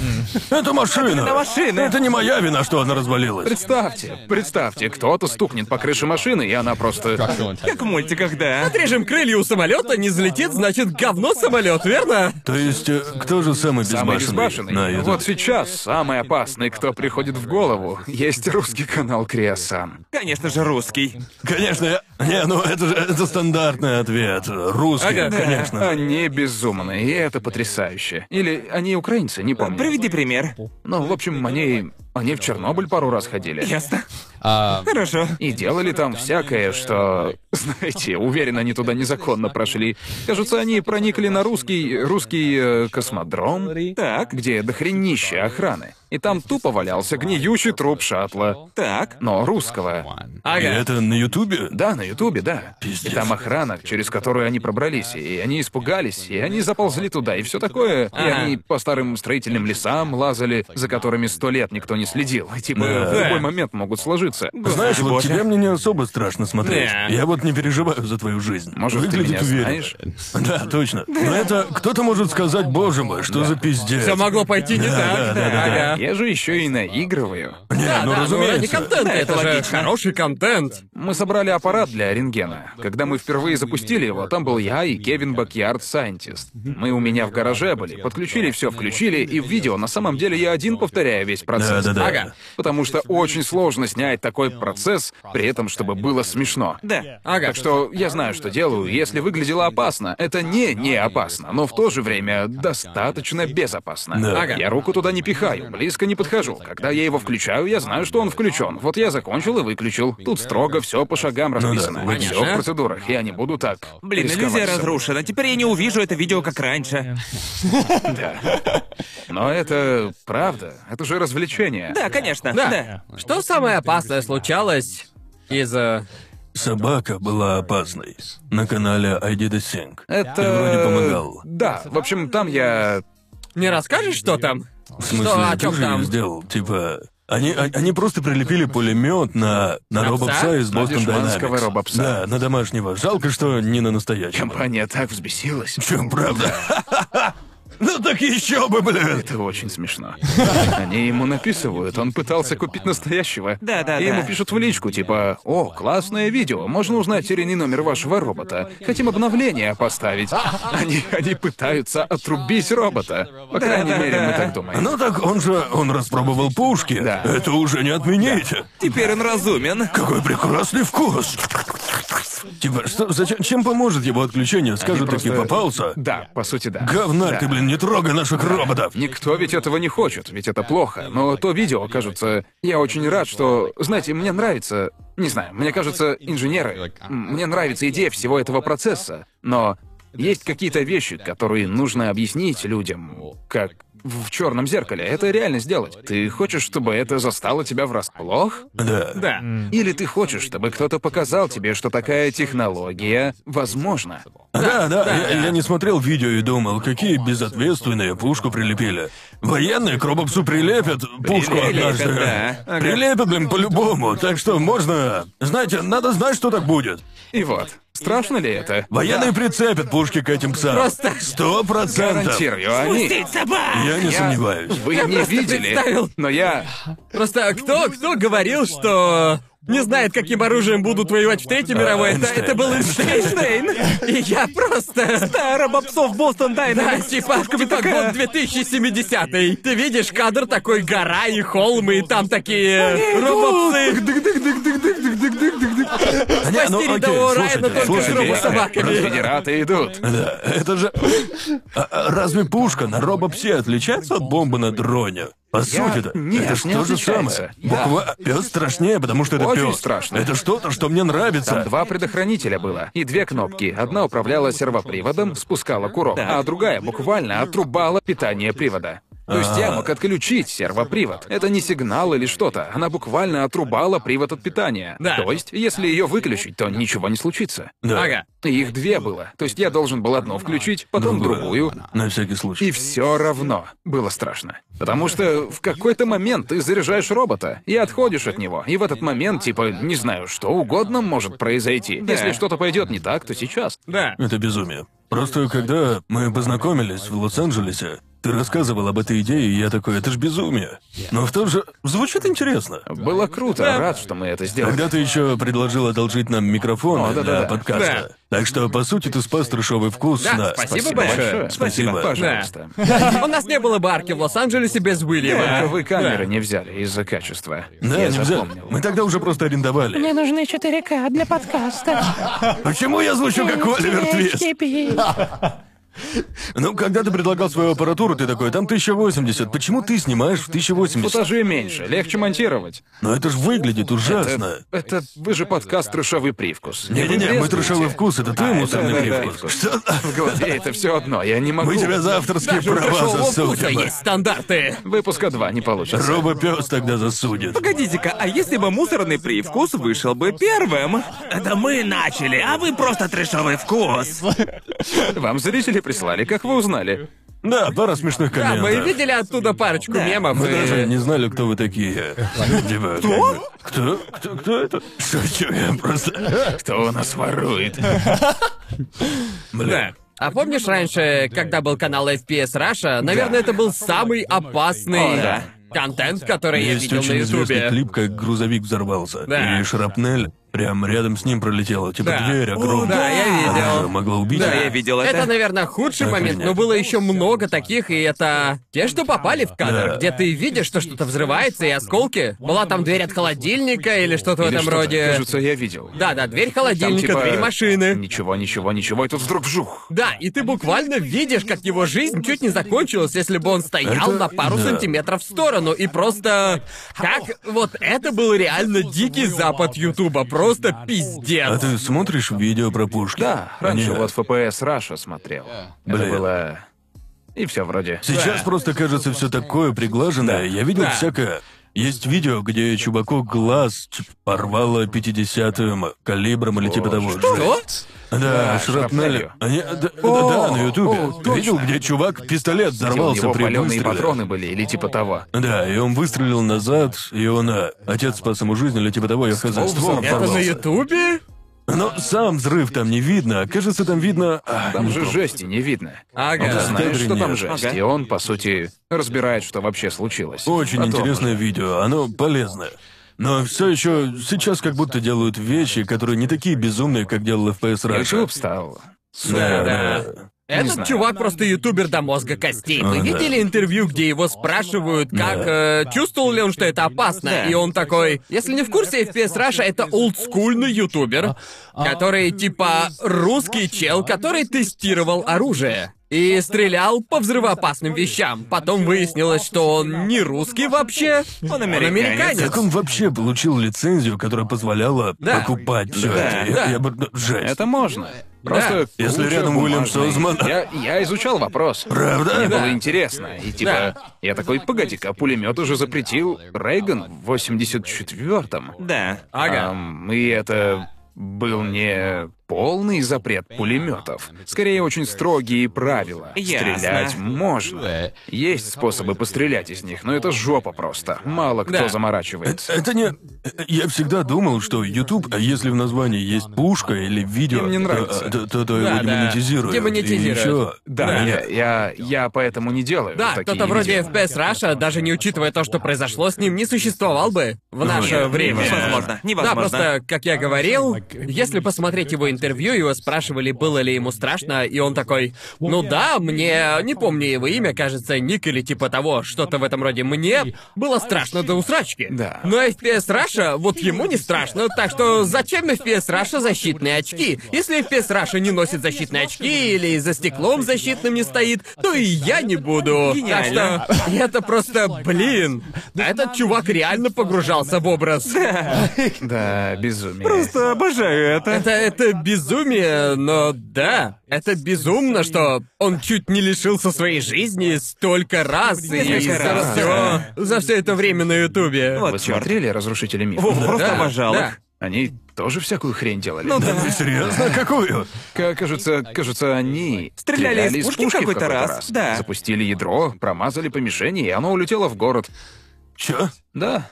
S2: Это машина. Это
S3: машина.
S2: не моя вина, что она развалилась.
S1: Представьте, представьте, кто-то стукнет по крыше машины, и она просто...
S3: Как в мультиках, да.
S5: Отрежем крылья у самолета, не взлетит, значит говно самолет, верно?
S2: То есть, э, кто же самый
S1: Самый
S2: безбашенный?
S1: безбашенный.
S2: на YouTube?
S1: вот сейчас самый опасный, кто приходит в голову, есть русский канал Криосан.
S3: Конечно же, русский.
S2: Конечно, я... Не, ну это же это стандартный ответ. Русский,
S5: Ага.
S2: конечно.
S1: [LAUGHS] Они безумные, и это потрясающе. Или они украинцы, не помню.
S3: Приведи пример.
S1: Ну, в общем, они... Они в Чернобыль пару раз ходили.
S3: Ясно.
S4: [LAUGHS] um,
S3: Хорошо.
S1: И делали там всякое, что... Знаете, уверен, они туда незаконно прошли. Кажется, они проникли на русский... русский э, космодром,
S3: Так,
S1: где дохренище охраны. И там тупо валялся гниющий труп шаттла.
S3: так.
S1: Но русского.
S4: Ah,
S2: И
S5: Ага.
S2: это на Ютубе?
S1: Да, на Ютубе, да. И
S2: Пиздец.
S1: там охрана, через которую они пробрались, и они испугались, и они заползли туда, и все такое. И
S5: Ага.
S1: они по старым строительным лесам лазали, за которыми сто лет никто не следил. И типа
S2: Да.
S1: в любой момент могут сложиться.
S2: Знаешь, вот
S3: Боже.
S2: тебя мне не особо страшно смотреть.
S5: Да.
S2: Я вот не переживаю за твою жизнь.
S1: Может, ты
S2: Выглядит
S1: меня
S2: уверенно.
S1: знаешь?
S2: Да, точно. Но это кто-то может сказать, боже мой, что за пиздец.
S5: Все могло пойти не так. Ага.
S1: Я же еще и наигрываю.
S2: Не,
S5: Да,
S2: ну
S5: да, ну ради
S2: разумеется.
S5: контента, это, же
S3: логично.
S5: хороший контент.
S1: Мы собрали аппарат для рентгена. Когда мы впервые запустили его, там был я и Кевин Бакьярд Сайентист. Мы у меня в гараже были, подключили все, включили, и в видео на самом деле я один повторяю весь процесс.
S2: Да-да-да.
S5: Ага.
S1: Потому что очень сложно снять такой процесс, при этом, чтобы было смешно.
S3: Да.
S5: Ага.
S1: Так что я знаю, что делаю. Если выглядело опасно, это не не опасно, но в то же время достаточно безопасно.
S2: Да.
S5: Ага.
S1: Я руку туда не пихаю, близко не подхожу. Когда я его включаю, я знаю, что он включен. Вот я закончил и выключил. Тут строго все по
S2: Ну
S1: шагам расписано.
S2: логично.
S1: все в процедурах. Я не буду так.
S3: Блин,
S1: рисковать
S3: иллюзия
S1: собой.
S3: разрушена. Теперь я не увижу это видео как раньше.
S1: Но это правда. Это же развлечение.
S3: Да, конечно.
S5: Да.
S3: Да.
S5: Что самое опасное случалось из... э,
S2: Собака была опасной. На канале I Did a Thing.
S1: Это...
S2: Ты вроде помогал.
S1: Да, в общем, там я...
S5: Не расскажешь, что там?
S2: В смысле,
S5: Что, о
S2: ты
S5: чем
S2: же
S5: там?
S2: её сделал? Типа, они, о- они просто прилепили пулемет на, на
S5: На
S2: робопса
S5: пса?
S2: из
S1: На
S2: Бостон
S1: дешманского
S2: Dynamics.
S1: робопса.
S2: Да, на домашнего. Жалко, что не на настоящего.
S1: Компания так взбесилась.
S2: Чем правда? Ну так еще бы, блин!
S1: Это очень смешно. Они ему написывают, он пытался купить настоящего.
S3: Да, да,
S1: И ему
S3: да.
S1: пишут в личку, типа, «О, классное видео, можно узнать серийный номер вашего робота. Хотим обновление поставить». Они, они пытаются отрубить робота. По крайней мере, мы так думаем.
S2: Ну так он же, он распробовал пушки.
S1: Да.
S2: Это уже не отмените.
S3: Теперь он разумен.
S2: Какой прекрасный вкус! Типа, что, зачем, чем поможет его отключение? Скажут, таки
S1: просто-
S2: попался.
S1: Да, по сути, да.
S2: Говнарь
S1: Да.
S2: ты, блин, не трогай наших роботов!
S1: Никто ведь этого не хочет, ведь это плохо. Но то видео, кажется, я очень рад, что, знаете, мне нравится, не знаю, мне кажется, инженеры, м, мне нравится идея всего этого процесса, но есть какие-то вещи, которые нужно объяснить людям, как в черном зеркале. Это реально сделать. Ты хочешь, чтобы это застало тебя врасплох?
S2: Да.
S5: Да.
S1: Или ты хочешь, чтобы кто-то показал тебе, что такая технология возможна?
S2: Да, да, я, я не смотрел видео и думал, какие безответственные пушку прилепили. Военные к робопсу прилепят пушку
S3: Прилепят,
S2: однажды.
S3: да.
S2: Прилепят, блин, по-любому. Так что можно... Знаете, надо знать, что так будет.
S1: И вот. Страшно ли это?
S2: Военные прицепят пушки к этим псам.
S5: Просто-
S2: Сто процентов.
S1: Гарантирую, они...
S5: Пустить собак!
S2: Я не
S1: Я-
S2: сомневаюсь.
S1: Вы не видели,
S5: представил.
S1: но я...
S5: Просто кто, кто говорил, что не знает, каким оружием будут воевать в Третьей мировой, это, это был Эйнштейн. И я просто... Стара бобсов Бостон Дайнамикс. Да, типа, типа год 2070 Ты видишь кадр такой гора и холмы, и там такие робопсы.
S2: Не, ну, окей,
S5: Спасти рядового
S2: слушайте,
S5: Райана только с
S2: слушайте,
S5: робособаками.
S1: Э, Конфедераты идут.
S2: Да, это же... А- а Разве пушка на робопсе отличается от бомбы на дроне? По сути-то,
S1: Нет,
S2: это ж
S1: не
S2: то же
S1: отличается.
S2: самое. Буква пес страшнее, потому что это
S1: Очень
S2: пес.
S1: страшно.
S2: Это что-то, что мне нравится.
S1: Там два предохранителя было и две кнопки. Одна управляла сервоприводом, спускала курок, а другая буквально отрубала питание привода. То есть я мог отключить сервопривод. Это не сигнал или что-то. Она буквально отрубала привод от питания.
S5: Да.
S1: То есть, если ее выключить, то ничего не случится.
S2: Да.
S5: Ага.
S1: И Их две было. То есть я должен был одну включить, потом
S2: Другое.
S1: другую.
S2: На всякий
S1: И
S2: случай.
S1: все равно было страшно. Потому что в какой-то момент ты заряжаешь робота и отходишь от него. И в этот момент, типа, не знаю, что угодно может произойти. Если что-то пойдет не так, то сейчас.
S5: Да.
S2: Это безумие. Просто когда мы познакомились в Лос-Анджелесе, ты рассказывал об этой идее, и я такой, это ж безумие. Но в том же... Звучит интересно.
S1: Было круто, рад, что мы это сделали.
S2: Когда ты еще предложил одолжить нам микрофон
S1: О,
S2: для
S1: да-да-да.
S2: подкаста. Так что, по сути, ты спас трешовый вкус
S5: Да,
S2: на...
S5: спасибо большое.
S2: Спасибо.
S1: Пожалуйста.
S5: У нас не было барки в Лос-Анджелесе без
S1: Только
S5: Уильяма.
S1: вы камеры не взяли из-за качества.
S2: Да,
S1: Я
S2: нельзя.
S1: запомнил.
S2: Мы тогда уже просто арендовали.
S6: Мне нужны 4К для подкаста.
S2: Почему я звучу как Оливер Твист?
S6: HDP.
S2: Ну, когда ты предлагал свою аппаратуру, ты такой, там 1080, почему ты снимаешь в 1080?
S1: Футажи меньше, легче монтировать.
S2: Но это же выглядит ужасно.
S1: Это, это- вы же подкаст «Трешовый привкус».
S2: Не-не-не, мы
S1: брезгуете?
S2: трешовый вкус, это ты мусорный
S1: да-да-да,
S2: привкус.
S1: привкус.
S2: Что?
S1: В голове это все одно, я не могу.
S2: Мы тебя за авторские права
S5: Прошел вкуса
S2: засудим.
S5: есть стандарты.
S1: Выпуска два не получится.
S2: Робопес тогда засудит.
S3: Погодите-ка, а если бы мусорный привкус вышел бы первым? Это мы начали, а вы просто трешовый вкус.
S1: Вам зрители прислали, как вы узнали.
S2: Да, пара смешных
S5: Да, А, мы
S2: комментов.
S5: видели оттуда парочку мемов.
S2: Мы
S5: и-
S2: даже не знали, кто вы такие. Типа, как бы, Кто? Кто? Кто это? Шучу, я
S5: [LAUGHS]
S2: просто...
S1: Кто у нас ворует?
S2: Бля.
S5: А помнишь раньше, когда был канал FPS Russia, наверное, это был самый опасный
S1: О, да.
S5: контент, который я
S2: Есть
S5: видел на
S2: очень известный
S5: Ютубе.
S2: клип, как грузовик взорвался.
S5: Да.
S2: И шрапнель прям рядом с ним пролетела. Типа
S5: Да.
S2: дверь
S5: О,
S2: огромная.
S5: да, я видел.
S2: Она могла убить.
S3: Да,
S2: его.
S3: А я видел это.
S5: Это, наверное, худший
S2: Охренеть.
S5: момент, но было еще много таких, и это те, что попали в кадр,
S2: Да.
S5: где ты видишь, что что-то взрывается и осколки. Была там дверь от холодильника или что-то в этом роде.
S1: Кажется, я видел.
S5: Да, да, дверь холодильника,
S1: типа,
S5: дверь машины.
S1: Ничего, ничего, ничего, и тут вдруг вжух.
S5: Да, и ты буквально видишь, как его жизнь чуть не закончилась, если бы он стоял
S2: Это-
S5: на пару
S2: да.
S5: сантиметров в сторону и просто... Как... Вот это был реально дикий запад Ютуба, просто пиздец.
S2: А ты смотришь видео про пушки?
S1: Да, А, раньше
S2: Нет.
S1: вот FPS Раша смотрел. Это
S2: Блин.
S1: было... И все вроде.
S2: Сейчас просто кажется все такое приглаженное. Я видел
S5: Да.
S2: всякое. Есть видео, где чуваку глаз типа, порвало 50-м калибром или типа того.
S5: Что?
S2: Да,
S1: Да,
S2: шрапнель.
S1: шрапнелью.
S2: Они- да, да, да, на Ютубе. Ты видел, где чувак
S1: Типа,
S2: пистолет
S1: У
S2: взорвался
S1: него
S2: при
S1: паленые
S2: выстреле?
S1: патроны были, или типа того.
S2: Да, и он выстрелил назад, и он, а, отец спас ему жизнь, или типа того, я хз,
S1: Ствол
S2: ствол
S1: взорвался.
S5: Это на
S2: порвался.
S5: Ютубе?
S2: Но сам взрыв там не видно, а кажется, там видно... а,
S1: Там же жести не видно.
S5: А, Ага.
S1: Ты
S2: Да,
S1: знаешь,
S2: кадре
S1: что там
S2: нет.
S1: жесть,
S3: Ага.
S1: и он, по сути, разбирает, что вообще случилось. А
S2: Очень
S1: Потом
S2: интересное видео, оно полезное. Но все еще сейчас как будто делают вещи, которые не такие безумные, как делал FPS
S1: уже.
S2: раньше.
S1: YouTube стал...
S2: Да,
S5: да.
S2: да.
S5: Этот
S1: знаю.
S5: чувак просто ютубер до мозга костей. Вы
S2: А, да.
S5: видели интервью, где его спрашивают, как э, чувствовал ли он, что это опасно? И он такой: Если не в курсе, FPS Russia это олдскульный ютубер, который типа русский чел, который тестировал оружие. И стрелял по взрывоопасным вещам. Потом выяснилось, что он не русский вообще. Он американец.
S2: Как он вообще получил лицензию, которая позволяла
S5: Да.
S2: покупать все это? Я-
S5: да.
S2: я бы- ну, жесть.
S1: Это можно. Просто...
S2: Если
S1: куча
S2: рядом Уильям
S1: бумажной.
S2: Созман.
S1: Я, я изучал вопрос.
S2: Правда?
S1: Мне
S2: Да.
S1: было интересно. И типа,
S5: Да.
S1: я такой, погоди-ка, а пулемет уже запретил Рейган в 84-м.
S3: Да.
S5: Ага.
S1: Ам, и это был не полный запрет пулеметов. Скорее, очень строгие правила.
S3: Ясно.
S1: Стрелять можно. Есть способы пострелять из них, но это жопа просто. Мало кто
S3: Да.
S1: заморачивается.
S2: Это не... Я всегда думал, что YouTube, а если в названии есть пушка или видео,
S1: Им не нравится.
S2: то, а, то- то- то
S5: Да,
S2: его
S5: да.
S2: демонетизируют.
S5: Демонетизируют.
S2: И ещё-
S1: Да, Я, я, я поэтому не делаю.
S5: Да,
S1: такие
S5: кто-то вроде
S1: видео.
S5: FPS Russia, даже не учитывая то, что произошло с ним, не существовал бы в наше
S2: Ну, Нет,
S5: время.
S3: невозможно, невозможно.
S5: Да, просто, как я говорил, если посмотреть его интервью, его спрашивали, было ли ему страшно, и он такой, ну да, мне, не помню его имя, кажется, Ник или типа того, что-то в этом роде, мне было страшно до усрачки.
S1: Да.
S5: Но FPS Russia, вот ему не страшно, так что зачем FPS Russia защитные очки? Если FPS Russia не носит защитные очки или за стеклом защитным не стоит, то и я не буду. Так
S3: Гениально.
S5: что это просто, блин, этот чувак реально погружался в образ.
S1: Да, безумие.
S3: Просто обожаю это.
S5: Это, это безумие, но да, это безумно, что он чуть не лишился своей жизни столько раз и
S3: Несколько раз, Ну,
S5: за все, за все это время на Ютубе.
S1: Вы
S3: Вот чёрт.
S1: смотрели «Разрушители мифов»?
S3: Вов просто
S5: Да,
S3: обожал
S5: да.
S3: их.
S1: Они тоже всякую хрень делали.
S3: Ну
S2: Да вы серьезно? Какую?
S1: К- кажется, кажется, они
S3: Стреляли из
S1: из
S3: пушки
S1: пушки в
S3: какой-то раз, да.
S1: Запустили ядро, промазали по мишени, и оно улетело в город.
S2: Чё?
S1: Да.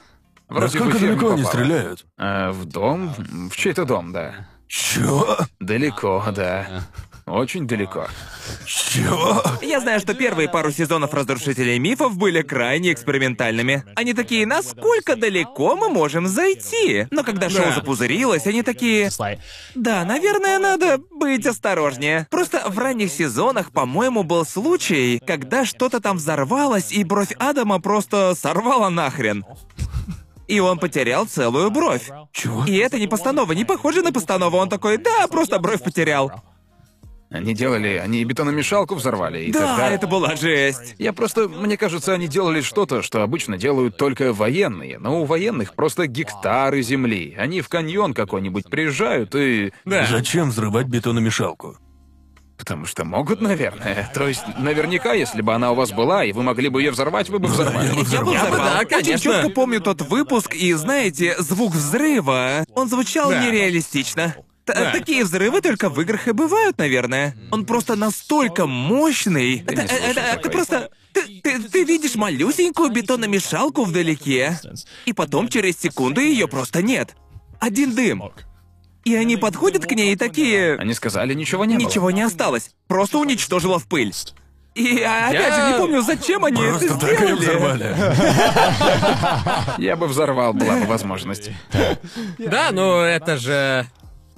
S1: Вроде бы
S2: Насколько
S1: в ферму
S2: далеко они
S1: попало.
S2: стреляют?
S1: А, в дом, в чей-то дом, да.
S2: Чё?
S1: Далеко, да. Очень далеко.
S2: Чё?
S3: Я знаю, что первые пару сезонов разрушителей мифов были крайне экспериментальными. Они такие, насколько далеко мы можем зайти? Но когда шоу запузырилось, они такие. Да, наверное, надо быть осторожнее. Просто в ранних сезонах, по-моему, был случай, когда что-то там взорвалось, и бровь Адама просто сорвала нахрен. И он потерял целую бровь.
S2: Чего?
S3: И это не постанова, не похоже на постанову. Он такой, да, просто бровь потерял.
S1: Они делали, они бетономешалку взорвали, и
S3: Да,
S1: тогда...
S3: это была жесть.
S1: Я просто, мне кажется, они делали что-то, что обычно делают только военные, но у военных просто гектары земли. Они в каньон какой-нибудь приезжают и...
S2: Зачем взрывать бетономешалку?
S1: Потому что могут, наверное. То есть, наверняка, если бы она у вас была, и вы могли бы ее взорвать, вы бы взорвали.
S3: Я бы
S5: Я бы,
S3: взорвал.
S5: да,
S3: Очень
S5: конечно.
S3: четко помню тот выпуск, и знаете, звук взрыва, он звучал нереалистично. Т- Такие взрывы только в играх и бывают, наверное. Он просто настолько мощный. Это,
S1: слышал
S3: это- это
S1: такое.
S3: просто... Ты, ты- ты видишь малюсенькую бетономешалку вдалеке, и потом через секунду ее просто нет. Один дым. И они подходят к ней и такие...
S1: Они сказали, ничего не было.
S3: Ничего не осталось. Просто уничтожило в пыль. И а, опять же, не помню, зачем они это
S2: [LAUGHS] Просто так ее
S3: сделали.
S2: взорвали.
S1: Я бы взорвал, была бы возможность.
S5: Да, но это же...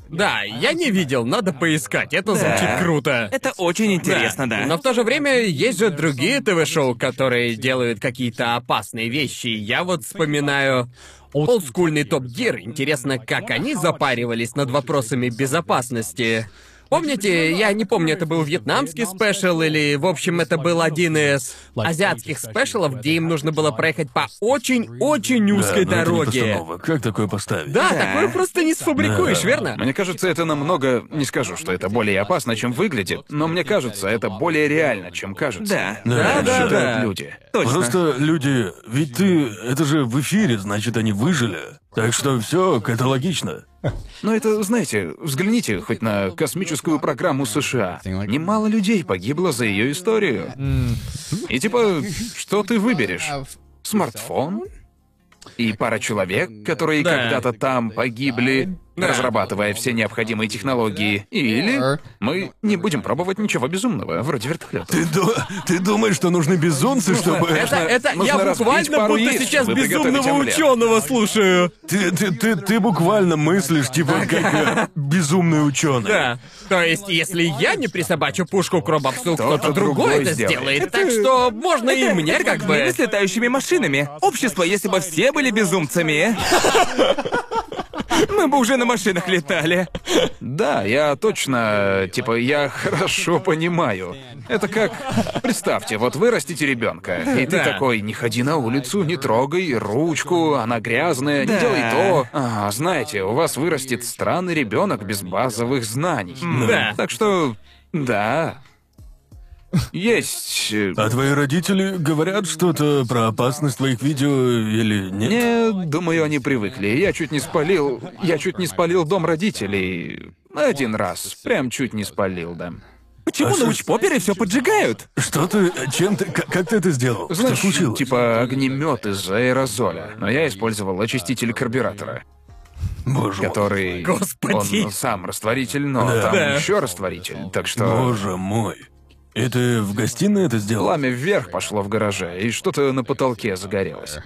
S5: Да, я не видел, надо поискать, это звучит круто.
S3: Это очень интересно, да.
S5: Но в то же время есть же другие ТВ-шоу, которые делают какие-то опасные вещи. Я вот вспоминаю олдскульный Топ Гир. Интересно, как они запаривались над вопросами безопасности. Помните, я не помню, это был вьетнамский спешл или, в общем, это был один из азиатских спешелов, где им нужно было проехать по очень-очень
S2: Да,
S5: узкой
S2: но это [LAUGHS] не
S5: дороге.
S2: постанова. Как такое поставить?
S5: Да, такое просто не сфабрикуешь,
S2: Да.
S5: верно?
S1: Мне кажется, это намного... Не скажу, что это более опасно, чем выглядит, но мне кажется, это более реально, чем кажется.
S3: Да.
S2: Да,
S1: Как
S2: да,
S1: считают
S5: да.
S1: люди.
S3: Точно.
S2: Просто люди, ведь ты, это же в эфире, значит, они выжили. Так что все, это логично.
S1: Но это, знаете, взгляните хоть на космическую программу США. Немало людей погибло за ее историю. И типа, что ты выберешь? Смартфон? И пара человек, которые
S5: Да.
S1: когда-то там погибли,
S5: Да.
S1: разрабатывая все необходимые технологии. Или мы не будем пробовать ничего безумного, вроде вертолета.
S2: Ты, ду- ты думаешь, что нужны безумцы, чтобы...
S5: Это, это
S1: нужно
S5: я
S1: разбить
S5: буквально
S1: пару
S5: будто
S1: яиц,
S5: сейчас
S1: чтобы приготовить
S5: безумного
S1: омлет.
S5: ученого слушаю.
S2: Ты, ты, ты, ты буквально мыслишь, типа, как э, безумный ученый.
S5: Да. То есть, если я не присобачу пушку к робоксу, кто-то, другой это сделает. Так что можно и мне как бы...
S3: Мир с летающими машинами. Общество, если бы все были безумцами. Мы бы уже на машинах летали.
S1: Да, я точно, типа, я хорошо понимаю. Это как, представьте, вот вы растите ребенка, и ты
S5: Да.
S1: такой, не ходи на улицу, не трогай ручку, она грязная, не
S3: Да.
S1: делай то. А, знаете, у вас вырастет странный ребенок без базовых знаний.
S5: Да.
S1: Так что, да. Есть. э,
S2: А твои родители говорят что-то про опасность твоих видео или нет?
S1: Не, думаю, они привыкли. Я чуть не спалил. Я чуть не спалил дом родителей. Один раз. Прям чуть не спалил, да.
S3: Почему
S2: что-
S3: научпоперы все поджигают?
S2: Что ты, чем ты, к- как ты это сделал?
S1: Знаешь,
S2: что случилось?
S1: типа огнемет из аэрозоля. Но я использовал очиститель карбюратора,
S2: боже, мой.
S1: который...
S5: Господи.
S1: Он сам растворитель, но там
S3: Да.
S1: еще растворитель. Так что...
S2: боже мой. И ты в гостиной это сделал?
S1: Пламя вверх пошло в гараже, и что-то на потолке загорелось.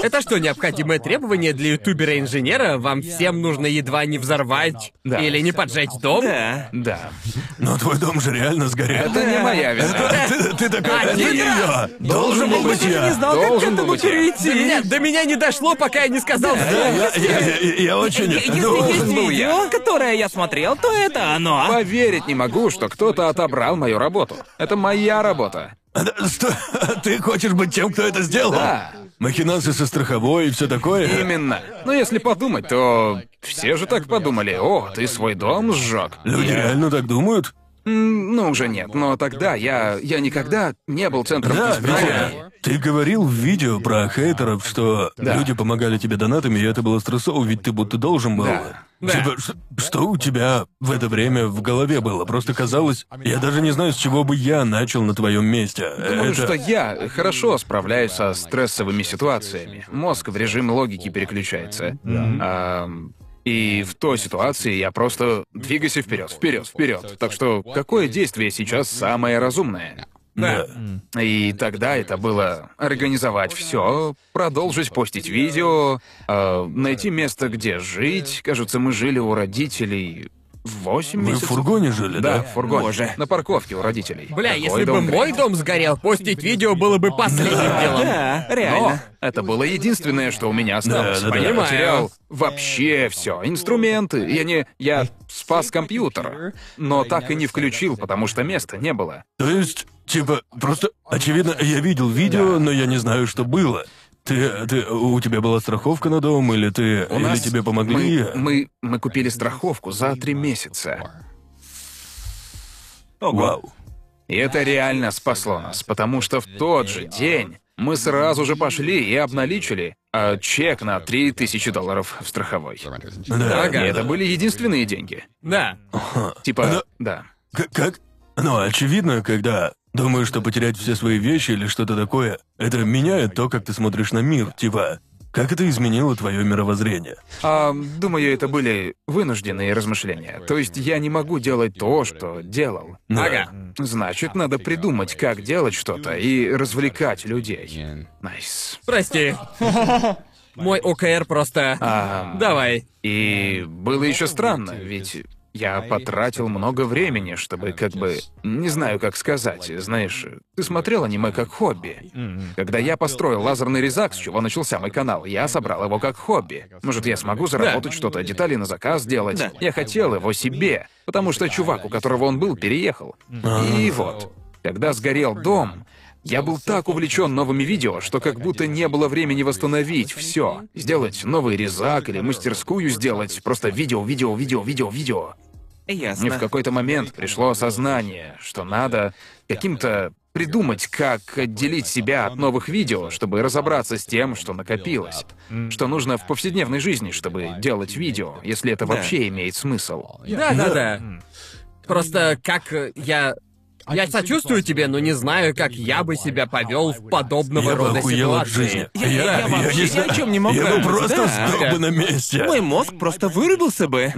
S5: Это что, необходимое требование для ютубера-инженера? Вам всем нужно едва не взорвать
S1: Да.
S5: или не поджечь дом?
S3: Да.
S1: Да.
S2: Но твой дом же реально сгорел.
S1: Это не моя вина.
S2: [LAUGHS] Ты, ты такой, это не я. Должен был быть
S3: Я не
S2: я.
S3: знал, как к
S1: Должен был
S3: этому
S1: быть я.
S5: До меня,
S3: перейти.
S5: до меня не дошло, пока я не сказал.
S2: Я, я- я- я- я очень...
S3: Если есть
S2: должен был я.
S3: видео, которое я смотрел, то это оно.
S1: Поверить не могу, что кто-то отобрал мою работу. Это моя работа.
S2: Да, Что? [LAUGHS] Ты хочешь быть тем, кто это сделал?
S1: Да.
S2: Махинации со страховой и все такое.
S1: Именно. Но если подумать, то все же так подумали. О, ты свой дом сжег.
S2: Люди реально так думают?
S1: Ну, уже нет. Но тогда я... Я никогда не был центром
S2: Да,
S1: избрания.
S2: Витя, ты говорил в видео про хейтеров, что люди помогали тебе донатами, и это было стрессово, ведь ты будто должен был. Типа, ш- что у тебя в это время в голове было? Просто казалось, я даже не знаю, с чего бы я начал на твоем месте.
S1: Думаю,
S2: это...
S1: что я хорошо справляюсь со стрессовыми ситуациями. Мозг в режим логики переключается. Ам, и в той ситуации я просто двигайся вперед, вперед, вперед. Так что какое действие сейчас самое разумное?
S2: Да.
S1: И тогда это было организовать все, продолжить постить видео, а, найти место, где жить. Кажется, мы жили у родителей 8
S2: Вы в
S1: месяцев.
S2: фургоне жили,
S1: Да,
S2: да?
S1: в фургоне. На парковке у родителей.
S5: Бля,
S1: Такой
S5: если бы
S1: дом
S5: мой дом сгорел, постить видео было бы последним делом.
S3: А, Да, реально.
S1: Но это было единственное, что у меня осталось.
S2: Да, да, да.
S1: я
S5: Понимаю.
S1: потерял вообще все. Инструменты. Я не. Я спас компьютер. Но так и не включил, потому что места не было.
S2: То есть, типа, просто, очевидно, я видел видео, но я не знаю, что было. Ты, ты, у тебя была страховка на дом, или ты,
S1: У
S2: или
S1: нас
S2: тебе помогли?
S1: Мы, мы, мы купили страховку за три месяца.
S2: Вау.
S1: И это реально спасло нас, потому что в тот же день мы сразу же пошли и обналичили а, чек на 3000 долларов в страховой.
S2: Да,
S1: И это были единственные деньги.
S5: Да.
S1: Типа, да.
S2: К- Как? Ну, очевидно, когда думаешь, что потерять все свои вещи или что-то такое, это меняет то, как ты смотришь на мир, типа. Как это изменило твое мировоззрение?
S1: А, думаю, это были вынужденные размышления. То есть я не могу делать то, что делал.
S2: Да.
S1: Значит, надо придумать, как делать что-то и развлекать людей. Найс.
S5: Прости. Мой ОКР просто... Давай.
S1: И было еще странно, ведь я потратил много времени, чтобы как бы... Не знаю, как сказать. Знаешь, ты смотрел аниме как хобби. Когда я построил лазерный резак, с чего начался мой канал, я собрал его как хобби. Может, я смогу заработать что-то, детали на заказ делать. Я хотел его себе, потому что чувак, у которого он был, переехал. И вот, когда сгорел дом, я был так увлечен новыми видео, что как будто не было времени восстановить все. Сделать новый резак или мастерскую сделать. Просто видео, видео, видео, видео, видео.
S3: Ясно.
S1: Мне в какой-то момент пришло осознание, что надо каким-то придумать, как отделить себя от новых видео, чтобы разобраться с тем, что накопилось. Что нужно в повседневной жизни, чтобы делать видео, если это вообще имеет смысл.
S5: Да, да, да. Просто как э, я...
S3: А
S5: Я сочувствую тебе, но не знаю, как я бы себя повел в подобного
S2: я бы
S5: рода
S2: охуел от
S5: ситуации.
S2: жизни.
S3: Я- я вообще
S2: не
S3: ни
S2: знаю.
S3: о чем не мог
S2: Я бы
S3: говорить.
S2: просто
S3: Да.
S2: сдох бы на месте.
S3: Мой мозг просто вырубился бы.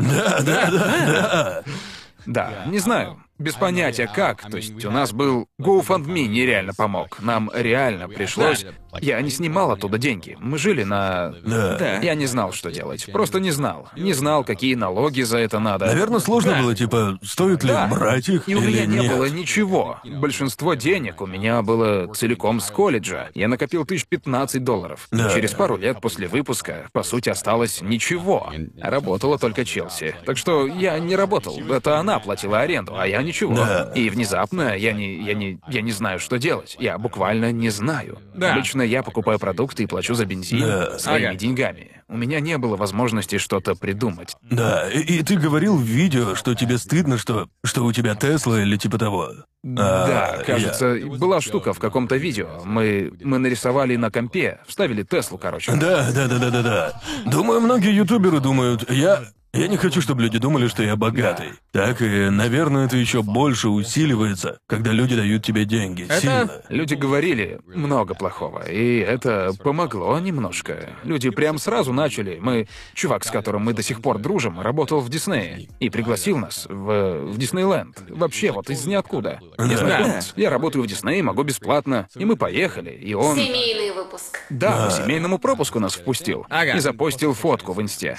S1: Да, не знаю. Без понятия как. То есть у нас был GoFundMe нереально помог. Нам реально пришлось... Я не снимал оттуда деньги. Мы жили на...
S2: Да.
S3: Да.
S1: Я не знал, что делать. Просто не знал. Не знал, какие налоги за это надо.
S2: Наверное, сложно было, типа, стоит ли
S1: Да.
S2: брать их
S1: И у
S2: или
S1: меня не
S2: нет.
S1: было ничего. Большинство денег у меня было целиком с колледжа. Я накопил тысяч 15 долларов.
S2: Да.
S1: Через пару лет после выпуска, по сути, осталось ничего. А Работала только Челси. Так что я не работал. Это она платила аренду, а я ничего.
S2: Да.
S1: И внезапно я не, я, не, я не знаю, что делать. Я буквально не знаю.
S5: Да.
S1: Обычно я покупаю продукты и плачу за бензин
S2: Да.
S1: своими
S5: Ага.
S1: деньгами. У меня не было возможности что-то придумать.
S2: Да, и, и ты говорил в видео, что тебе стыдно, что, что у тебя Тесла или типа того. А,
S1: Да,
S2: я-
S1: кажется, была штука в каком-то видео. Мы, мы нарисовали на компе, вставили Теслу, короче.
S2: Да, да, да, да, да, да. Думаю, многие ютуберы думают, я. Я не хочу, чтобы люди думали, что я богатый. Так и, наверное, это еще больше усиливается, когда люди дают тебе деньги. Сильно.
S1: Люди говорили много плохого, и это помогло немножко. Люди прям сразу начали. Мы чувак, с которым мы до сих пор дружим, работал в Диснее и пригласил нас в, в Диснейленд. Вообще вот из ниоткуда. Незнакомец. Я работаю в Диснее, могу бесплатно, и мы поехали, и он.
S7: Семейный выпуск.
S1: Да, по семейному пропуску нас впустил
S5: Ага.
S1: и запостил фотку в инсте.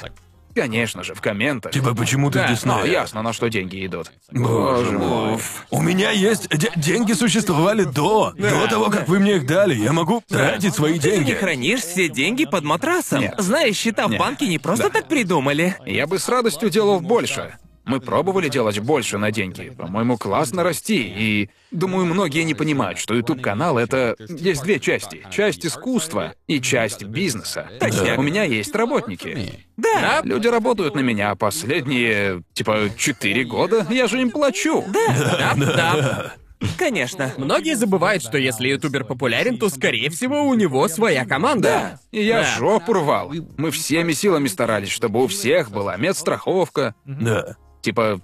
S1: Конечно же, в комментах.
S2: Типа, почему ты в
S1: Ну,
S2: Дисней?
S1: ясно, на что деньги идут.
S2: Боже мой. У меня есть... де- деньги существовали до, до того, как вы мне их дали. Я могу тратить свои
S3: Ты не
S2: деньги.
S3: хранишь все деньги под матрасом.
S1: Нет.
S3: Знаешь, счета в банке не просто так придумали.
S1: Я бы с радостью делал больше. Мы пробовали делать больше на деньги. По-моему, классно расти. И думаю, многие не понимают, что YouTube канал это есть две части: часть искусства и часть бизнеса.
S3: Точняк.
S1: У меня есть работники.
S3: Да.
S1: Люди работают на меня последние типа четыре года. Я же им плачу.
S2: [LAUGHS]
S5: Да, да.
S3: Конечно.
S5: Многие забывают, что если ютубер популярен, то, скорее всего, у него своя команда.
S1: И я
S5: Да.
S1: жопу рвал. Мы всеми силами старались, чтобы у всех была медстраховка.
S2: Да.
S1: Типа,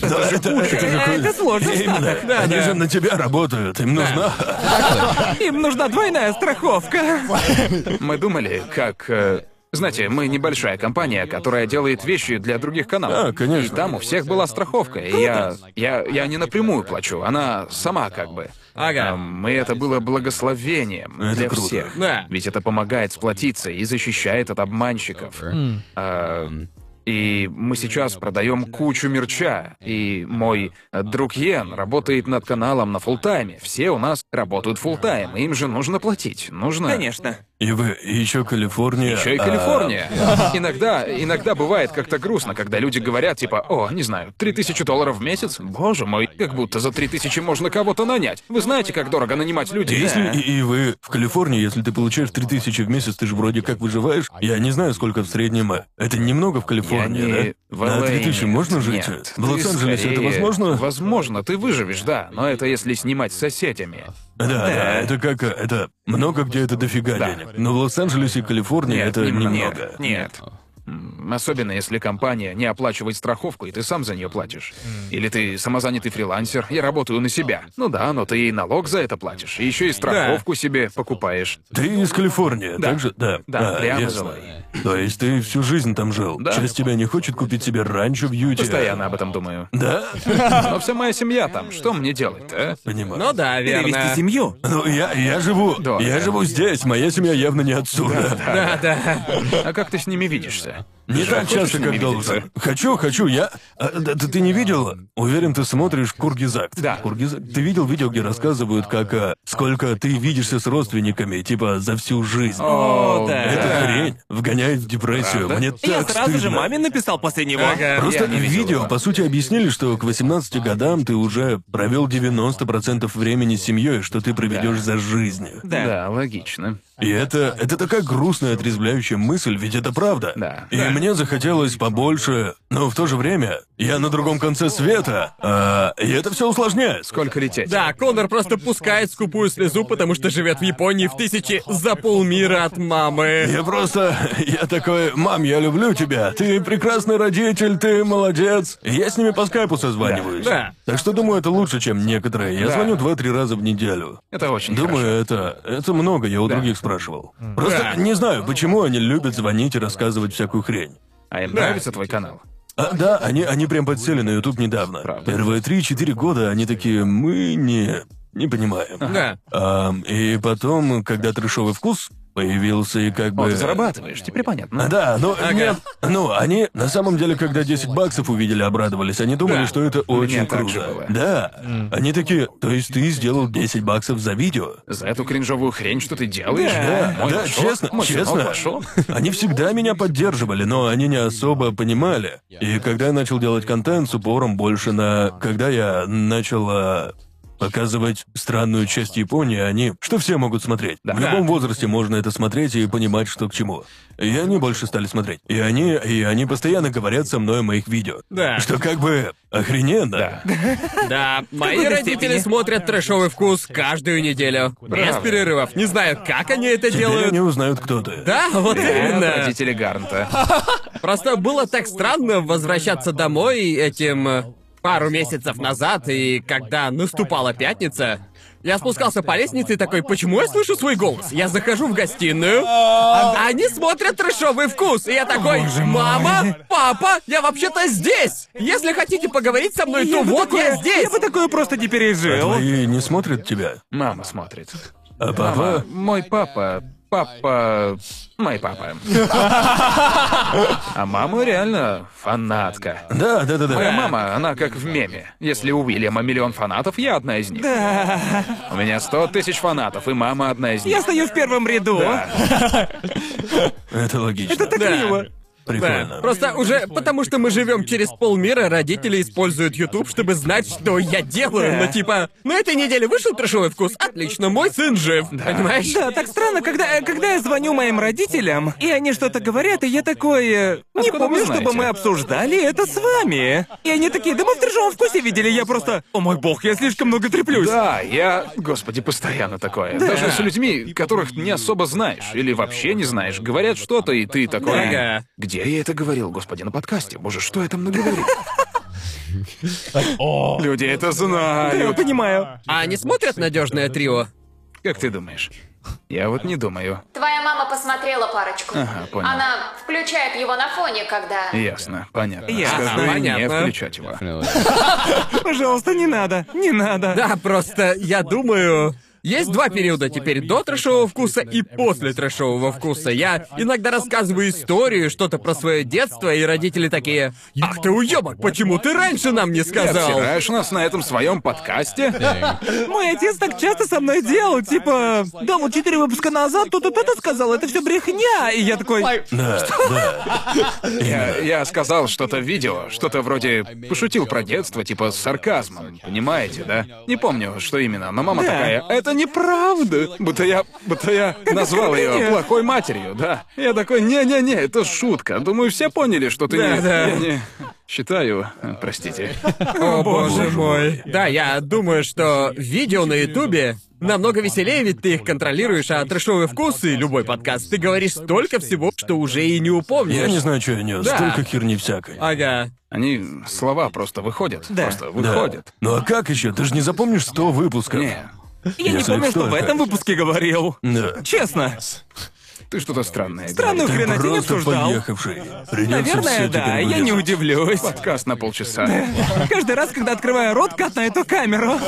S2: Да, это, это
S3: Да,
S2: какой-
S3: Э, это сложно в
S2: Именно.
S3: Штатах, да,
S2: Они
S3: да.
S2: же на тебя работают, им нужна...
S3: Им нужна двойная страховка.
S1: Мы думали, как... э, знаете, мы небольшая компания, которая делает вещи для других каналов.
S2: А, конечно.
S1: И там у всех была страховка, и я... Я, я не напрямую плачу, она сама как бы.
S5: Ага.
S1: А Мы это было благословением
S2: Это
S1: для
S2: круто.
S1: всех.
S5: Да.
S1: Ведь это помогает сплотиться и защищает от обманщиков. А, и мы сейчас продаем кучу мерча. И мой э, друг Йен работает над каналом на фултайме. Все у нас работают фултайм, им же нужно платить. Нужно...
S3: Конечно.
S2: И вы, и еще Калифорния...
S1: Еще и
S2: а,
S1: Калифорния. Иногда, иногда бывает как-то грустно, когда люди говорят, типа, о, не знаю, 3000 долларов в месяц? Боже мой, как будто за 3000 можно кого-то нанять. Вы знаете, как дорого нанимать людей?
S2: Если и, и вы в Калифорнии, если ты получаешь 3000 в месяц, ты же вроде как выживаешь. Я не знаю, сколько в среднем. э, Это немного в Калифорнии,
S1: Я не-
S2: да?
S1: в
S2: На
S1: LA
S2: 3000 можно жить?
S1: нет.
S2: В
S1: Ты
S2: Лос-Анджелесе это
S1: скорее-
S2: возможно?
S1: Возможно, ты выживешь, да, но это если снимать с соседями.
S2: Да, да, это как... э, Это много где это дофига
S1: Да.
S2: денег. Но в Лос-Анджелесе и Калифорнии это
S1: именно
S2: немного.
S1: Нет, нет. М, Особенно если компания не оплачивает страховку, и ты сам за нее платишь. Или ты самозанятый фрилансер, я работаю на себя. Ну да, но ты и налог за это платишь, и еще и страховку себе покупаешь.
S2: Ты из Калифорнии, так же? Да.
S1: Да,
S2: а,
S1: прямо из
S2: ясно. То есть ты всю жизнь там жил?
S1: Да.
S2: Часть тебя не хочет купить себе ранчо в Юте?
S1: Постоянно об этом думаю.
S2: Да?
S1: Но вся моя семья там, что мне делать-то, а?
S2: Понимаю.
S5: Ну да, [LAUGHS]
S3: Перевести
S5: верно.
S3: семью.
S2: Ну, я, я живу...
S1: Да.
S2: я живу здесь, моя семья явно не отсюда.
S5: Да, да.
S1: А как ты с ними видишься?
S2: Не так часто, как должен. Хочу, хочу, я... А, да, да ты не видел? Уверен, ты смотришь Кургизакт.
S1: Да.
S2: Кургизакт. Ты видел видео, где рассказывают, как... а, сколько ты видишься с родственниками, типа, за всю жизнь?
S3: О, да.
S2: Эта хрень вгоняет в депрессию. Мне так
S3: Я сразу же
S2: стыдно.
S3: маме написал после него.
S5: Ага.
S2: Просто
S1: Я не
S2: в
S1: видел
S2: видео,
S1: этого.
S2: по сути, объяснили, что к 18 годам ты уже провел 90% времени с семьей, что ты проведешь за жизнью.
S3: Да.
S1: Да, логично.
S2: И это, это такая грустная, отрезвляющая мысль, ведь это правда.
S1: Да.
S2: И мне захотелось побольше, но в то же время я на другом конце света, а, и это все усложняет.
S1: Сколько лететь?
S5: Да, Конор просто пускает скупую слезу, потому что живет в Японии в тысячи за полмира от мамы.
S2: Я просто... [LAUGHS] Я такой, мам, я люблю тебя, ты прекрасный родитель, ты молодец. И я с ними по скайпу созваниваюсь.
S5: Да.
S2: Так что думаю, это лучше, чем некоторые. Я
S1: Да.
S2: звоню два-три раза в неделю.
S1: Это очень хорошо.
S2: Думаю, это, это много, я у других спрашивал. Просто
S5: Да.
S2: не знаю, почему они любят звонить и рассказывать всякую хрень.
S1: А им нравится твой канал?
S2: А, да, они, они прям подсели на YouTube недавно.
S1: Правда.
S2: Первые 3-4 года они такие, мы не... не понимаем.
S5: Да.
S2: Ам, и потом, когда трешовый вкус появился и как бы...
S1: О, ты зарабатываешь, теперь понятно.
S2: А, Да, ну, нет, ну, они на самом деле, когда 10 баксов увидели, обрадовались. Они думали,
S5: Да.
S2: что это очень
S1: так же
S2: круто.
S1: было.
S2: Да. Они такие, то есть ты сделал 10 баксов за видео?
S1: За эту кринжовую хрень, что ты делаешь?
S2: Да,
S1: Мой
S2: да,
S1: пошёл,
S2: честно,
S1: мой сынок
S2: честно.
S1: пошёл.
S2: Они всегда меня поддерживали, но они не особо понимали. И когда я начал делать контент с упором больше на... Когда я начал... э, показывать странную часть Японии, а не что все могут смотреть. В любом возрасте можно это смотреть и понимать, что к чему. И они больше стали смотреть. И они, и они постоянно говорят со мной о моих видео.
S5: Да.
S2: Что как бы охрененно.
S5: Да, мои
S3: какой-то
S5: родители
S3: степени.
S5: смотрят трэшовый вкус каждую неделю. Без
S1: Браво.
S5: перерывов. Не знаю, как они это
S2: Теперь
S5: делают.
S2: они узнают, кто ты.
S5: Да, вот
S1: Это
S5: именно.
S1: родители Гарнта.
S5: Просто было так странно возвращаться домой этим э, пару месяцев назад, и когда наступала пятница, я спускался по лестнице и такой, почему я слышу свой голос? Я захожу в гостиную, а они смотрят трэшовый вкус, и я такой, мама, папа, я вообще-то здесь! Если хотите поговорить со мной, то вот я здесь!
S3: «Ну Я бы такое просто не
S2: А
S3: пережил.
S2: твои не смотрят тебя?
S1: Мама смотрит.
S2: А папа?
S1: Мой папа. Папа... Мой папа. А мама реально фанатка.
S2: Да, да, да, да.
S1: Моя мама, она как в меме. Если у Уильяма миллион фанатов, я одна из них. У меня сто тысяч фанатов, и мама одна из них.
S3: Я стою в первом ряду.
S2: Это логично.
S5: Да.
S2: Прикольно.
S5: Просто уже потому что мы живем через полмира, родители используют YouTube, чтобы знать, что я делаю. Ну типа, на этой неделе вышел трешовый вкус, отлично, мой сын жив. Понимаешь?
S3: Да, так странно, когда, э, когда я звоню моим родителям, и они что-то говорят, и я такой... э, Не
S1: Откуда вы
S3: помню,
S1: знаете?»
S3: чтобы мы обсуждали это с вами. И они такие, да мы в тяжелом вкусе видели, я просто... О мой бог, я слишком много треплюсь.
S1: Да, я, господи, постоянно такое. Даже с людьми, которых не особо знаешь или вообще не знаешь, говорят что-то, и ты такой...
S5: Да.
S1: Где я это говорил, господи, на подкасте? Боже, что я там наговорил? Люди это
S3: Я
S1: знают.
S3: понимаю.
S5: А они смотрят надежное трио?
S1: Как ты думаешь? Я вот не думаю.
S7: Твоя мама посмотрела парочку.
S1: Ага, понял.
S7: Она включает его на фоне, когда...
S1: Ясно, понятно.
S3: Ясно,
S1: Скажи не
S5: понятно.
S1: включать его.
S3: Пожалуйста, не надо, не надо.
S5: Да, просто я думаю. Есть два периода теперь до трэшового вкуса и после трэшового вкуса. Я иногда рассказываю историю, что-то про свое детство, и родители такие: Ах ты уебок, почему ты раньше нам не
S1: Ты
S5: сказал?
S1: обсираешь нас на этом своем подкасте?
S3: Мой отец так часто со мной делал, типа, да, вот четыре выпуска назад тут вот это сказал, это все брехня. И я такой,
S2: Да, да.
S1: Я, я сказал что-то в видео, что-то вроде пошутил про детство, типа с сарказмом, понимаете, да? Не помню, что именно, но мама такая, это неправда, будто я, будто я назвал ее
S3: оскорбление.
S1: плохой матерью, да? Я такой, не-не-не, это шутка, думаю, все поняли, что ты не...
S5: Да-да.
S1: я не- Считаю, э, простите.
S5: О, боже мой. Да, я думаю, что видео на Ютубе намного веселее, ведь ты их контролируешь, а трэшовый вкус и любой подкаст, ты говоришь столько всего, что уже и не упомнишь.
S2: Я не знаю, что я нес.
S5: Да. А,
S2: Столько херни всякой.
S5: Ага.
S1: Они слова просто выходят, просто
S2: Да.
S1: выходят.
S2: Ну а как еще? Ты же не запомнишь 100 выпусков.
S1: Не,
S3: я не
S2: Если
S3: помню, что
S2: что,
S3: в этом
S2: это-
S3: выпуске говорил.
S2: Да.
S3: Честно.
S1: ты что-то странное
S3: Странную
S1: говоришь.
S2: Ты
S3: хренотень
S2: просто
S3: обсуждал.
S2: поехавший. Придется
S3: Наверное,
S2: все
S3: да,
S2: теперь
S3: я не
S2: вырезать.
S3: удивлюсь.
S1: Подкаст на полчаса.
S3: Каждый раз, когда открываю рот, катаю эту камеру.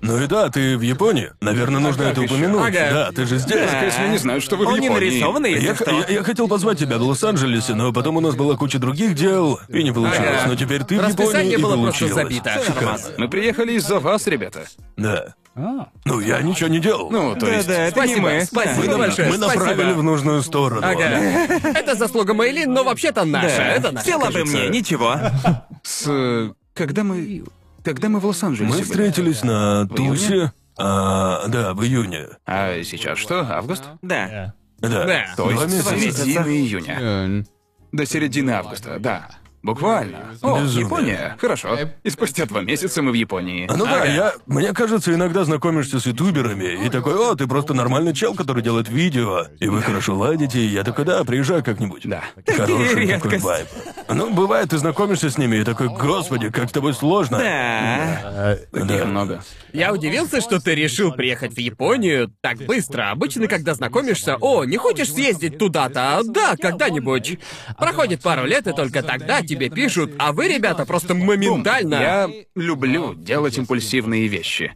S2: Ну и да, ты в Японии. Наверное,
S3: А
S2: нужно это
S1: еще?
S2: упомянуть.
S5: Ага.
S2: Да, ты же здесь.
S1: Если не знаю, что вы в
S3: Он не
S1: Японии.
S3: нарисованный, если
S2: Я,
S3: что.
S2: я- я хотел позвать тебя в Лос-Анджелесе, но потом у нас была куча других дел, и не получилось.
S5: Ага.
S2: Но теперь ты в Японии
S5: Расписание
S2: и
S5: было просто
S2: получилось.
S5: забито.
S1: Мы приехали из-за вас, ребята.
S2: Да. Ну, я ничего не делал.
S1: Ну, то есть...
S3: Да-да, это не
S5: Спасибо,
S3: мы.
S5: спасибо большое.
S2: Мы направили
S5: спасибо.
S2: в нужную сторону.
S5: Ага. Это заслуга Мэйлин, но вообще-то наша. Это
S3: Да.
S5: наша.
S3: Все лапы
S2: кажется.
S3: мне, ничего.
S1: С... э, Когда мы... Когда мы в Лос-Анджелесе
S2: Мы
S1: были?
S2: встретились на Тусе. а, да, в июне.
S1: А сейчас что? Август?
S3: Да.
S2: Да.
S5: Да.
S1: То
S2: Два
S1: есть с
S2: месяца.
S1: середины июня.
S4: [LAUGHS]
S1: До середины августа, да. Буквально. О,
S2: Безумие.
S1: Япония. Хорошо. И спустя два месяца мы в Японии.
S2: Ну да, я, мне кажется, иногда знакомишься с ютуберами и такой, о, ты просто нормальный чел, который делает видео, и вы хорошо ладите, и я такой, да, приезжай как-нибудь.
S1: Да.
S2: Хороший
S3: Такие
S2: такой
S3: редкость.
S2: вайб. Ну, бывает, ты знакомишься с ними и такой, господи, как с тобой сложно.
S3: Да.
S1: Таких много.
S5: Я удивился, что ты решил приехать в Японию так быстро. Обычно, когда знакомишься, о, не хочешь съездить туда-то, а да, когда-нибудь. Проходит пару лет, и только тогда тебе пишут, а вы, ребята, просто моментально.
S1: Я люблю делать импульсивные вещи.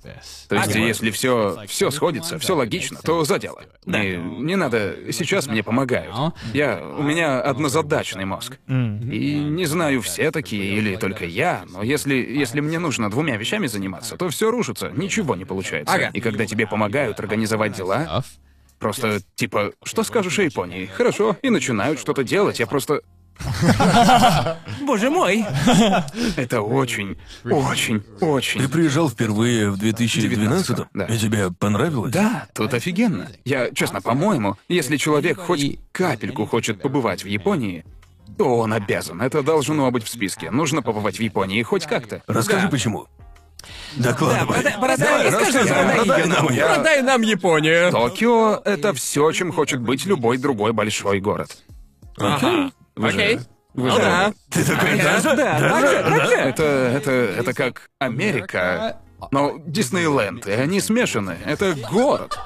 S1: То есть, если все, все сходится, все логично, то за дело. Не, не надо, сейчас мне помогают. Я, у меня однозадачный мозг. И не знаю, все такие или только я, но если, если мне нужно двумя вещами заниматься, то все рушится, ничего не получается.
S5: Ага.
S1: И когда тебе помогают организовать дела, просто типа, что скажешь о Японии? Хорошо, и начинают что-то делать, я просто...
S3: [LAUGHS] Боже мой.
S1: [LAUGHS] Это очень, очень, очень...
S2: Ты приезжал впервые в 2012
S1: Да.
S2: и тебе понравилось?
S1: Да, тут офигенно. Я, честно, по-моему, если человек хоть капельку хочет побывать в Японии, то он обязан. Это должно быть в списке. Нужно побывать в Японии хоть как-то.
S2: Расскажи, почему. Докладывай.
S3: прода- продай,
S2: Давай,
S3: расскажи,
S2: рассказывай,
S3: продай
S2: продай
S3: её
S2: нам. Я-
S5: Продай нам Японию.
S1: Токио — это все, чем хочет быть любой другой большой город.
S2: Окей.
S1: Вы же-
S5: Окей.
S1: вы
S5: Ну
S1: же-
S5: да.
S2: Ты такой,
S3: Да,
S2: даже?
S3: да, так же, так же.
S1: Это, это, это как Америка, но Диснейленд, и они смешаны. Это город,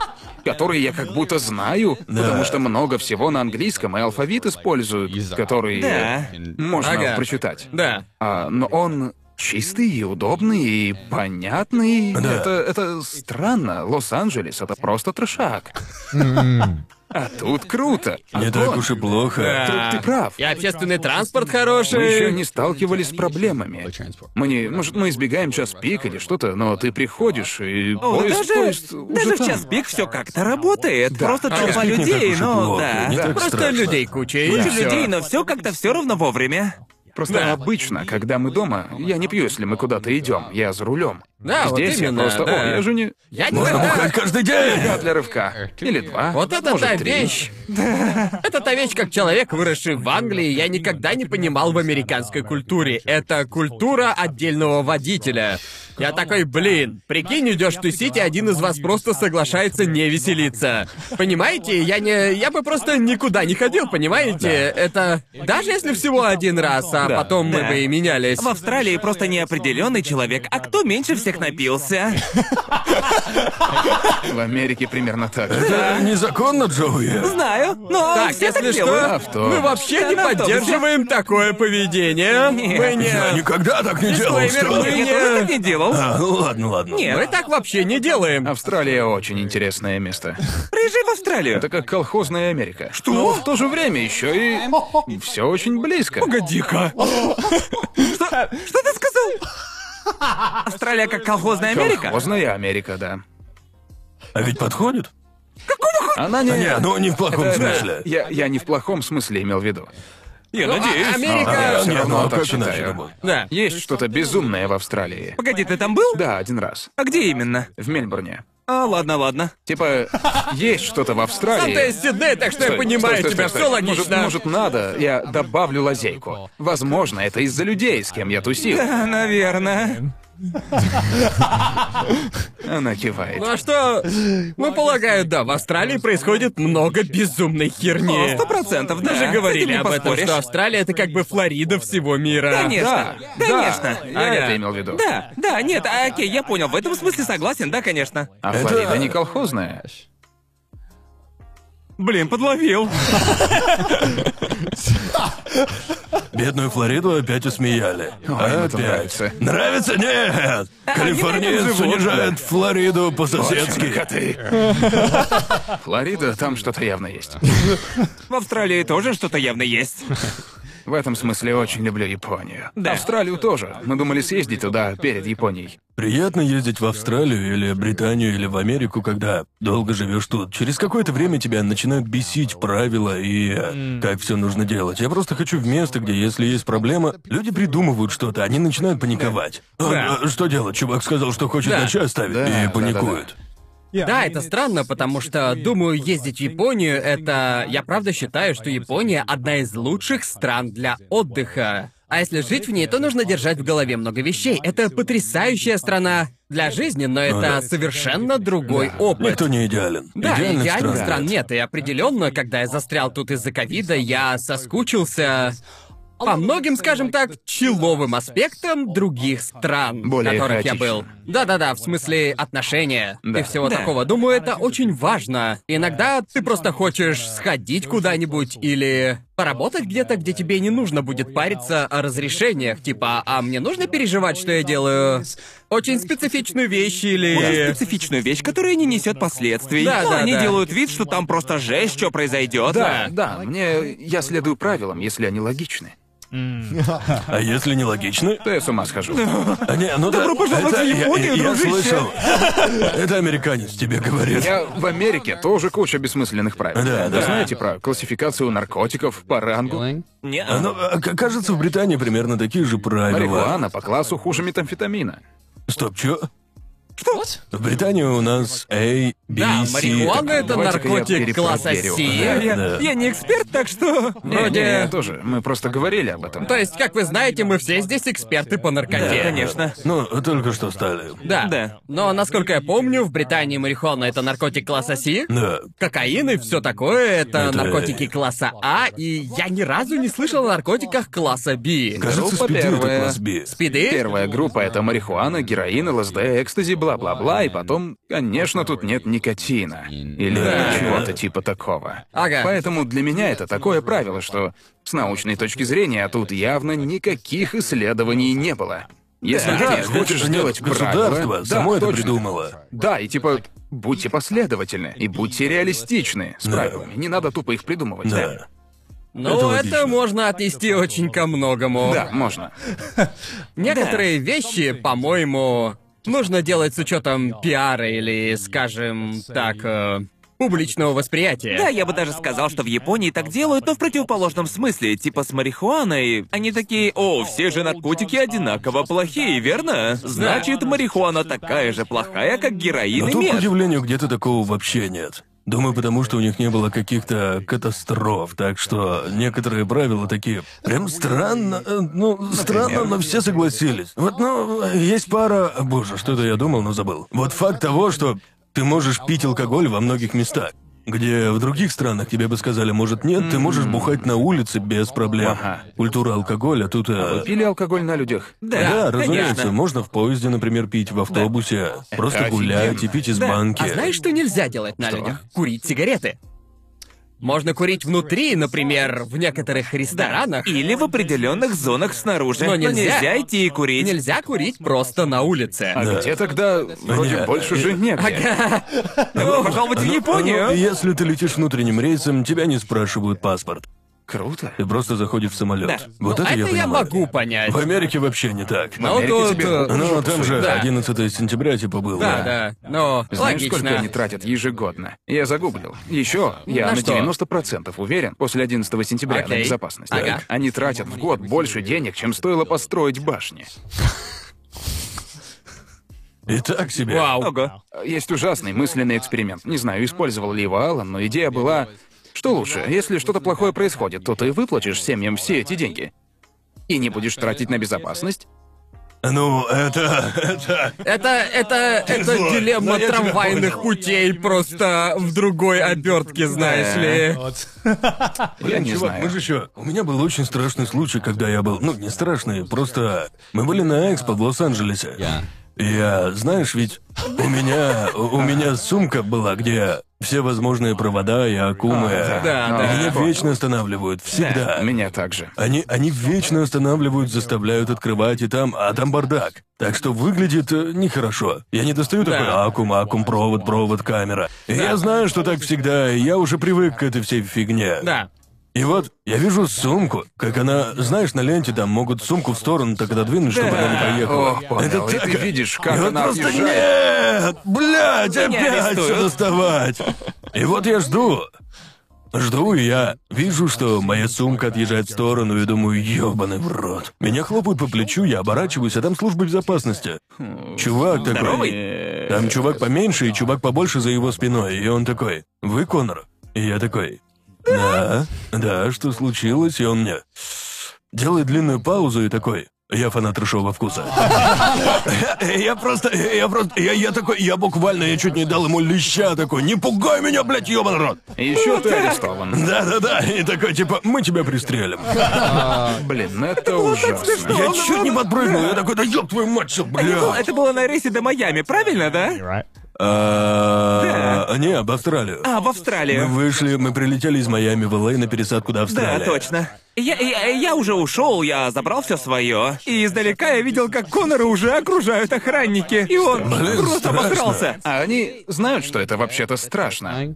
S1: который я как будто знаю, потому что много всего на английском, и алфавит используют, который
S3: Да.
S1: можно
S5: Ага.
S1: прочитать.
S5: Да.
S1: А, но он чистый и удобный и понятный.
S2: Да.
S1: Это, это странно. Лос-Анджелес это просто трешак. А тут круто. А
S2: Не так уж и плохо.
S1: тут ты прав.
S5: И общественный транспорт
S1: Мы еще
S5: хороший.
S1: не сталкивались с проблемами. Мы не, может, мы избегаем час пик или что-то, но ты приходишь и
S3: Ну,
S1: поезд,
S3: даже
S1: поезд уже
S3: даже в
S1: там.
S3: час пик все как-то работает. Просто
S5: А,
S3: толпа
S2: пик не так
S3: людей,
S2: уж и
S3: но
S2: плохо,
S3: да.
S2: не так
S3: Просто
S2: страшно.
S5: людей куча. и
S3: куча
S5: всё.
S3: людей, но все как-то все равно вовремя.
S1: Просто обычно, когда мы дома, я не пью, если мы куда-то идем, я за рулем.
S5: Да, вот
S1: Здесь я
S5: именно,
S1: просто,
S5: да.
S1: о, я же не ну,
S5: Я
S2: Можно
S5: никогда-
S2: бухать каждый день.
S1: я для рывка или два.
S5: Вот это
S1: может,
S5: та
S1: три.
S5: вещь. [LAUGHS] Это та вещь, как человек, выросший в Англии, я никогда не понимал в американской культуре. Это культура отдельного водителя. Я такой, блин, прикинь, идешь в Тусити, один из вас просто соглашается не веселиться. Понимаете, я не. Я бы просто никуда не ходил, понимаете? Это. Даже если всего один раз, а
S1: Да.
S5: потом мы
S3: Да.
S5: бы и менялись.
S3: В Австралии просто неопределенный человек, а кто меньше всех напился?
S1: В Америке примерно так же.
S2: Это незаконно, Джоуи.
S3: Знаю, но
S5: Так,
S3: все
S5: если
S3: так
S5: что,
S3: делают.
S1: Автобус.
S5: мы вообще не
S3: Да, на автобусе.
S5: поддерживаем такое поведение.
S3: Нет.
S5: Мы не.
S2: Я никогда так не делал,
S5: Дисклеймер,
S2: что?
S5: мы
S3: Я
S5: не-
S3: тоже так не делал.
S2: А, ну ладно, ладно.
S3: Нет.
S5: Мы так вообще не делаем.
S1: Австралия очень интересное место.
S3: Приезжай в Австралию.
S1: Это как колхозная Америка. Что? Но в то же время еще и все очень близко.
S3: Погоди-ка. Что, что ты сказал? Австралия как колхозная Америка?
S1: Колхозная Америка, да.
S2: А ведь подходит?
S1: Она не.
S2: Не, ну не в плохом
S1: Э, Да,
S2: смысле.
S1: Я, я не в плохом смысле имел в виду.
S3: Я
S5: Ну, а- Америка.
S2: А,
S1: всё
S2: не,
S1: равно
S2: ну а
S1: так
S2: как
S1: считаю.
S2: иначе работает?
S5: Да.
S1: Есть что-то безумное в Австралии.
S3: Погоди, ты там был?
S1: Да, один раз.
S3: А где именно?
S1: В Мельбурне.
S3: А, ладно, ладно.
S1: Типа, есть что-то в Австралии.
S5: Сам-то из Сиднея, так что я
S1: Стой,
S5: понимаю
S1: стой, стой,
S5: тебя,
S1: стой,
S5: все
S1: стой.
S5: логично.
S1: Может, может, надо, я добавлю лазейку. Возможно, это из-за людей, с кем я тусил.
S3: Да, наверное.
S1: Она кивает.
S5: Ну а что? Мы полагаю, да, в Австралии происходит много безумной херни.
S3: Сто процентов, даже
S5: Да,
S3: говорили
S5: не
S3: об этом,
S5: поспоришь, что Австралия это как бы Флорида всего мира.
S3: Конечно,
S1: Да,
S3: конечно.
S1: Я
S5: Ага.
S1: А это имел в виду.
S3: Да, да, нет, а, окей, я понял, в этом смысле согласен, да, конечно.
S1: А
S2: Это-
S1: Флорида не колхозная.
S3: Блин, подловил.
S2: Бедную Флориду опять усмеяли.
S1: им
S2: опять.
S1: это нравится. А,
S2: Нравится? Нет! Калифорниец унижает Флориду по-соседски.
S1: Флорида, там что-то явно есть.
S3: В Австралии тоже что-то
S5: [LAUGHS]
S3: явно есть.
S1: В этом смысле очень люблю Японию. Австралию тоже. Мы думали съездить туда перед Японией.
S2: Приятно ездить в Австралию или Британию или в Америку, когда долго живешь тут. Через какое-то время тебя начинают бесить правила и э, как все нужно делать. Я просто хочу в место, где, если есть проблема, люди придумывают что-то, они начинают паниковать. А, а, что делать? Чувак сказал, что хочет на чай ставить,
S1: Да, да,
S2: и
S1: да,
S2: паникует.
S5: Да, это странно, потому что, думаю, ездить в Японию — это... Я правда считаю, что Япония — одна из лучших стран для отдыха. А если жить в ней, то нужно держать в голове много вещей. Это потрясающая страна для жизни, но это совершенно другой опыт.
S2: Никто не идеален.
S5: Да,
S2: Идеальных
S5: идеальных,
S2: стран
S5: стран, нет. И определенно, когда я застрял тут из-за ковида, я соскучился по многим, скажем так, человым аспектам других стран,
S1: Более
S5: в которых
S1: хаотично.
S5: я был. Да-да-да, в смысле отношения
S1: Да.
S5: и всего
S3: Да.
S5: такого. Думаю, это очень важно. Иногда ты просто хочешь сходить куда-нибудь или поработать где-то, где тебе не нужно будет париться о разрешениях, типа, а мне нужно переживать, что я делаю очень специфичную вещь или...
S3: Очень специфичную вещь, которая не несет последствий.
S5: Да,
S3: но
S5: да,
S3: они
S5: да.
S3: делают вид, что там просто жесть, что произойдет.
S1: Да, мне я следую правилам, если они логичны.
S2: А если нелогично?
S1: Да я с ума схожу.
S2: А, не, ну Добро
S3: пожаловать в Японию,
S2: я, я
S3: дружище.
S2: слышал. Это американец тебе говорит.
S1: Я в Америке тоже куча бессмысленных правил.
S2: Да, да.
S1: Вы знаете про классификацию наркотиков по рангу?
S3: Не,
S2: А, ну, а, к- кажется, в Британии примерно такие же правила.
S1: Марихуана по классу хуже метамфетамина.
S2: Стоп, чё? Что? В Британии у нас A, B,
S5: Да,
S2: C.
S5: А, марихуана это
S1: давайте-ка я
S5: наркотик
S1: перепроверю.
S5: класса Си.
S3: я,
S2: да.
S3: я не эксперт, так что...
S1: Не, не, я
S5: Вроде...
S1: тоже. Мы просто говорили об этом.
S5: То есть, как вы знаете, мы все здесь эксперты по наркоте.
S3: Конечно.
S2: Ну, только что стали.
S5: Да.
S3: Да.
S5: Но, насколько я помню, в Британии марихуана это наркотик класса Си.
S2: Да.
S5: Кокаин и все такое это,
S2: Это-
S5: наркотики класса А, и я ни разу не слышал о наркотиках класса Б.
S2: Кажется,
S1: Группа
S2: спиды это
S1: первая.
S2: класс B.
S5: Спиды?
S1: Первая группа — это марихуана, героин, ЛСД, экстази, бла-бла-бла, и потом, конечно, тут нет никотина. Или
S5: Да.
S1: чего-то типа такого.
S5: Ага.
S1: Поэтому для меня это такое правило, что с научной точки зрения тут явно никаких исследований не было. Если
S2: Да,
S1: ты
S2: ведь
S1: хочешь
S2: это же
S1: сделать
S2: государство
S1: правила,
S2: само
S1: да,
S2: это
S1: точно.
S2: придумало.
S1: Да, и типа, будьте последовательны и будьте реалистичны с
S2: Да.
S1: правилами. Не надо тупо их придумывать.
S2: Да.
S5: Ну,
S2: это
S5: это,
S2: логично.
S5: можно отнести очень ко многому.
S1: Да, можно.
S5: Некоторые вещи, по-моему, нужно делать с учетом пиара или, скажем так, э, публичного восприятия.
S3: Да, я бы даже сказал, что в Японии так делают, но в противоположном смысле, типа с марихуаной. Они такие, о, все же наркотики одинаково плохие, верно? Значит, марихуана такая же плохая, как
S5: Ну,
S3: героин
S2: Но
S3: и
S2: тут, к
S3: мед.
S2: удивлению, где-то такого вообще нет. Думаю, потому что у них не было каких-то катастроф, так что некоторые правила такие прям странно, э, ну, странно, но все согласились. Вот, ну, э, есть пара... Боже, что-то я думал, но забыл. Вот факт того, что ты можешь пить алкоголь во многих местах. Где в других странах тебе бы сказали, может, нет, ты можешь бухать на улице без проблем.
S1: Ага.
S2: Культура алкоголя тут... э,
S1: Пили алкоголь на людях.
S2: да, разумеется,
S3: конечно.
S2: можно в поезде, например, пить, в автобусе, просто
S1: офигенно.
S2: гулять и пить из банки.
S5: А знаешь, что нельзя делать на людях? Курить сигареты. Можно курить внутри, например, в некоторых ресторанах.
S3: Или в определенных зонах снаружи.
S5: Но нельзя.
S3: идти и
S5: И
S3: курить.
S5: нельзя курить просто на улице.
S1: А где тогда? Вроде
S2: Не,
S1: больше же негде.
S3: Добро пожаловать в
S2: Ну,
S3: Японию.
S2: если ты летишь внутренним рейсом, тебя не спрашивают паспорт.
S1: Круто.
S2: Ты просто заходишь в самолет.
S3: Да.
S2: Вот
S5: А
S2: это, я
S5: это я
S2: понимаю.
S5: могу понять.
S2: В Америке вообще не так.
S5: Но
S1: Америке
S5: тут,
S1: тебе
S5: э,
S1: хуже
S2: Ну, там же
S5: Да.
S2: 11 сентября типа было.
S5: Да, да. Но
S1: Знаешь,
S5: логично. Ну
S1: сколько они тратят ежегодно? Я загуглил. Еще, я
S5: На
S1: на,
S5: что?
S1: 90% уверен, после 11 сентября на
S5: Окей.
S1: безопасность.
S5: Ага.
S1: Так, Они тратят в год больше денег, чем стоило построить башни.
S2: И так себе.
S5: Вау.
S3: Ого.
S1: Есть ужасный мысленный эксперимент. Не знаю, использовал ли его Алан, но идея была... Что лучше, если что-то плохое происходит, то ты выплатишь семьям все эти деньги. И не будешь тратить на безопасность?
S2: Ну, это... это...
S5: Это, это, это
S2: злой.
S5: дилемма
S2: Да, я тебя понял.
S5: трамвайных путей просто в другой обертке, знаешь ли.
S1: Я не
S2: Чувак,
S1: знаю.
S2: мы же еще. У меня был очень страшный случай, когда я был. Ну, не страшный, просто. Мы были на экспо в Лос-Анджелесе. Я, знаешь, ведь у меня. У у меня сумка была, где все возможные провода и акумы.
S5: да,
S1: А, да.
S2: И Меня вечно останавливают. Всегда.
S1: Меня также.
S2: Они, они вечно останавливают, заставляют открывать, и там, а там бардак. Так что выглядит э, нехорошо. Я не достаю такой аккум, аккум, провод, провод, камера. И я знаю, что так всегда, и я уже привык к этой всей фигне.
S5: Да.
S2: И вот я вижу сумку, как она, знаешь, на ленте там могут сумку в сторону так отодвинуть, чтобы она не проехала.
S1: О, понял.
S2: Это
S1: И
S2: так.
S1: ты видишь, как
S2: И вот
S1: она
S2: просто
S1: отъезжает.
S2: нет, блядь, опять
S3: арестуют.
S2: все доставать. И вот я жду. Жду, и я вижу, что моя сумка отъезжает в сторону, и думаю, ёбаный в рот. Меня хлопают по плечу, я оборачиваюсь, а там служба безопасности. Чувак такой.
S1: Э,
S2: Там чувак поменьше и чувак побольше за его спиной, и он такой, «Вы Конор?» И я такой, «Да, да, что случилось?» И он мне делает длинную паузу и такой, «Я фанат трешового вкуса». Я просто, я просто, я, я такой, я буквально, я чуть не дал ему леща такой, «Не пугай меня, блядь, ёбаный рот!»
S1: Еще ты арестован.
S2: Да-да-да, и такой, типа, «Мы тебя пристрелим».
S1: Блин, ну
S2: [LAUGHS]
S1: это ужасно.
S2: Я чуть не подпрыгнул, я такой, «Да ёб твою мать, всё,
S3: А, Это было-
S2: блядь!»
S3: Это было на рейсе до Майами, правильно, да?
S2: А, Не, об Австралию.
S3: А, в
S2: Мы
S3: Австралию.
S2: вышли, мы прилетели из Майами в Л.А. на пересадку до Австралии.
S3: Да, точно. Я, я, я уже ушел, я забрал все свое. И издалека я видел, как Конора уже окружают охранники. И он
S2: Блин,
S3: просто
S2: страшно.
S3: обосрался.
S1: А они знают, что это вообще-то страшно.
S3: Они-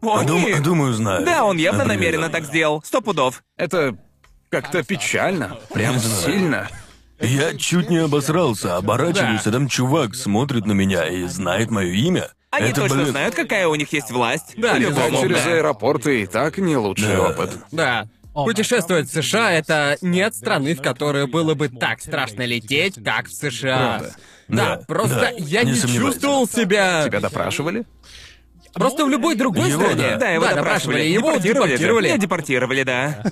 S2: Дум- думаю, знаю.
S3: Да, А он
S2: Определенно.
S3: явно намеренно так сделал. Сто пудов.
S1: Это Как-то печально. Прям
S2: Не знаю.
S1: сильно.
S2: Я чуть не обосрался, оборачиваюсь, а там чувак смотрит на меня и знает мое имя.
S3: Они
S2: Это,
S3: точно
S2: блин,
S3: знают, какая у них есть власть.
S5: Да,
S1: Летать
S5: безусловно.
S1: через аэропорты и так не лучший
S2: Да.
S1: опыт.
S5: Да. Путешествовать в США — это нет страны, в которую было бы так страшно лететь, как в США.
S1: Правда.
S5: Да,
S2: Да,
S5: просто
S2: да,
S5: я
S2: не
S5: не,
S2: сомневаюсь.
S5: чувствовал себя...
S1: Тебя допрашивали?
S5: Просто в любой другой
S2: Его,
S5: стране.
S2: да.
S3: Да, его допрашивали.
S5: Его
S3: Меня
S5: депортировали
S3: депортировали, да.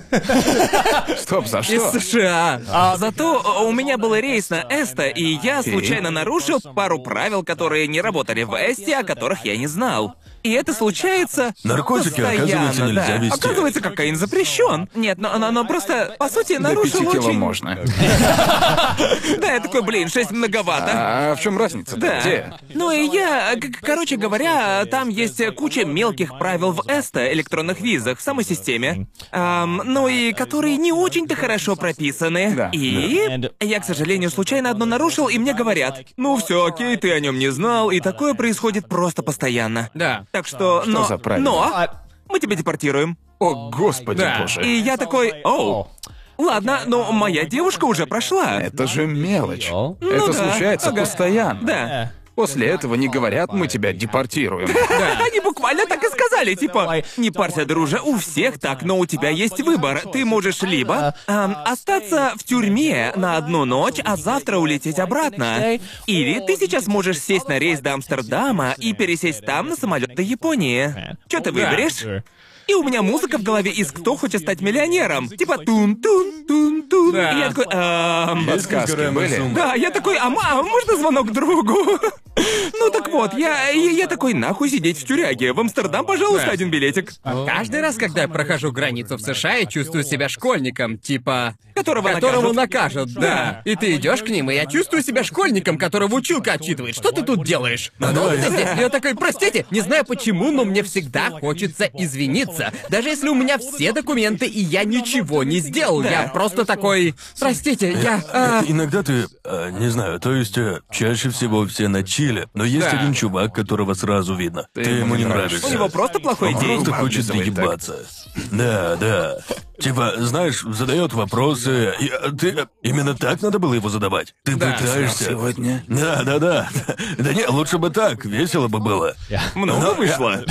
S1: Стоп, за
S5: из
S1: что?
S5: США.
S3: Зато э, у меня был рейс на Эста, и я случайно нарушил пару правил, которые не работали в Эсте, о которых я не знал. И это случается
S2: Наркотики,
S3: постоянно,
S2: оказывается, нельзя
S3: да.
S2: вести.
S3: Оказывается, кокаин запрещен. Нет, но, но, но просто, по сути,
S1: До
S3: нарушил
S1: пяти кило
S3: очень...
S1: можно.
S3: Да, я такой, блин, шесть многовато.
S1: А в чем разница?
S3: Да.
S1: Где?
S3: Ну и я, э, к- короче говоря, там есть э, куча мелких правил в Эста, электронных визах, самой системе. Ам, ну и которые не очень-то хорошо прописаны.
S1: Да.
S3: И я, к сожалению, случайно одно нарушил, и мне говорят, ну все, окей, ты о нем не знал, и такое происходит просто постоянно.
S5: Да.
S3: Так что, но,
S1: за А правила?
S3: но мы тебя депортируем.
S1: О, господи
S5: Да.
S1: боже.
S3: И я такой, оу, ладно, но моя девушка уже прошла.
S1: Это же мелочь.
S3: Ну
S1: Это
S3: да,
S1: случается
S3: ага.
S1: постоянно.
S3: Да.
S1: После этого не говорят, мы тебя депортируем.
S3: Они буквально так и сказали, типа, не парься, друже, у всех так, но у тебя есть выбор. Ты можешь либо эм, остаться в тюрьме на одну ночь, а завтра улететь обратно. Или ты сейчас можешь сесть на рейс до Амстердама и пересесть там на самолет до Японии. Что ты выберешь? И у меня музыка в голове из «Кто хочет стать миллионером?» Типа тун-тун-тун-тун.
S5: Да.
S3: И я такой, «Эм,
S1: Подсказки
S2: Сгораем из
S1: были?
S2: ума.
S3: да, я такой, а, ма- а можно звонок другу? Ну так вот, я, я, я такой, нахуй сидеть в тюряге. В Амстердам, пожалуйста, один билетик.
S5: А Каждый раз, когда я прохожу границу в США, я чувствую себя школьником, типа...
S3: Которого
S5: Которого
S3: накажут.
S5: накажут, да. И ты идешь к ним, и я чувствую себя школьником, которого училка отчитывает. Что ты тут делаешь? Ну, ты здесь. Я такой, простите, не знаю почему, но мне всегда хочется извиниться. Даже если у меня все документы, и я ничего не сделал. Я просто такой, простите, я... а,
S2: Это Иногда ты, э, не знаю, то есть э, чаще всего все на чиле, но есть
S5: Да.
S2: один чувак, которого сразу видно. Ты, ему не нравишься.
S3: У него просто плохой
S2: Он
S3: день.
S2: просто
S1: Губы
S2: хочет
S1: облизывает так.
S2: доебаться. Да, да. Типа, знаешь, задает вопросы. и, э, ты э, именно так надо было его задавать. Ты
S5: Да.
S2: пытаешься.
S1: Сегодня.
S2: Да, да, да. Да не, лучше бы так, весело бы было. Ну,
S3: Много [LAUGHS] вышло.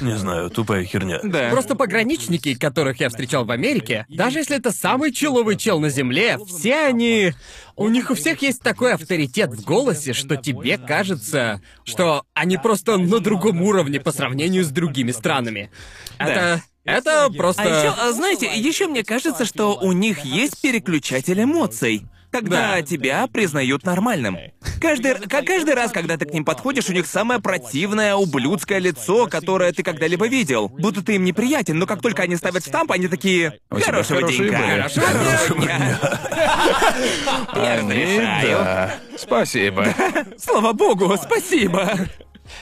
S2: Не знаю, тупая херня.
S3: Да.
S5: Просто пограничники, которых я встречал в Америке, даже если это самый человый чел на земле, все они... У них у всех есть такой авторитет в голосе, что тебе кажется, что они просто на другом уровне по сравнению с другими странами. Это... Это просто...
S3: А еще, знаете, еще мне кажется, что у них есть переключатель эмоций. Когда
S5: Да.
S3: тебя признают нормальным. Каждый, ка- каждый раз, когда ты к ним подходишь, у них самое противное, ублюдское лицо, которое ты когда-либо видел. Будто ты им неприятен, но как только они ставят стамп, они такие...
S1: У тебя
S3: Хорошего
S1: хорошие
S3: денька.
S1: были».
S3: Хорошего дня». [LAUGHS] Я
S1: Они,
S3: разрешаю.
S1: да. Спасибо.
S3: Слава богу, спасибо.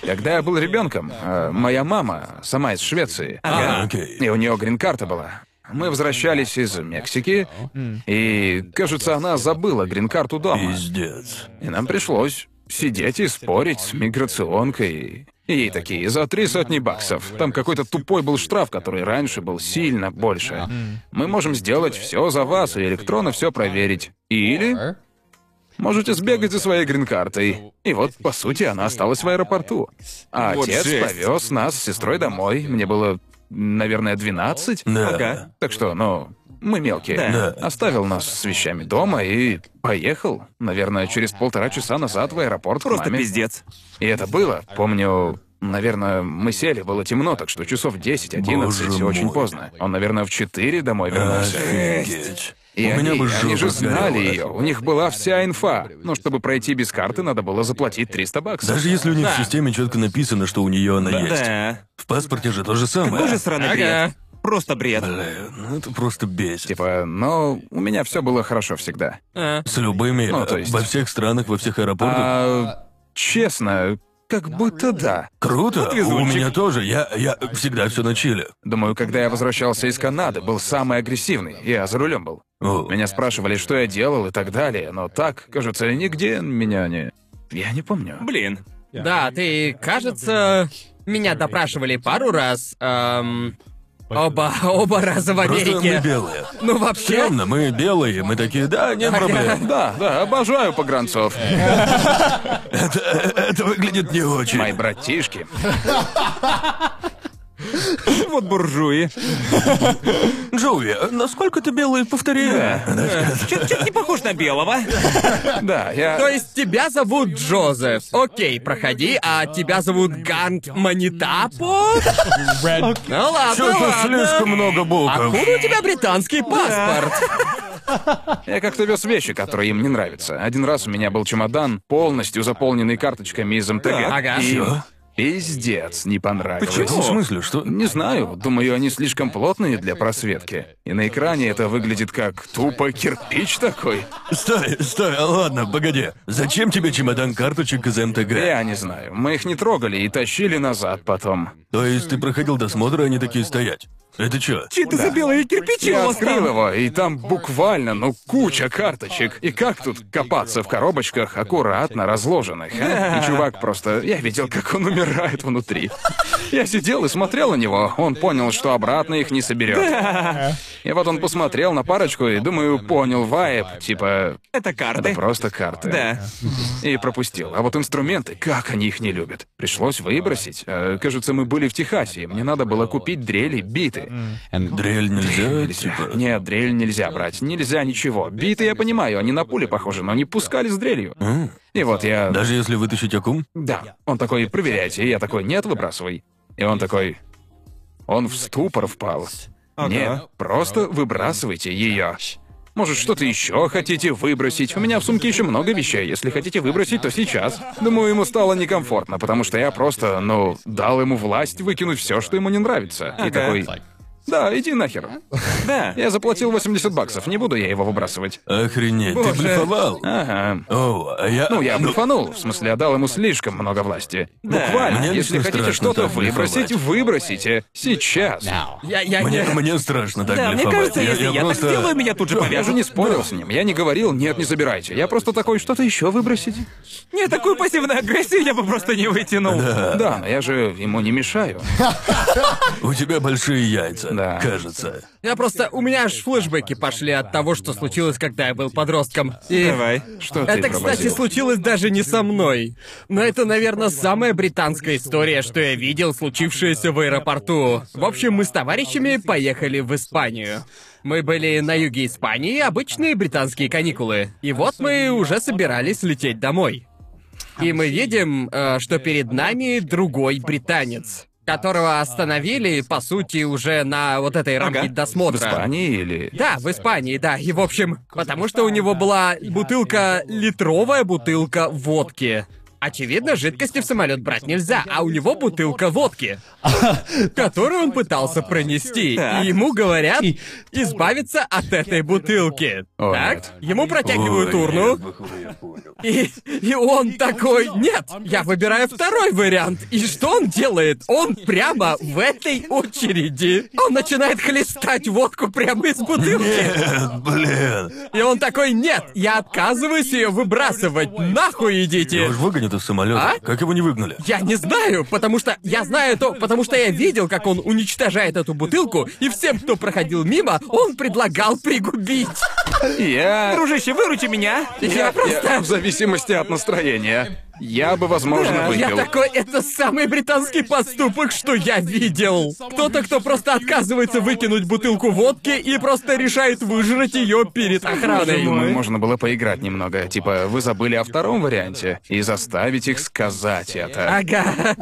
S1: Когда я был ребенком, э, моя мама, сама из Швеции,
S2: А,
S3: Ага.
S2: окей.
S1: и у нее грин-карта была. Мы возвращались из Мексики, и, кажется, она забыла грин-карту дома.
S2: Пиздец.
S1: И нам пришлось сидеть и спорить с миграционкой. И ей такие, за три сотни баксов. Там какой-то тупой был штраф, который раньше был сильно больше. Мы можем сделать все за вас и электронно все проверить. Или можете сбегать за своей грин-картой. И вот, по сути, она осталась в аэропорту. А
S3: Вот
S1: отец
S3: жесть.
S1: повез нас с сестрой домой. Мне было, наверное, 12.
S2: Да.
S3: Ага.
S1: Так что, ну, мы мелкие.
S3: Да.
S1: Оставил нас с вещами дома и поехал. Наверное, через полтора часа назад в аэропорт к
S3: Просто
S1: маме.
S3: пиздец.
S1: И это было. Помню, наверное, мы сели, было темно, так что часов 10-11,
S2: Боже
S1: и очень
S2: мой.
S1: поздно. Он, наверное, в 4 домой вернулся.
S2: А, Офигеть.
S1: И
S2: У
S1: они,
S2: меня бы
S1: они
S2: жопа
S1: же знали
S2: сгорела.
S1: ее, у них была вся инфа. Но чтобы пройти без карты, надо было заплатить 300 баксов.
S2: Даже если у них в системе четко написано, что у нее она есть.
S3: Да.
S2: В паспорте же то же самое.
S3: Боже, сраный бред. Просто бред.
S2: Бля, ну это просто бесит.
S1: Типа, но у меня все было хорошо всегда.
S2: С любыми,
S1: Ну, то есть-
S2: во всех странах, во всех аэропортах.
S1: А, честно, как будто да.
S2: Круто! У меня тоже. Я, я всегда все на чиле.
S1: Думаю, когда я возвращался из Канады, был самый агрессивный. Я за рулем был.
S2: О,
S1: Меня спрашивали, что я делал и так далее, но так, кажется, нигде меня не... Я не помню.
S3: Блин.
S5: Да, ты, кажется, меня допрашивали пару раз. эм, Оба, оба раза в
S2: Просто мы
S5: Америке.
S2: белые.
S5: Ну вообще.
S2: Темно, мы белые, мы такие, да, нет проблем.
S1: Да, да, обожаю погранцов.
S2: Это, это выглядит не очень.
S1: Мои братишки.
S3: Вот буржуи.
S2: Джоуи, а насколько ты белый, повтори?
S3: Чё-то не похож на белого.
S1: Да, я...
S5: То есть тебя зовут Джозеф. Окей, проходи, а тебя зовут Гант Манитапо? Ну ладно,
S2: Чё-то
S5: ладно. А
S2: слишком много
S1: А
S2: букв.
S5: Откуда у тебя британский паспорт?
S1: Я как-то вез вещи, которые им не нравятся. Один раз у меня был чемодан, полностью заполненный карточками из МТГ.
S5: Ага.
S1: И
S2: Чё?
S1: пиздец, не понравилось.
S2: В смысле, что?
S1: Не знаю, думаю, они слишком плотные для просветки. И на экране это выглядит как тупо кирпич такой.
S2: Стой, стой, а ладно, погоди. Зачем тебе чемодан карточек из МТГ?
S1: Я не знаю, мы их не трогали и тащили назад потом.
S2: То есть ты проходил досмотр, а они такие стоять? Это чё?
S3: Чё это за белые кирпичи у
S1: Я
S3: вас
S1: открыл
S3: там?
S1: его, и там буквально, ну, куча карточек. И как тут копаться в коробочках, аккуратно разложенных, а? И чувак просто... Я видел, как он умирает внутри. Я сидел и смотрел на него. Он понял, что обратно их не соберет. И вот он посмотрел на парочку и, думаю, понял вайб, типа...
S3: Это
S1: Это
S3: карты.
S1: просто карты.
S3: Да.
S1: И пропустил. А вот инструменты, как они их не любят. Пришлось выбросить. Э, кажется, мы были в Техасе, и мне надо было купить дрели, биты.
S2: Дрель нельзя,
S1: Нельзя.
S2: типа.
S1: Нет, дрель нельзя брать. Нельзя ничего. Биты я понимаю, они на пули похожи, но они пускали с дрелью. И вот я...
S2: Даже если вытащить акум?
S1: Да. Он такой, проверяйте. И я такой, нет, выбрасывай. И он такой... Он в ступор впал. Нет, просто выбрасывайте ее. Может, что-то еще хотите выбросить? У меня в сумке еще много вещей. Если хотите выбросить, то сейчас. Думаю, ему стало некомфортно, потому что я просто, ну, дал ему власть выкинуть все, что ему не нравится. И такой. Да, иди нахер.
S3: Да.
S1: Я заплатил 80 баксов, не буду я его выбрасывать.
S2: Охренеть, ты блефовал.
S1: Ага.
S2: О, а я...
S1: Ну, я блефанул, в смысле, я дал ему слишком много власти. Буквально,
S2: Мне
S1: если
S2: лично
S1: хотите
S2: страшно
S1: что-то
S2: так блефовать.
S1: выбросить, выбросите. Сейчас.
S5: Я, я,
S2: Мне,
S5: я...
S2: мне страшно так
S3: Да,
S2: блефовать.
S3: мне кажется, если я так
S2: просто...
S3: сделаю, меня тут же
S1: Я же
S3: повяжут.
S1: не спорил с ним, я не говорил, нет, не забирайте. Я просто такой, что-то еще выбросить.
S3: Не, такую пассивную агрессию я бы просто не вытянул.
S1: Да, но я же ему не мешаю.
S2: У тебя большие яйца,
S1: Да.
S2: кажется.
S5: я просто... У меня аж флешбеки пошли от того, что случилось, когда я был подростком. И...
S3: Давай.
S1: Что ты
S5: Это, кстати,
S1: провозил?
S5: случилось даже не со мной. Но это, наверное, самая британская история, что я видел, случившаяся в аэропорту. В общем, мы с товарищами поехали в Испанию. Мы были на юге Испании, обычные британские каникулы. И вот мы уже собирались лететь домой. И мы видим, э, что перед нами другой британец, которого остановили, по сути, уже на вот этой рамке досмотра.
S1: В Испании или...
S5: Да, в Испании, да. И в общем, потому что у него была бутылка, литровая бутылка водки. Очевидно, жидкости в самолет брать нельзя, а у него бутылка водки, которую он пытался пронести. И ему говорят избавиться от этой бутылки.
S1: О,
S5: Так?
S1: нет.
S5: Ему протягивают
S2: Ой,
S5: урну,
S2: я бы- я понял.
S5: и, и он такой, нет, я выбираю второй вариант. И что он делает? Он прямо в этой очереди, он начинает хлестать водку прямо из бутылки.
S2: Нет, блин.
S5: И он такой, нет, я отказываюсь ее выбрасывать, нахуй
S2: Я
S5: идите.
S2: уж выгонят из самолета.
S5: А?
S2: Как его не выгнали?
S5: Я не знаю, потому что я знаю то, потому что я видел, как он уничтожает эту бутылку, и всем, кто проходил мимо, он предлагал пригубить.
S1: Я...
S3: Дружище, выручи меня.
S5: Я
S1: я
S5: просто...
S1: В зависимости от настроения. Я бы, возможно,
S5: Я
S1: выпил.
S5: такой, это самый британский поступок, что я видел. Кто-то, кто просто отказывается выкинуть бутылку водки и просто решает выжрать ее перед охраной.
S1: Думаю, можно было поиграть немного. Типа, вы забыли о втором варианте и заставить их сказать
S5: А
S1: это.
S5: Ага.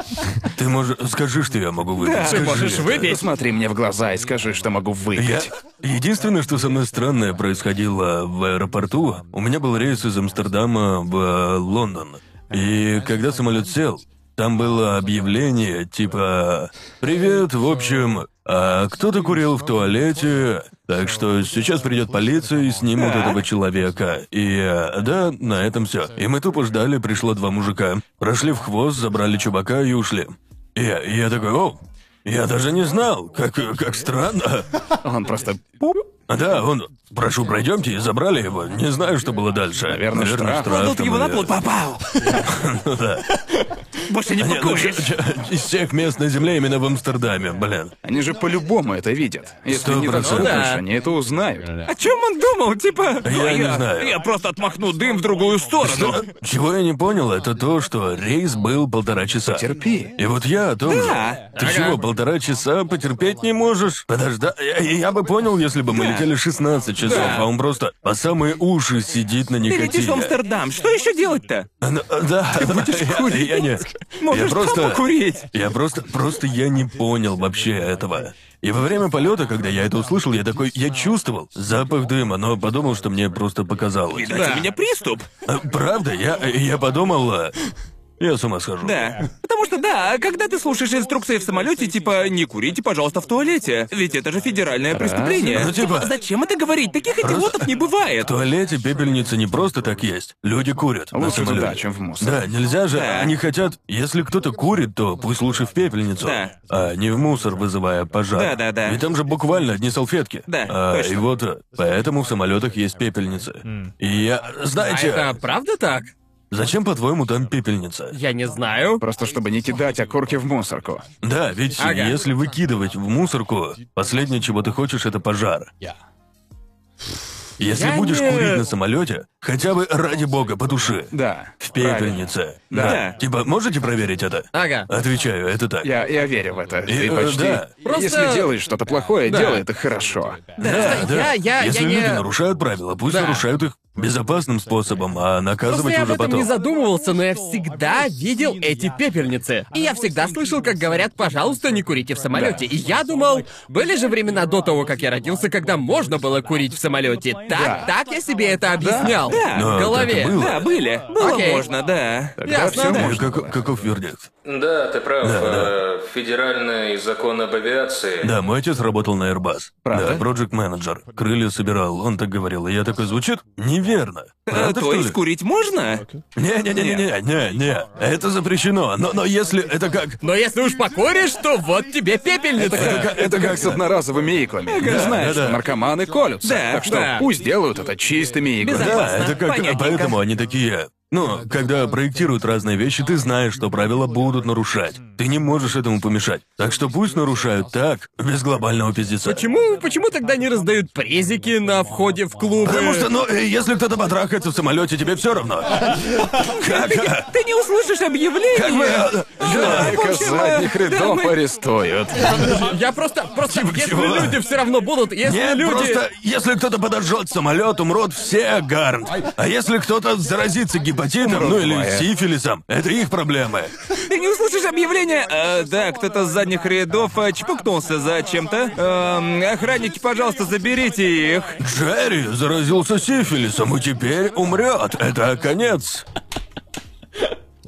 S2: Ты можешь... Скажи, что я могу выпить. Скажи
S5: Можешь
S2: это.
S5: выпить.
S1: Смотри мне в глаза и скажи, что могу
S2: Я...
S1: выпить.
S2: Единственное, что со мной странное происходило в аэропорту, у меня был рейс из Амстердама в э, Лондон. И когда самолет сел, там было объявление типа «Привет, в общем, а кто-то курил в туалете, так что сейчас придет полиция и снимут этого человека». И э, да, на этом все. И мы тупо ждали, пришло два мужика. Прошли в хвост, забрали чувака и ушли. И я, и я такой «О, я даже не знал, как, как странно».
S1: Он просто...
S2: Да, он Прошу, пройдемте и забрали его. Не знаю, что было дальше.
S1: Наверное, штраф.
S3: Кладут
S2: там,
S3: его на
S2: наверное.
S3: пол, попал.
S2: Ну да.
S3: Больше не
S2: Не, ну,
S3: покуришь.
S2: чё- чё- Из всех мест на земле именно в Амстердаме, блин.
S1: Они же по-любому это видят. Если
S2: Сто
S1: не
S2: процентов.
S1: танцуешь,
S5: Да.
S1: они это узнают.
S3: О чем он думал? Типа, «Ну,
S2: не знаю.
S3: я просто отмахну дым в другую сторону.
S2: Чего я не понял, это то, что рейс был полтора часа.
S1: Терпи.
S2: И вот я о том же.
S3: Да.
S2: Ты чего, полтора часа потерпеть не можешь? Подожда, я, я бы понял, если бы мы летели 16 часов, а он просто по самые уши сидит на
S3: Ты летишь в
S2: никотине.
S3: Амстердам, что еще делать-то?
S2: Ну, Да, я, я не...
S3: Можешь
S2: я просто...
S3: там покурить.
S2: Я просто... Просто я не понял вообще этого. И во время полета, когда я это услышал, я такой... Я чувствовал запах дыма, но подумал, что мне просто показалось.
S3: Дайте у меня приступ.
S2: А, Правда, я, я подумал... а, Я с ума схожу.
S3: Да. Потому что да, когда ты слушаешь инструкции в самолете, типа не курите, пожалуйста, в туалете. Ведь это же федеральное преступление. А
S2: Ну, типа-
S3: Зачем это говорить? Таких идиотов не бывает.
S2: В туалете пепельницы не просто так есть. Люди
S3: А
S2: курят. на
S1: Лучше
S2: самолете.
S1: туда, чем в мусор.
S2: Да, нельзя же.
S3: Да.
S2: Они хотят, если кто-то курит, то пусть лучше в пепельницу,
S3: Да.
S2: а не в мусор, вызывая пожар.
S3: Да-да-да.
S2: И там же буквально одни салфетки.
S3: Да,
S2: А,
S3: точно.
S2: И вот э, поэтому в самолетах есть пепельницы. И я,
S5: А
S2: знаете,
S5: это правда так?
S2: зачем по-твоему там пепельница?
S5: Я не знаю.
S1: Просто чтобы не кидать окурки в мусорку.
S2: Да, ведь
S5: Ага.
S2: если выкидывать в мусорку, последнее, чего ты хочешь, это пожар. Если
S5: Я
S2: будешь
S5: не-
S2: курить на самолете, хотя бы ради бога потуши.
S1: Да.
S2: В
S1: правильно.
S2: пепельнице.
S1: Да.
S2: Типа, можете проверить это?
S5: Ага.
S2: Отвечаю, это так.
S1: Я, я верю в это.
S2: И,
S1: Ты
S2: э,
S1: почти.
S2: да.
S5: Просто-
S1: Если делаешь что-то плохое,
S5: Да.
S1: делай это хорошо.
S5: Просто я- я-
S2: Если
S5: я не-
S2: люди нарушают правила, пусть
S5: Да.
S2: нарушают их безопасным способом, а
S5: Просто
S2: наказывать
S5: я об
S2: уже
S5: этом
S2: потом.
S5: не задумывался, но я всегда видел эти пепельницы. И я всегда слышал, как говорят, пожалуйста, не курите в самолете. И я думал, были же времена до того, как я родился, когда можно было курить в самолете. Так, так я себе это объяснял.
S2: Но
S5: в
S2: так и
S5: голове.
S2: было.
S3: Да, были. Было
S5: Окей.
S3: можно, да.
S1: Тогда
S5: Ясно.
S1: все
S5: Да.
S2: Ой,
S1: можно.
S2: как- каков вердикт?
S4: Да, ты прав.
S2: Да,
S4: э, Федеральный закон об авиации.
S2: Да, мой отец работал на Airbus.
S1: Правда?
S2: Да, проект менеджер. Крылья собирал, он так говорил. И я такой, звучит неверно.
S3: Э,
S2: Правда,
S3: То
S2: что
S3: есть
S2: ли?
S3: курить можно?
S2: Не-не-не-не-не-не-не. Это запрещено. Но, но если это как...
S5: Но если уж покуришь, то вот тебе пепельница.
S1: Это как с одноразовыми иглами. Ты знаешь,
S2: да,
S1: что
S2: да.
S1: наркоманы колются.
S3: Да,
S1: Так что
S5: да.
S1: пусть делают это чистыми иглами.
S2: Да,
S3: Безопасно.
S2: это как...
S3: Понятненько.
S2: Поэтому они такие... Ну, когда проектируют разные вещи, ты знаешь, что правила будут нарушать. Ты не можешь этому помешать. Так что пусть нарушают так, без глобального пиздеца.
S5: Почему, почему тогда не раздают презики на входе в клубы?
S2: Потому что, ну, э, если кто-то потрахается в самолете, тебе все равно. Как? э,
S3: Ты не услышишь
S2: Как бы...
S3: объявление.
S2: э,
S1: Да,
S3: в общем, э,
S1: задних
S3: да,
S1: рядов
S3: мы-
S1: арестуют.
S5: Я просто, просто, если
S2: Типа, чего?
S5: люди все равно будут, если
S2: Нет,
S5: люди...
S2: просто если кто-то подожжет самолет, умрут все гарнт. А если кто-то заразится гепатитом, ну или
S1: двое.
S2: сифилисом, это их проблемы.
S3: Ты не услышишь объявление? «Э, да, кто-то с задних рядов э, чпокнулся за чем-то. Эм, охранники, пожалуйста, заберите их.
S2: Джерри заразился сифилисом и теперь умрет. Это конец.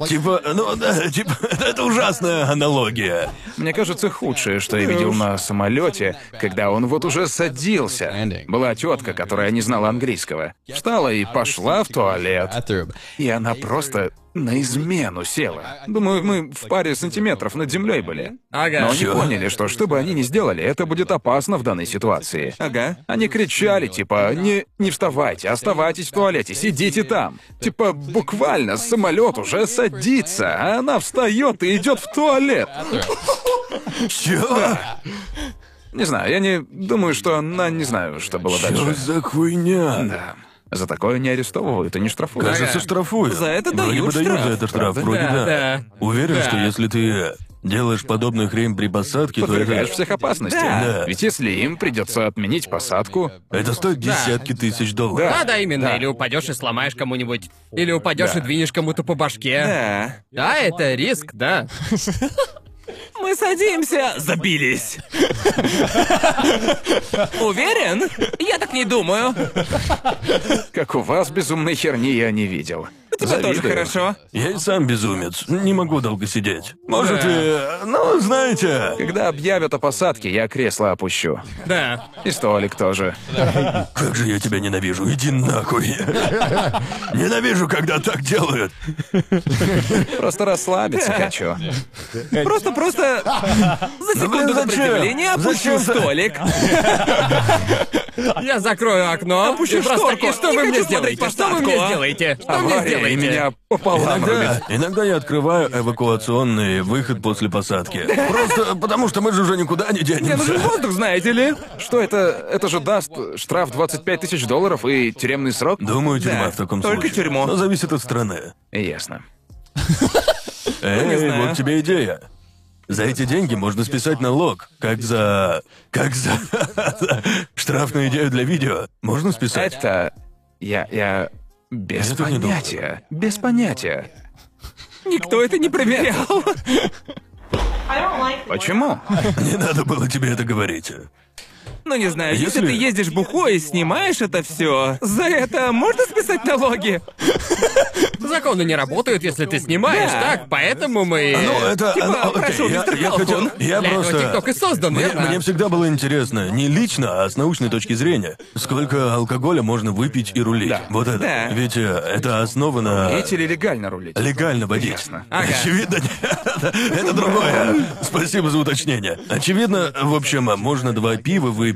S2: Типа, ну да, типа, [LAUGHS] это ужасная аналогия.
S1: Мне кажется, худшее, что я видел на самолете, когда он вот уже садился. Была тетка, которая не знала английского. Встала и пошла в туалет. И она просто на измену села. Думаю, мы в паре сантиметров над землей были.
S5: Ага.
S1: Но они
S2: Чё?
S1: поняли, что что бы они ни сделали, это будет опасно в данной ситуации.
S3: Ага.
S1: Они кричали, типа, не, не вставайте, оставайтесь в туалете, сидите там. Типа, буквально самолет уже садится, а она встает и идет в туалет.
S2: Чё?
S1: Не знаю, я не думаю, что она не знаю, что было
S2: Чё
S1: дальше.
S2: за хуйня?
S1: Да. За такое не арестовывают и не штрафуют.
S2: Кажется, штрафуют.
S3: За это
S2: Вроде бы
S3: дают
S2: дают
S3: штраф.
S2: за это штраф,
S1: Правда?
S2: вроде
S5: Да,
S2: да.
S5: да.
S2: Уверен, что если ты делаешь подобную хрень при посадке, то это...
S1: Подвергаешь всех опасности.
S2: Да.
S1: Ведь если им придется отменить посадку,
S2: Это стоит десятки тысяч долларов.
S5: А, Да, да, именно.
S1: Да.
S5: Или упадешь и сломаешь кому-нибудь. Или упадешь
S1: Да.
S5: и двинешь кому-то по башке.
S3: Да.
S5: Да. это риск, да.
S3: Мы садимся. Забились. Уверен? Я так не думаю.
S1: как у вас безумной херни я не видел.
S3: этого тоже
S2: Завидую.
S3: хорошо.
S2: Я и сам безумец. Не могу долго сидеть. Может, и... Ну, знаете...
S1: Когда объявят о посадке, я кресло опущу.
S5: Да.
S1: И столик тоже.
S2: Как же я тебя ненавижу. Иди
S3: [LAUGHS]
S2: нахуй. Ненавижу, когда так делают.
S1: Просто расслабиться хочу.
S3: Просто, просто за
S2: блин,
S3: секунду
S2: Ну, зачем?
S3: сопротивления опущу
S2: Зачем за-
S3: столик.
S5: Я закрою окно.
S3: Опущу
S5: и просто
S3: шторку.
S5: такой, Что
S3: Не
S5: вы мне
S3: хочу смотреть
S5: сделаете? Что вы мне
S3: поставку.
S5: сделаете? Что мне
S1: Авария и
S5: сделаете?
S1: меня пополам рубит.
S2: Иногда, иногда я открываю эвакуационный выход после посадки. Просто потому, что мы же уже никуда не
S3: Мне нужен
S2: денемся.
S3: воздух, знаете ли.
S1: Что это? Это же даст штраф 25 тысяч долларов и тюремный срок?
S2: Думаю, тюрьма
S3: Да,
S2: в таком
S3: только
S2: случае.
S3: тюрьму.
S2: Но зависит от страны.
S1: Ясно.
S2: Эй,
S3: знаю.
S2: вот тебе идея. За эти деньги можно списать налог, как за... как за... [LAUGHS] штрафную идею для видео. Можно списать.
S1: Это... Я... я... Без
S2: Я так не думал.
S1: понятия. Без понятия.
S3: Никто это не проверял.
S1: Почему?
S2: Не надо было тебе это говорить.
S3: Ну не знаю, если,
S2: Если-
S3: ты ездишь бухой и снимаешь это все, за это можно списать налоги?
S5: Законы не работают, если ты снимаешь,
S3: Да.
S5: так? Поэтому мы...
S2: Ну, это...
S3: типа,
S2: ну, окей,
S3: прошу,
S2: я,
S3: мистер
S2: я
S3: Калкун.
S2: хотел... Я
S5: Для этого
S2: просто...
S5: TikTok и создан,
S2: мне,
S5: верно?
S2: мне всегда было интересно, не лично, а с научной точки зрения, сколько алкоголя можно выпить и рулить. Вот это.
S3: Да.
S2: Ведь э, это основано...
S1: Эти ли легально рулить?
S2: Легально водить. [LAUGHS]
S1: Ясно.
S2: Очевидно, нет. [LAUGHS] это другое. Спасибо за уточнение. Очевидно, в общем, можно два пива выпить.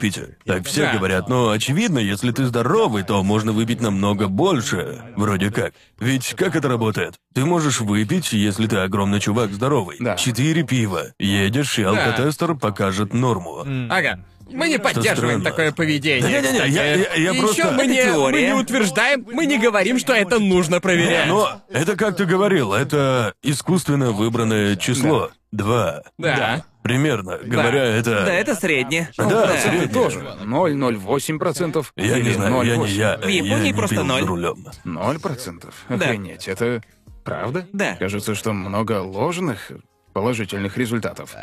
S2: Так все
S5: Да.
S2: говорят, но очевидно, если ты здоровый, то можно выпить намного больше. Вроде как. Ведь как это работает? Ты можешь выпить, если ты огромный чувак здоровый.
S1: Да.
S2: Четыре пива. Едешь, и алкотестер покажет норму.
S5: Ага. Мы не поддерживаем
S2: странно.
S5: такое поведение.
S2: Не-не-не,
S5: кстати.
S2: я- я- я
S5: И
S2: просто-
S5: ещё мы не, мы
S3: Теория.
S5: не утверждаем, мы не говорим, что это нужно проверять.
S2: Но это как ты говорил, это искусственно выбранное число. Два.
S5: да.
S2: Примерно, говоря это...
S3: Да, это среднее.
S2: Да,
S3: Да.
S2: среднее.
S1: Тоже. 0,08%.
S2: Я не
S1: или
S2: знаю, я не
S1: 0,8.
S2: я.
S3: В Японии
S2: я не
S3: просто
S2: пил за
S3: ноль.
S2: рулем.
S1: 0%? Охренеть, это... Правда?
S3: Да.
S1: Кажется, что много ложных положительных результатов.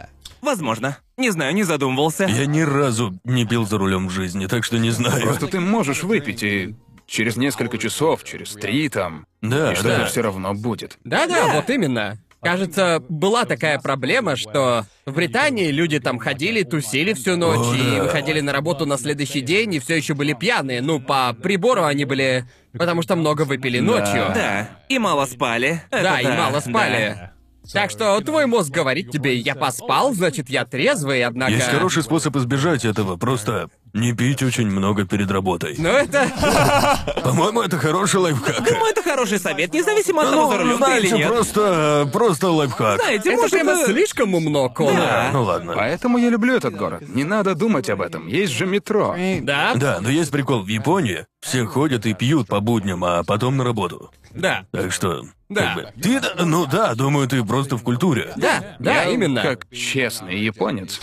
S3: Возможно. Не знаю, не задумывался.
S2: Я ни разу не пил за рулем в жизни, так что не знаю.
S1: Просто ты можешь выпить, и через несколько часов, через три там,
S2: Да,
S1: и что-то
S2: да.
S1: все равно будет.
S5: Да-да, вот именно. Кажется, была такая проблема, что в Британии люди там ходили, тусили всю
S2: О,
S5: ночь и
S2: да.
S5: выходили на работу на следующий день и все еще были пьяные. Ну, по прибору они были, потому что много выпили ночью.
S3: Да. И мало спали. Это
S5: Да, и мало спали.
S3: да.
S5: Так что твой мозг говорит тебе, я поспал, значит, я трезвый, однако...
S2: Есть хороший способ избежать этого, просто не пить очень много перед работой.
S5: Ну это...
S2: По-моему, это хороший лайфхак. Ну,
S3: Ну, это хороший совет, независимо от того, за рулем ты или
S2: знаете,
S3: нет.
S2: просто, просто лайфхак.
S3: Знаете,
S5: Это
S3: может,
S5: прямо
S3: э,
S5: слишком умно, Конор.
S2: Да, ну ладно.
S1: Поэтому я люблю этот город. Не надо думать об этом. Есть же метро.
S5: Да?
S2: Да, но есть прикол в Японии. Все ходят и пьют по будням, а потом на работу.
S5: Да.
S2: Так что,
S5: Да.
S2: как бы, ты, ну да, думаю, ты просто в культуре.
S5: Да, да,
S1: Я
S5: именно.
S1: Как честный японец.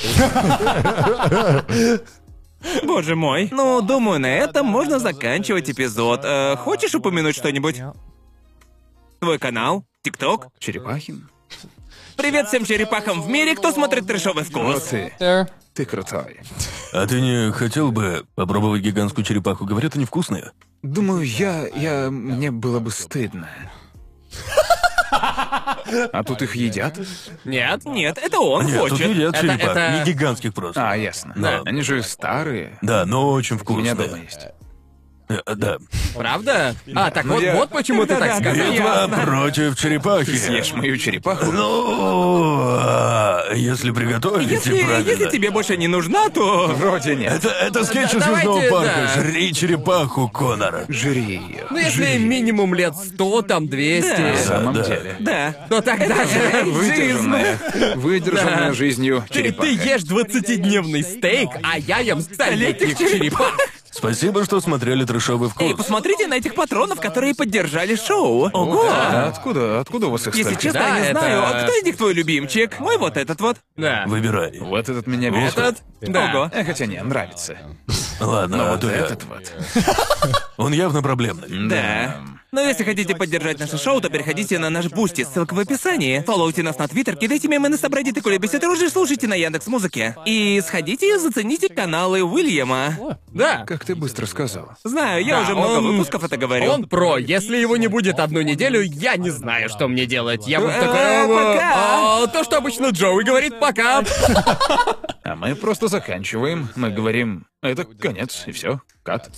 S3: Боже мой. Ну, думаю, на этом можно заканчивать эпизод. Э, хочешь упомянуть что-нибудь? Твой канал? ТикТок?
S1: Черепахин?
S3: Привет всем черепахам в мире, кто смотрит трешовый
S1: Вот
S3: вкус.
S1: ты. Ты крутой.
S2: А ты не хотел бы попробовать гигантскую черепаху? Говорят, они вкусные.
S1: Думаю, я... я... мне было бы стыдно. А тут их едят?
S5: Нет?
S3: Нет, это он
S2: Нет, тут
S3: хочет.
S2: едят
S5: Это-
S2: черепах,
S5: это-
S2: не гигантских просто.
S1: А, ясно.
S2: Да.
S1: Они же старые.
S2: Да, но очень
S1: У меня
S2: вкусные.
S1: дома есть.
S2: Э, Да.
S5: Правда? А,
S2: Ну
S5: так вот,
S1: я-
S5: вот почему ты так
S3: Да-да-да,
S5: сказал.
S2: Битва против черепахи.
S1: Съешь мою черепаху?
S2: Ну, а, если приготовить
S3: Если,
S2: правильно.
S3: если тебе больше не нужна, то...
S1: Вроде нет.
S2: Это, это скетч из
S5: Да,
S2: Южного
S5: давайте,
S2: парка.
S5: да.
S2: Жри черепаху, Конор.
S1: Жри ее.
S5: Ну, если минимум лет 100, там 200,
S1: На самом
S2: да.
S1: деле.
S3: Да.
S5: то тогда же...
S1: Выдержанная. Выдержанная
S5: Да.
S1: жизнью
S5: Ты,
S1: черепаха.
S5: ты ешь 20-дневный стейк, а я ем столетних черепах.
S2: Спасибо, что смотрели трешовый
S3: И
S2: вкус.
S3: посмотрите на этих патронов, которые поддержали шоу. Ого!
S1: А откуда, откуда у вас их
S3: Если
S1: столько?
S3: честно,
S5: Да,
S3: я не
S5: это-
S3: знаю, а кто из них твой любимчик? Мой вот этот вот.
S5: Да.
S2: Выбирай.
S1: Вот этот меня бесит.
S5: Да.
S3: Ого.
S1: Э, Хотя не, нравится.
S2: Ладно,
S1: Но
S2: а
S1: вот
S2: то я-
S1: этот вот.
S2: Он явно проблемный.
S5: Да. Но Ну, если хотите поддержать наше шоу, то переходите на наш Бусти, ссылка в описании. Фоллоуте нас на Твиттер, кидайте мемы на Собрадит и Кулебисе Дружи, слушайте на Яндекс Музыке. И сходите и зацените каналы Уильяма. Да.
S1: Как ты быстро сказал.
S5: Знаю, я
S3: Да,
S5: уже много
S3: он-
S5: выпусков это говорил.
S3: Он про. Если его не будет одну неделю, я не знаю, что мне делать. Я буду
S5: Э,
S3: такой...
S5: пока.
S3: «А, То, что обычно Джоуи говорит «пока».
S1: А мы просто заканчиваем. Мы говорим, это конец, и все. Кат.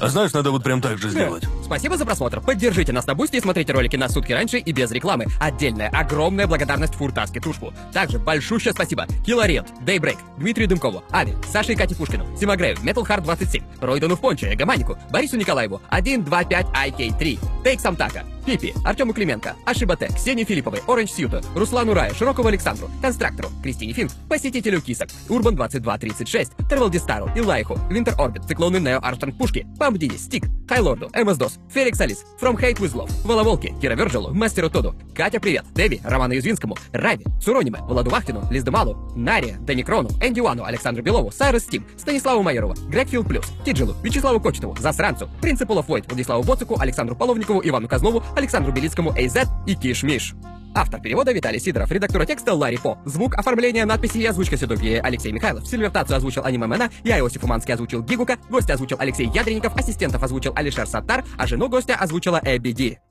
S2: А знаешь, надо вот прям так же сделать.
S3: Спасибо за просмотр. Поддержите нас на Бусти и смотрите ролики на сутки раньше и без рекламы. Отдельная огромная благодарность Фуртаске Тушку. Также большущее спасибо Киларет, Дейбрейк, Дмитрию Дымкову, Али, Саше и Кате Пушкину, Симагрею, Metal Hard 27, Ройдону в Понче, Гаманику, Борису Николаеву, 125 IK3, Тейк Самтака, Пипи, Артему Клименко, Ашибате, Ксении Филипповой, Оранж Сьюта, Руслану Рая, Широкову Александру, Констрактору, Кристине Финк, Посетителю Кисок, Урбан 2236, Тревел Дистару, Илайху, Винтер Орбит, Циклоны Нео Армстронг Пушки, Пам Диди, Стик, Хайлорду, МС Дос, Феликс Алис, From Hate With Love, Воловолки, Кира Верджелу, Мастеру Тоду, Катя Привет, Дэви, Роману Юзвинскому, Рави, Сурониме, Владу Вахтину, Лиздемалу, Наре, Дэнни Крону, Энди Уану, Александру Белову, Сайрус Стим, Станиславу Майорову, Грег Фил Плюс, Тиджилу, Вячеславу Кочетову, Засранцу, Принципу Лофлойд, Владиславу Боцику, Александру Половникову, Ивану Козлову, Александру Белицкому, Эйзет и Киш Миш. Автор перевода Виталий Сидоров, редактора текста Ларри По. Звук, оформление, надписи и озвучка Сидупье Алексей Михайлов. Сильвертацию озвучил Аниме Мэна, я Иосиф Уманский озвучил Гигука, гостя озвучил Алексей Ядренников, ассистентов озвучил Алишер Саттар, а жену гостя озвучила Эбби Ди.